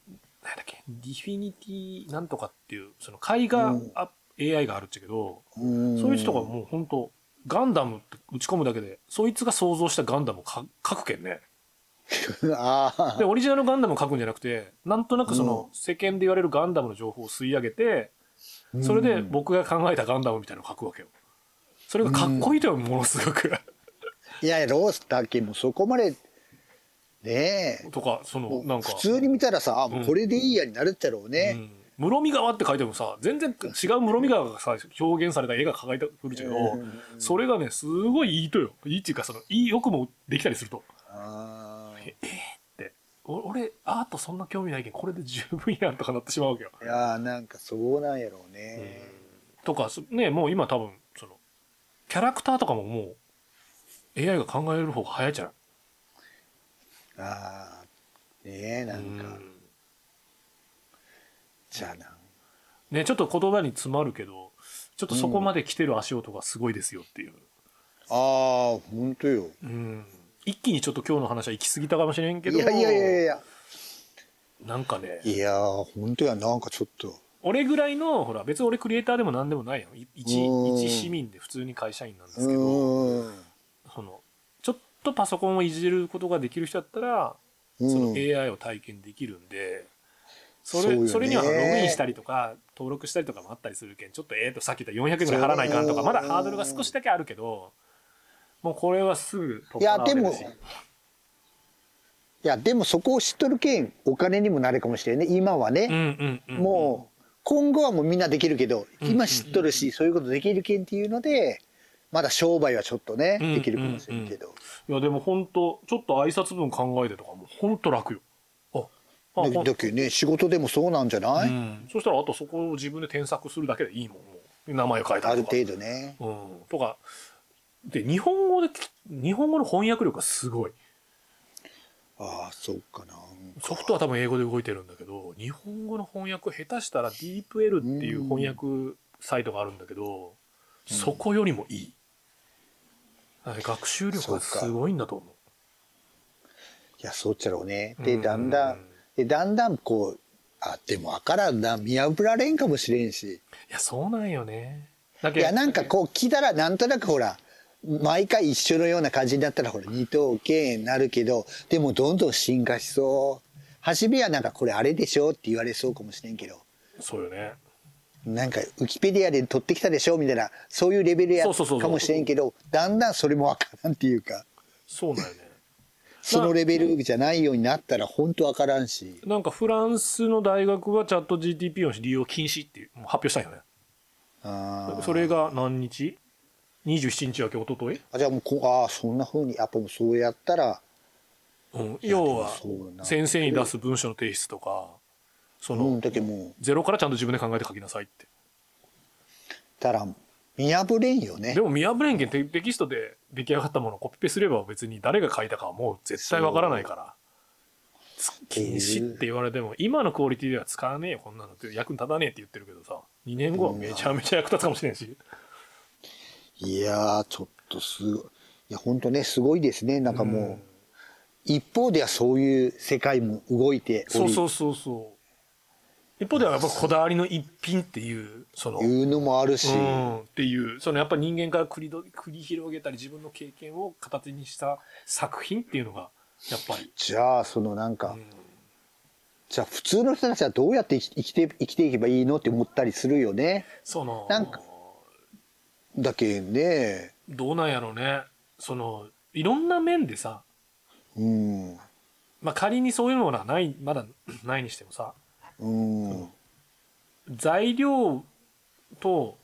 [SPEAKER 6] っけディフィニティなんとかっていうその絵画ア、AI があるっちゃけど、
[SPEAKER 7] うん
[SPEAKER 6] そういう人がもう本当ガンダムって打ち込むだけでそいつが想像したガンダムをか描くけんね
[SPEAKER 7] ああ
[SPEAKER 6] でオリジナルガンダムを描くんじゃなくてなんとなくその世間で言われるガンダムの情報を吸い上げてそれで僕が考えたガンダムみたいなのを描くわけよそれがかっこいいとはものすごく
[SPEAKER 7] いやいやロースだけもうそこまでねえ
[SPEAKER 6] とかそのなんか
[SPEAKER 7] 普通に見たらさあもううんこれでいいやになるっちゃろう
[SPEAKER 6] う
[SPEAKER 7] ね、
[SPEAKER 6] ん室見川って書いてもさ全然違う室見川がさ表現された絵が描いてくるけど、それがねすごいいいとよいいっていうかそのいいよくもできたりすると
[SPEAKER 7] あー
[SPEAKER 6] お俺アートそんな興味ないけどこれで十分やんとかなってしまうわけよ。
[SPEAKER 7] いやーなんかそうなんやろうね、
[SPEAKER 6] とかそねもう今多分そのキャラクターとかももう AI が考える方が早いじゃない
[SPEAKER 7] ああねえなん
[SPEAKER 6] う
[SPEAKER 7] か、
[SPEAKER 6] ん
[SPEAKER 7] じゃあな
[SPEAKER 6] ねちょっと言葉に詰まるけどちょっとそこまで来てる足音がすごいですよっていう。
[SPEAKER 7] あーほんとよ
[SPEAKER 6] うん一気にちょっと今日の話は行き過ぎたかもしれんけ
[SPEAKER 7] い
[SPEAKER 6] ど
[SPEAKER 7] やいやいやいや
[SPEAKER 6] なんかね
[SPEAKER 7] いやーほんとやなんかちょっと
[SPEAKER 6] 俺ぐらいのほら別に俺クリエイターでも何でもないよい一
[SPEAKER 7] うん
[SPEAKER 6] 一市民で普通に会社員なんです
[SPEAKER 7] う
[SPEAKER 6] けど
[SPEAKER 7] ーん
[SPEAKER 6] そのちょっとパソコンをいじることができる人だったら
[SPEAKER 7] ん
[SPEAKER 6] その AI を体験できるんで、そ
[SPEAKER 7] そう
[SPEAKER 6] れ
[SPEAKER 7] よね
[SPEAKER 6] それにはログインしたりとか登録したりとかもあったりするけんちょっとええとさっき言った400円ぐらい払わないかんとか
[SPEAKER 7] そう
[SPEAKER 6] まだハードルが少しだけあるけどもうこれはすぐ突
[SPEAKER 7] いやでも
[SPEAKER 6] し
[SPEAKER 7] いやでもそこを知っとるけんお金にもなるかもしれんね今は
[SPEAKER 6] うん
[SPEAKER 7] ね、
[SPEAKER 6] うんうん
[SPEAKER 7] もう今後はもうみんなできるけど
[SPEAKER 6] うん
[SPEAKER 7] 今知っとるし、そういうことできるけんっていうのでまだ商売はちょっとね、
[SPEAKER 6] うん
[SPEAKER 7] できるかもしれんけど、
[SPEAKER 6] いやでも本当ちょっと挨拶文考えてとかも本当楽よああ
[SPEAKER 7] だ
[SPEAKER 6] ほん
[SPEAKER 7] だけどね仕事でもそうなんじゃない、
[SPEAKER 6] うんそしたらあとそこを自分で添削するだけでいいもんもう名前を変えた
[SPEAKER 7] ある
[SPEAKER 6] りとか
[SPEAKER 7] 程度ね
[SPEAKER 6] うん、とかで日本語で日本語の翻訳力がすごい
[SPEAKER 7] ああそうかな
[SPEAKER 6] ソフトは多分英語で動いてるんだけど日本語の翻訳下手したら DeepL っていう翻訳サイトがあるんだけど、そこよりもいいなんで学習力がすごいんだと思う
[SPEAKER 7] いやそうっちゃろうね
[SPEAKER 6] う
[SPEAKER 7] で
[SPEAKER 6] ん
[SPEAKER 7] だんだん、でだんだんこうあでもわからんな見破られんかもしれんし
[SPEAKER 6] いやそうなんよねだ
[SPEAKER 7] い
[SPEAKER 6] けど
[SPEAKER 7] やなんかこう聞いたらなんとなくほら毎回一緒のような感じになったらほら二等形になるけどでもどんどん進化しそう初めはなんかこれあれでしょって言われそうかもしれんけど
[SPEAKER 6] そうよね
[SPEAKER 7] なんかウィキペディアで取ってきたでしょみたいなそういうレベルや
[SPEAKER 6] そうそうそうそう
[SPEAKER 7] かもしれんけどだんだんそれもわからんっていうか
[SPEAKER 6] そうなんよね
[SPEAKER 7] そのレベルじゃないようになったら本当わからんし
[SPEAKER 6] なんかフランスの大学がチャット GTP の利用禁止っていうもう発表したんよね
[SPEAKER 7] あー
[SPEAKER 6] それが何日 ?27 日明け一昨日
[SPEAKER 7] あじゃあもうこうああそんなふうにやっぱもうそうやったら
[SPEAKER 6] うん、要は
[SPEAKER 7] でもそうな
[SPEAKER 6] 先生に出す文書の提出とかその、
[SPEAKER 7] うんだけどもう
[SPEAKER 6] ゼロからちゃんと自分で考えて書きなさいって
[SPEAKER 7] たら見破れんよね
[SPEAKER 6] でもミアブレンゲンテテキストで出来上がったものをコピペすれば別に誰が書いたかはもう絶対わからないから禁止って言われても今のクオリティでは使わねえよこんなのって役に立たねえって言ってるけどさ2年後はめちゃめちゃ役立つかもしれんし、
[SPEAKER 7] いやーちょっとすごいいや本当ねすごいですねなんかもう、
[SPEAKER 6] うん
[SPEAKER 7] 一方ではそういう世界も動いてお
[SPEAKER 6] そう
[SPEAKER 7] り
[SPEAKER 6] そうそうそう一方ではやっぱこだわりの一品っていうその
[SPEAKER 7] いうのもあるし、
[SPEAKER 6] うん、っていうそのやっぱ人間から繰りど繰り広げたり自分の経験を形にした作品っていうのがやっぱり、
[SPEAKER 7] じゃあそのなんか、
[SPEAKER 6] うん
[SPEAKER 7] じゃあ普通の人たちはどうやって生き生きて生きていけばいいのって思ったりするよね
[SPEAKER 6] その
[SPEAKER 7] なんかだけどね
[SPEAKER 6] どうなんやろうねそのいろんな面でさ、
[SPEAKER 7] うん
[SPEAKER 6] まあ、仮にそういうものはないまだないにしてもさ
[SPEAKER 7] うん
[SPEAKER 6] 材料と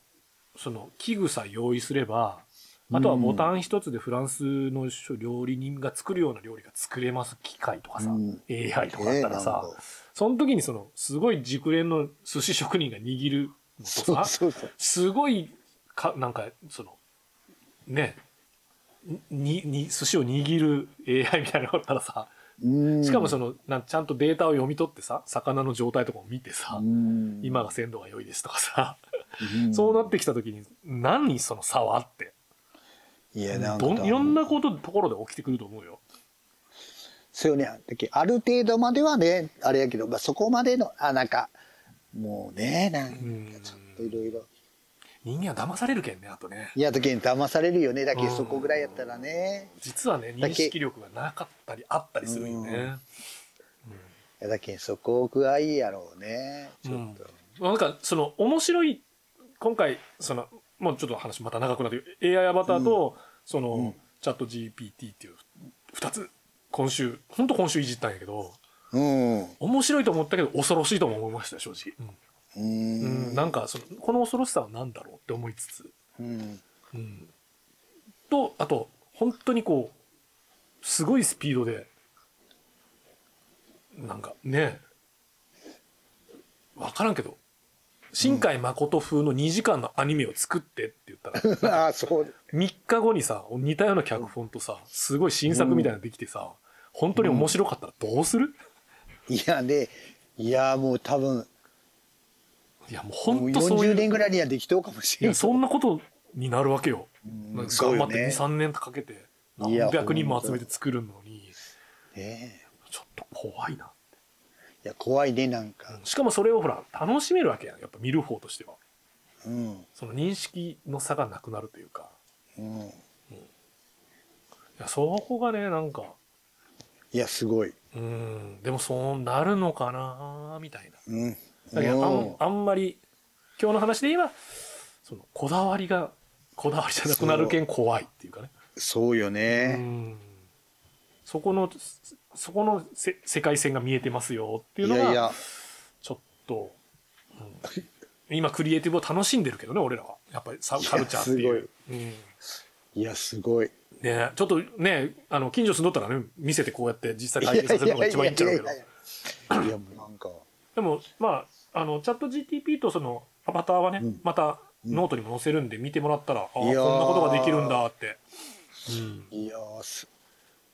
[SPEAKER 6] その器具さえ用意すればあとはボタン一つでフランスの料理人が作るような料理が作れます機械とかさ、
[SPEAKER 7] うん
[SPEAKER 6] AI とかあったらさ、
[SPEAKER 7] ねなんか
[SPEAKER 6] その時にそのすごい熟練の寿司職人が握るのと
[SPEAKER 7] そ
[SPEAKER 6] さ
[SPEAKER 7] うそうそう
[SPEAKER 6] すごいかなんかそのねにに寿司を握る AI みたいなのがあったらさ
[SPEAKER 7] うん
[SPEAKER 6] しかもそのなんちゃんとデータを読み取ってさ魚の状態とかも見てさ、
[SPEAKER 7] うん
[SPEAKER 6] 今が鮮度が良いですとかさ、
[SPEAKER 7] うん
[SPEAKER 6] そうなってきた時に何その差はあって
[SPEAKER 7] いやなんか
[SPEAKER 6] どんいろんなことところで起きてくると思うよ。
[SPEAKER 7] そうよねだけある程度まではねあれやけど、まあ、そこまでのあなんかもうねなんか
[SPEAKER 6] うん
[SPEAKER 7] ちょっといろいろ
[SPEAKER 6] 人間は騙されるけんねあとね
[SPEAKER 7] いやだけに騙されるよねだ
[SPEAKER 6] う
[SPEAKER 7] け
[SPEAKER 6] ん
[SPEAKER 7] そこぐらいやったらね
[SPEAKER 6] 実はね
[SPEAKER 7] だ
[SPEAKER 6] 認
[SPEAKER 7] け
[SPEAKER 6] 識力がなかったりあったりするよね。
[SPEAKER 7] いやだけそこぐらいやろうねちょっと、
[SPEAKER 6] なんかその面白い今回そのもうちょっと話また長くなってる AI アバターとその、チャット GPT っていう2つ今週本当今週いじったんやけど
[SPEAKER 7] うんう
[SPEAKER 6] 面白いと思ったけど恐ろしいとも思いました正直、
[SPEAKER 7] ー
[SPEAKER 6] うんんなんかそのこの恐ろしさは何だろうって思いつつ、
[SPEAKER 7] うん
[SPEAKER 6] うん、とあと本当にこうすごいスピードでなんかね分からんけど新海誠風の2時間のアニメを作ってって言ったら、
[SPEAKER 7] ああそう
[SPEAKER 6] 3日後にさ似たような脚本とさすごい新作みたいなのできてさ本当に面白かったらどうする、
[SPEAKER 7] いやねいやもう多分
[SPEAKER 6] いやもう
[SPEAKER 7] もう
[SPEAKER 6] 本当そうい
[SPEAKER 7] 40
[SPEAKER 6] う
[SPEAKER 7] 年ぐらいにはできとうかもし
[SPEAKER 6] い
[SPEAKER 7] れな
[SPEAKER 6] や
[SPEAKER 7] い
[SPEAKER 6] そんなことになるわけよ、なんか頑張っ
[SPEAKER 7] そうよ
[SPEAKER 6] て
[SPEAKER 7] ね
[SPEAKER 6] 23年かけて
[SPEAKER 7] いや
[SPEAKER 6] 何百人も集めて作るのに
[SPEAKER 7] ね
[SPEAKER 6] ちょっと怖いな
[SPEAKER 7] えいや怖いねなんか
[SPEAKER 6] しかもそれをほら楽しめるわけやんやっぱ見る方としては
[SPEAKER 7] うん
[SPEAKER 6] その認識の差がなくなるというか
[SPEAKER 7] うん
[SPEAKER 6] いやそこがねなんか
[SPEAKER 7] いやすごい
[SPEAKER 6] うんでもそうなるのかなみたいな
[SPEAKER 7] うん
[SPEAKER 6] だけどあ
[SPEAKER 7] うん
[SPEAKER 6] んあんまり今日の話で言えばそのこだわりがこだわりじゃなくなるけん怖いっていうかね
[SPEAKER 7] そうよ
[SPEAKER 6] う
[SPEAKER 7] ね、
[SPEAKER 6] んそこのそそこのせ世界線が見えてますよっていう
[SPEAKER 7] い
[SPEAKER 6] の
[SPEAKER 7] やい
[SPEAKER 6] が
[SPEAKER 7] や
[SPEAKER 6] ちょっと、うん今クリエイティブを楽しんでるけどね俺らはやっぱりサカルチャーっていう
[SPEAKER 7] いやす
[SPEAKER 6] うん
[SPEAKER 7] いやすごい
[SPEAKER 6] ね、ちょっとねあの近所住んどったらね見せてこうやって実際体験させるのが一番いいんちゃうけど
[SPEAKER 7] いやいやいやいやいやもうなんか
[SPEAKER 6] でもまああのチャット GTP とそのアバターはね、
[SPEAKER 7] うん
[SPEAKER 6] またノートにも載せるんで見てもらったら、ああこん
[SPEAKER 7] いや
[SPEAKER 6] な
[SPEAKER 7] ー
[SPEAKER 6] ことができるんだって、うん
[SPEAKER 7] いやーす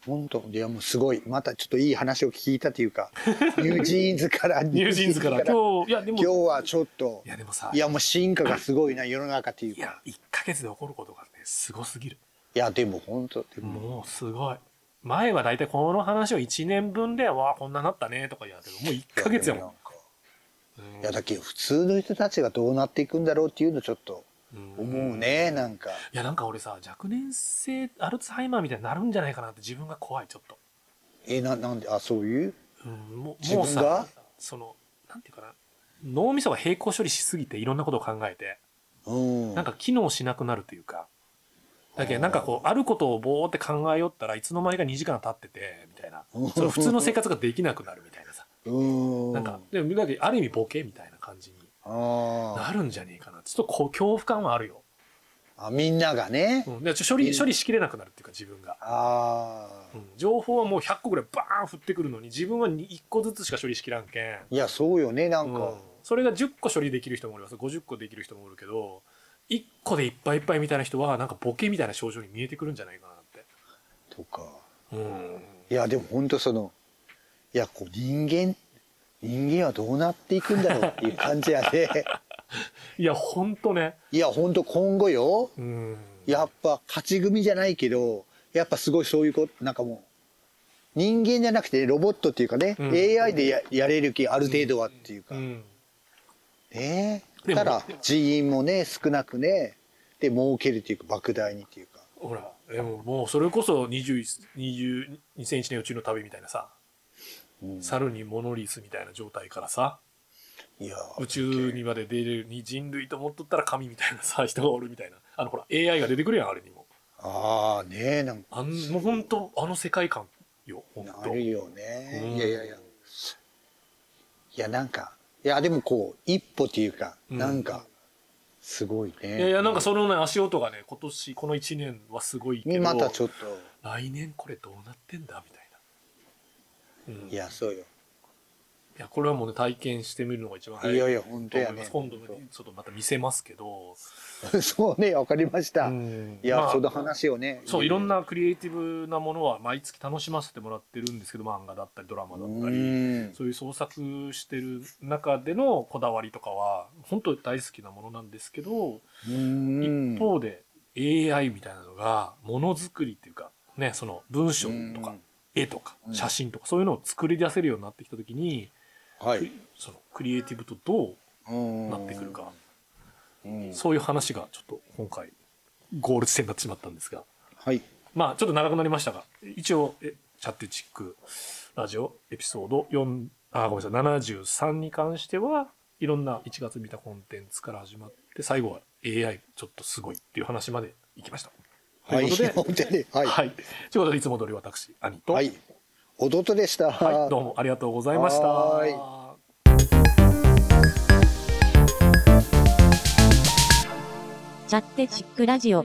[SPEAKER 7] 本当いやもうすごいまたちょっといい話を聞いたとい うかニュージーンズから
[SPEAKER 6] ニュージーンズから
[SPEAKER 7] 今
[SPEAKER 6] 今日いやでも
[SPEAKER 7] 日はちょっと
[SPEAKER 6] いやでもさ
[SPEAKER 7] いやもう進化がすごいな世の中という
[SPEAKER 6] い
[SPEAKER 7] か
[SPEAKER 6] や、1ヶ月で起こることがね、すごすぎる。
[SPEAKER 7] いやでも本当でも
[SPEAKER 6] もうすごい。前はだいたいこの話を1年分で、わあ、こんななったね、とか言うけど、もう1ヶ月やもん。
[SPEAKER 7] いやだけど普通の人たちがどうなっていくんだろうっていうのちょっと
[SPEAKER 6] うん
[SPEAKER 7] 思うね、なんか
[SPEAKER 6] いや、なんか俺さ、若年性アルツハイマーみたいになるんじゃないかなって自分が怖い、ちょっと。
[SPEAKER 7] えななんであそういう
[SPEAKER 6] うん、もう
[SPEAKER 7] 自
[SPEAKER 6] もう
[SPEAKER 7] 分が
[SPEAKER 6] さ、その、なんていうかな、脳みそが並行処理しすぎていろんなことを考えて、
[SPEAKER 7] うん
[SPEAKER 6] なんか機能しなくなるというか、だけどなんかこう、あることをぼーって考えよったらいつの間にか2時間経ってて、みたいな。その普通の生活ができなくなるみたいなさ。
[SPEAKER 7] うん
[SPEAKER 6] なんか、でも、なんかある意味ボケみたいな感じに
[SPEAKER 7] あ
[SPEAKER 6] なるんじゃねえかな。ちょっとこう、恐怖感はあるよ。
[SPEAKER 7] ーあみんながね、
[SPEAKER 6] うん、でちょ処理、処理しきれなくなるっていうか、自分が。
[SPEAKER 7] ああ
[SPEAKER 6] うん、情報はもう100個ぐらいバーン降ってくるのに、自分はに1個ずつしか処理しきらんけん。
[SPEAKER 7] いやそうよねなん
[SPEAKER 6] うん
[SPEAKER 7] か、
[SPEAKER 6] それが10個処理できる人もおります。50個できる人もおるけど、1個でいっぱいいっぱいみたいな人は、なんかボケみたいな症状に見えてくるんじゃないかなって。
[SPEAKER 7] とか
[SPEAKER 6] うん。
[SPEAKER 7] いやでも本当そのいやこう人間人間はどうなっていくんだろうっていう感じや で、
[SPEAKER 6] いや、ほんとね。
[SPEAKER 7] いや本当今後よ
[SPEAKER 6] うん。
[SPEAKER 7] やっぱ勝ち組じゃないけどやっぱすごいそういうことなんかもう人間じゃなくてねロボットっていうかね、
[SPEAKER 6] うん
[SPEAKER 7] AI でややれる気ある程度はっていうか、
[SPEAKER 6] うん。
[SPEAKER 7] ね
[SPEAKER 6] でも
[SPEAKER 7] ただ人員もね少なくねで儲けるっていうか莫大にっていうか
[SPEAKER 6] ほら、でももうそれこそ21 20 2001年宇宙の旅みたいなさ、
[SPEAKER 7] うん
[SPEAKER 6] 猿にモノリスみたいな状態からさ、
[SPEAKER 7] いや
[SPEAKER 6] 宇宙にまで出れるに人類と思っとったら神みたいなさ、 人がおるみたいな。あのほら、AI が出てくるやん、あれにも。
[SPEAKER 7] ああねえなんか
[SPEAKER 6] あんもうほんと、あの世界観よ、ほんと
[SPEAKER 7] な。るよ
[SPEAKER 6] う
[SPEAKER 7] ね
[SPEAKER 6] ん
[SPEAKER 7] いやいやいやいやなんかいやでもこう一歩っていうか、
[SPEAKER 6] うん
[SPEAKER 7] なんかすごいね
[SPEAKER 6] いやいや、なんかそのね、足音がね、今年、この1年はすごいけど、
[SPEAKER 7] またちょっ
[SPEAKER 6] 来年これどうなってんだみたいな。うん、
[SPEAKER 7] と
[SPEAKER 6] い
[SPEAKER 7] い
[SPEAKER 6] や、
[SPEAKER 7] やそうよ
[SPEAKER 6] これはもうね、体験してみるのが一番早い。
[SPEAKER 7] いやいや本当やね
[SPEAKER 6] と思います今度、ちょっとまた見せますけど。
[SPEAKER 7] そうね、わかりました。
[SPEAKER 6] うん
[SPEAKER 7] いや、
[SPEAKER 6] まあ
[SPEAKER 7] その話をね。
[SPEAKER 6] そういろん。なクリエイティブなものは毎月楽しませてもらってるんですけど漫画だったりドラマ
[SPEAKER 7] う
[SPEAKER 6] だったり
[SPEAKER 7] ん。
[SPEAKER 6] そういう創作してる中でのこだわりとかは本当に大好きなものなんですけど
[SPEAKER 7] うん
[SPEAKER 6] 一方で AI みたいなのがものづくりっていうかねその文章とか絵とか
[SPEAKER 7] うん
[SPEAKER 6] 写真とかそういうのを作り出せるようになってきた時に
[SPEAKER 7] はい。
[SPEAKER 6] そのクリエイティブとどうな
[SPEAKER 7] な
[SPEAKER 6] ってくるか。
[SPEAKER 7] うん
[SPEAKER 6] そういう話がちょっと今回ゴール地点になってしまったんですが。
[SPEAKER 7] はい。
[SPEAKER 6] まあちょっと長くなりましたが、一応、えチャットチックラジオエピソード4、あ、ごめんなさい、73に関しては、いろんな1月見たコンテンツから始まって、最後は AI ちょっとすごいっていう話まで行きました。
[SPEAKER 7] は
[SPEAKER 6] と
[SPEAKER 7] い。
[SPEAKER 6] いうことで、
[SPEAKER 7] 本当にねはい。
[SPEAKER 6] はい。ということで、いつも通り私、兄と、
[SPEAKER 7] はい。弟でした。
[SPEAKER 6] はいどうもありがとうございました。
[SPEAKER 7] は
[SPEAKER 5] チャッテチックラジオ。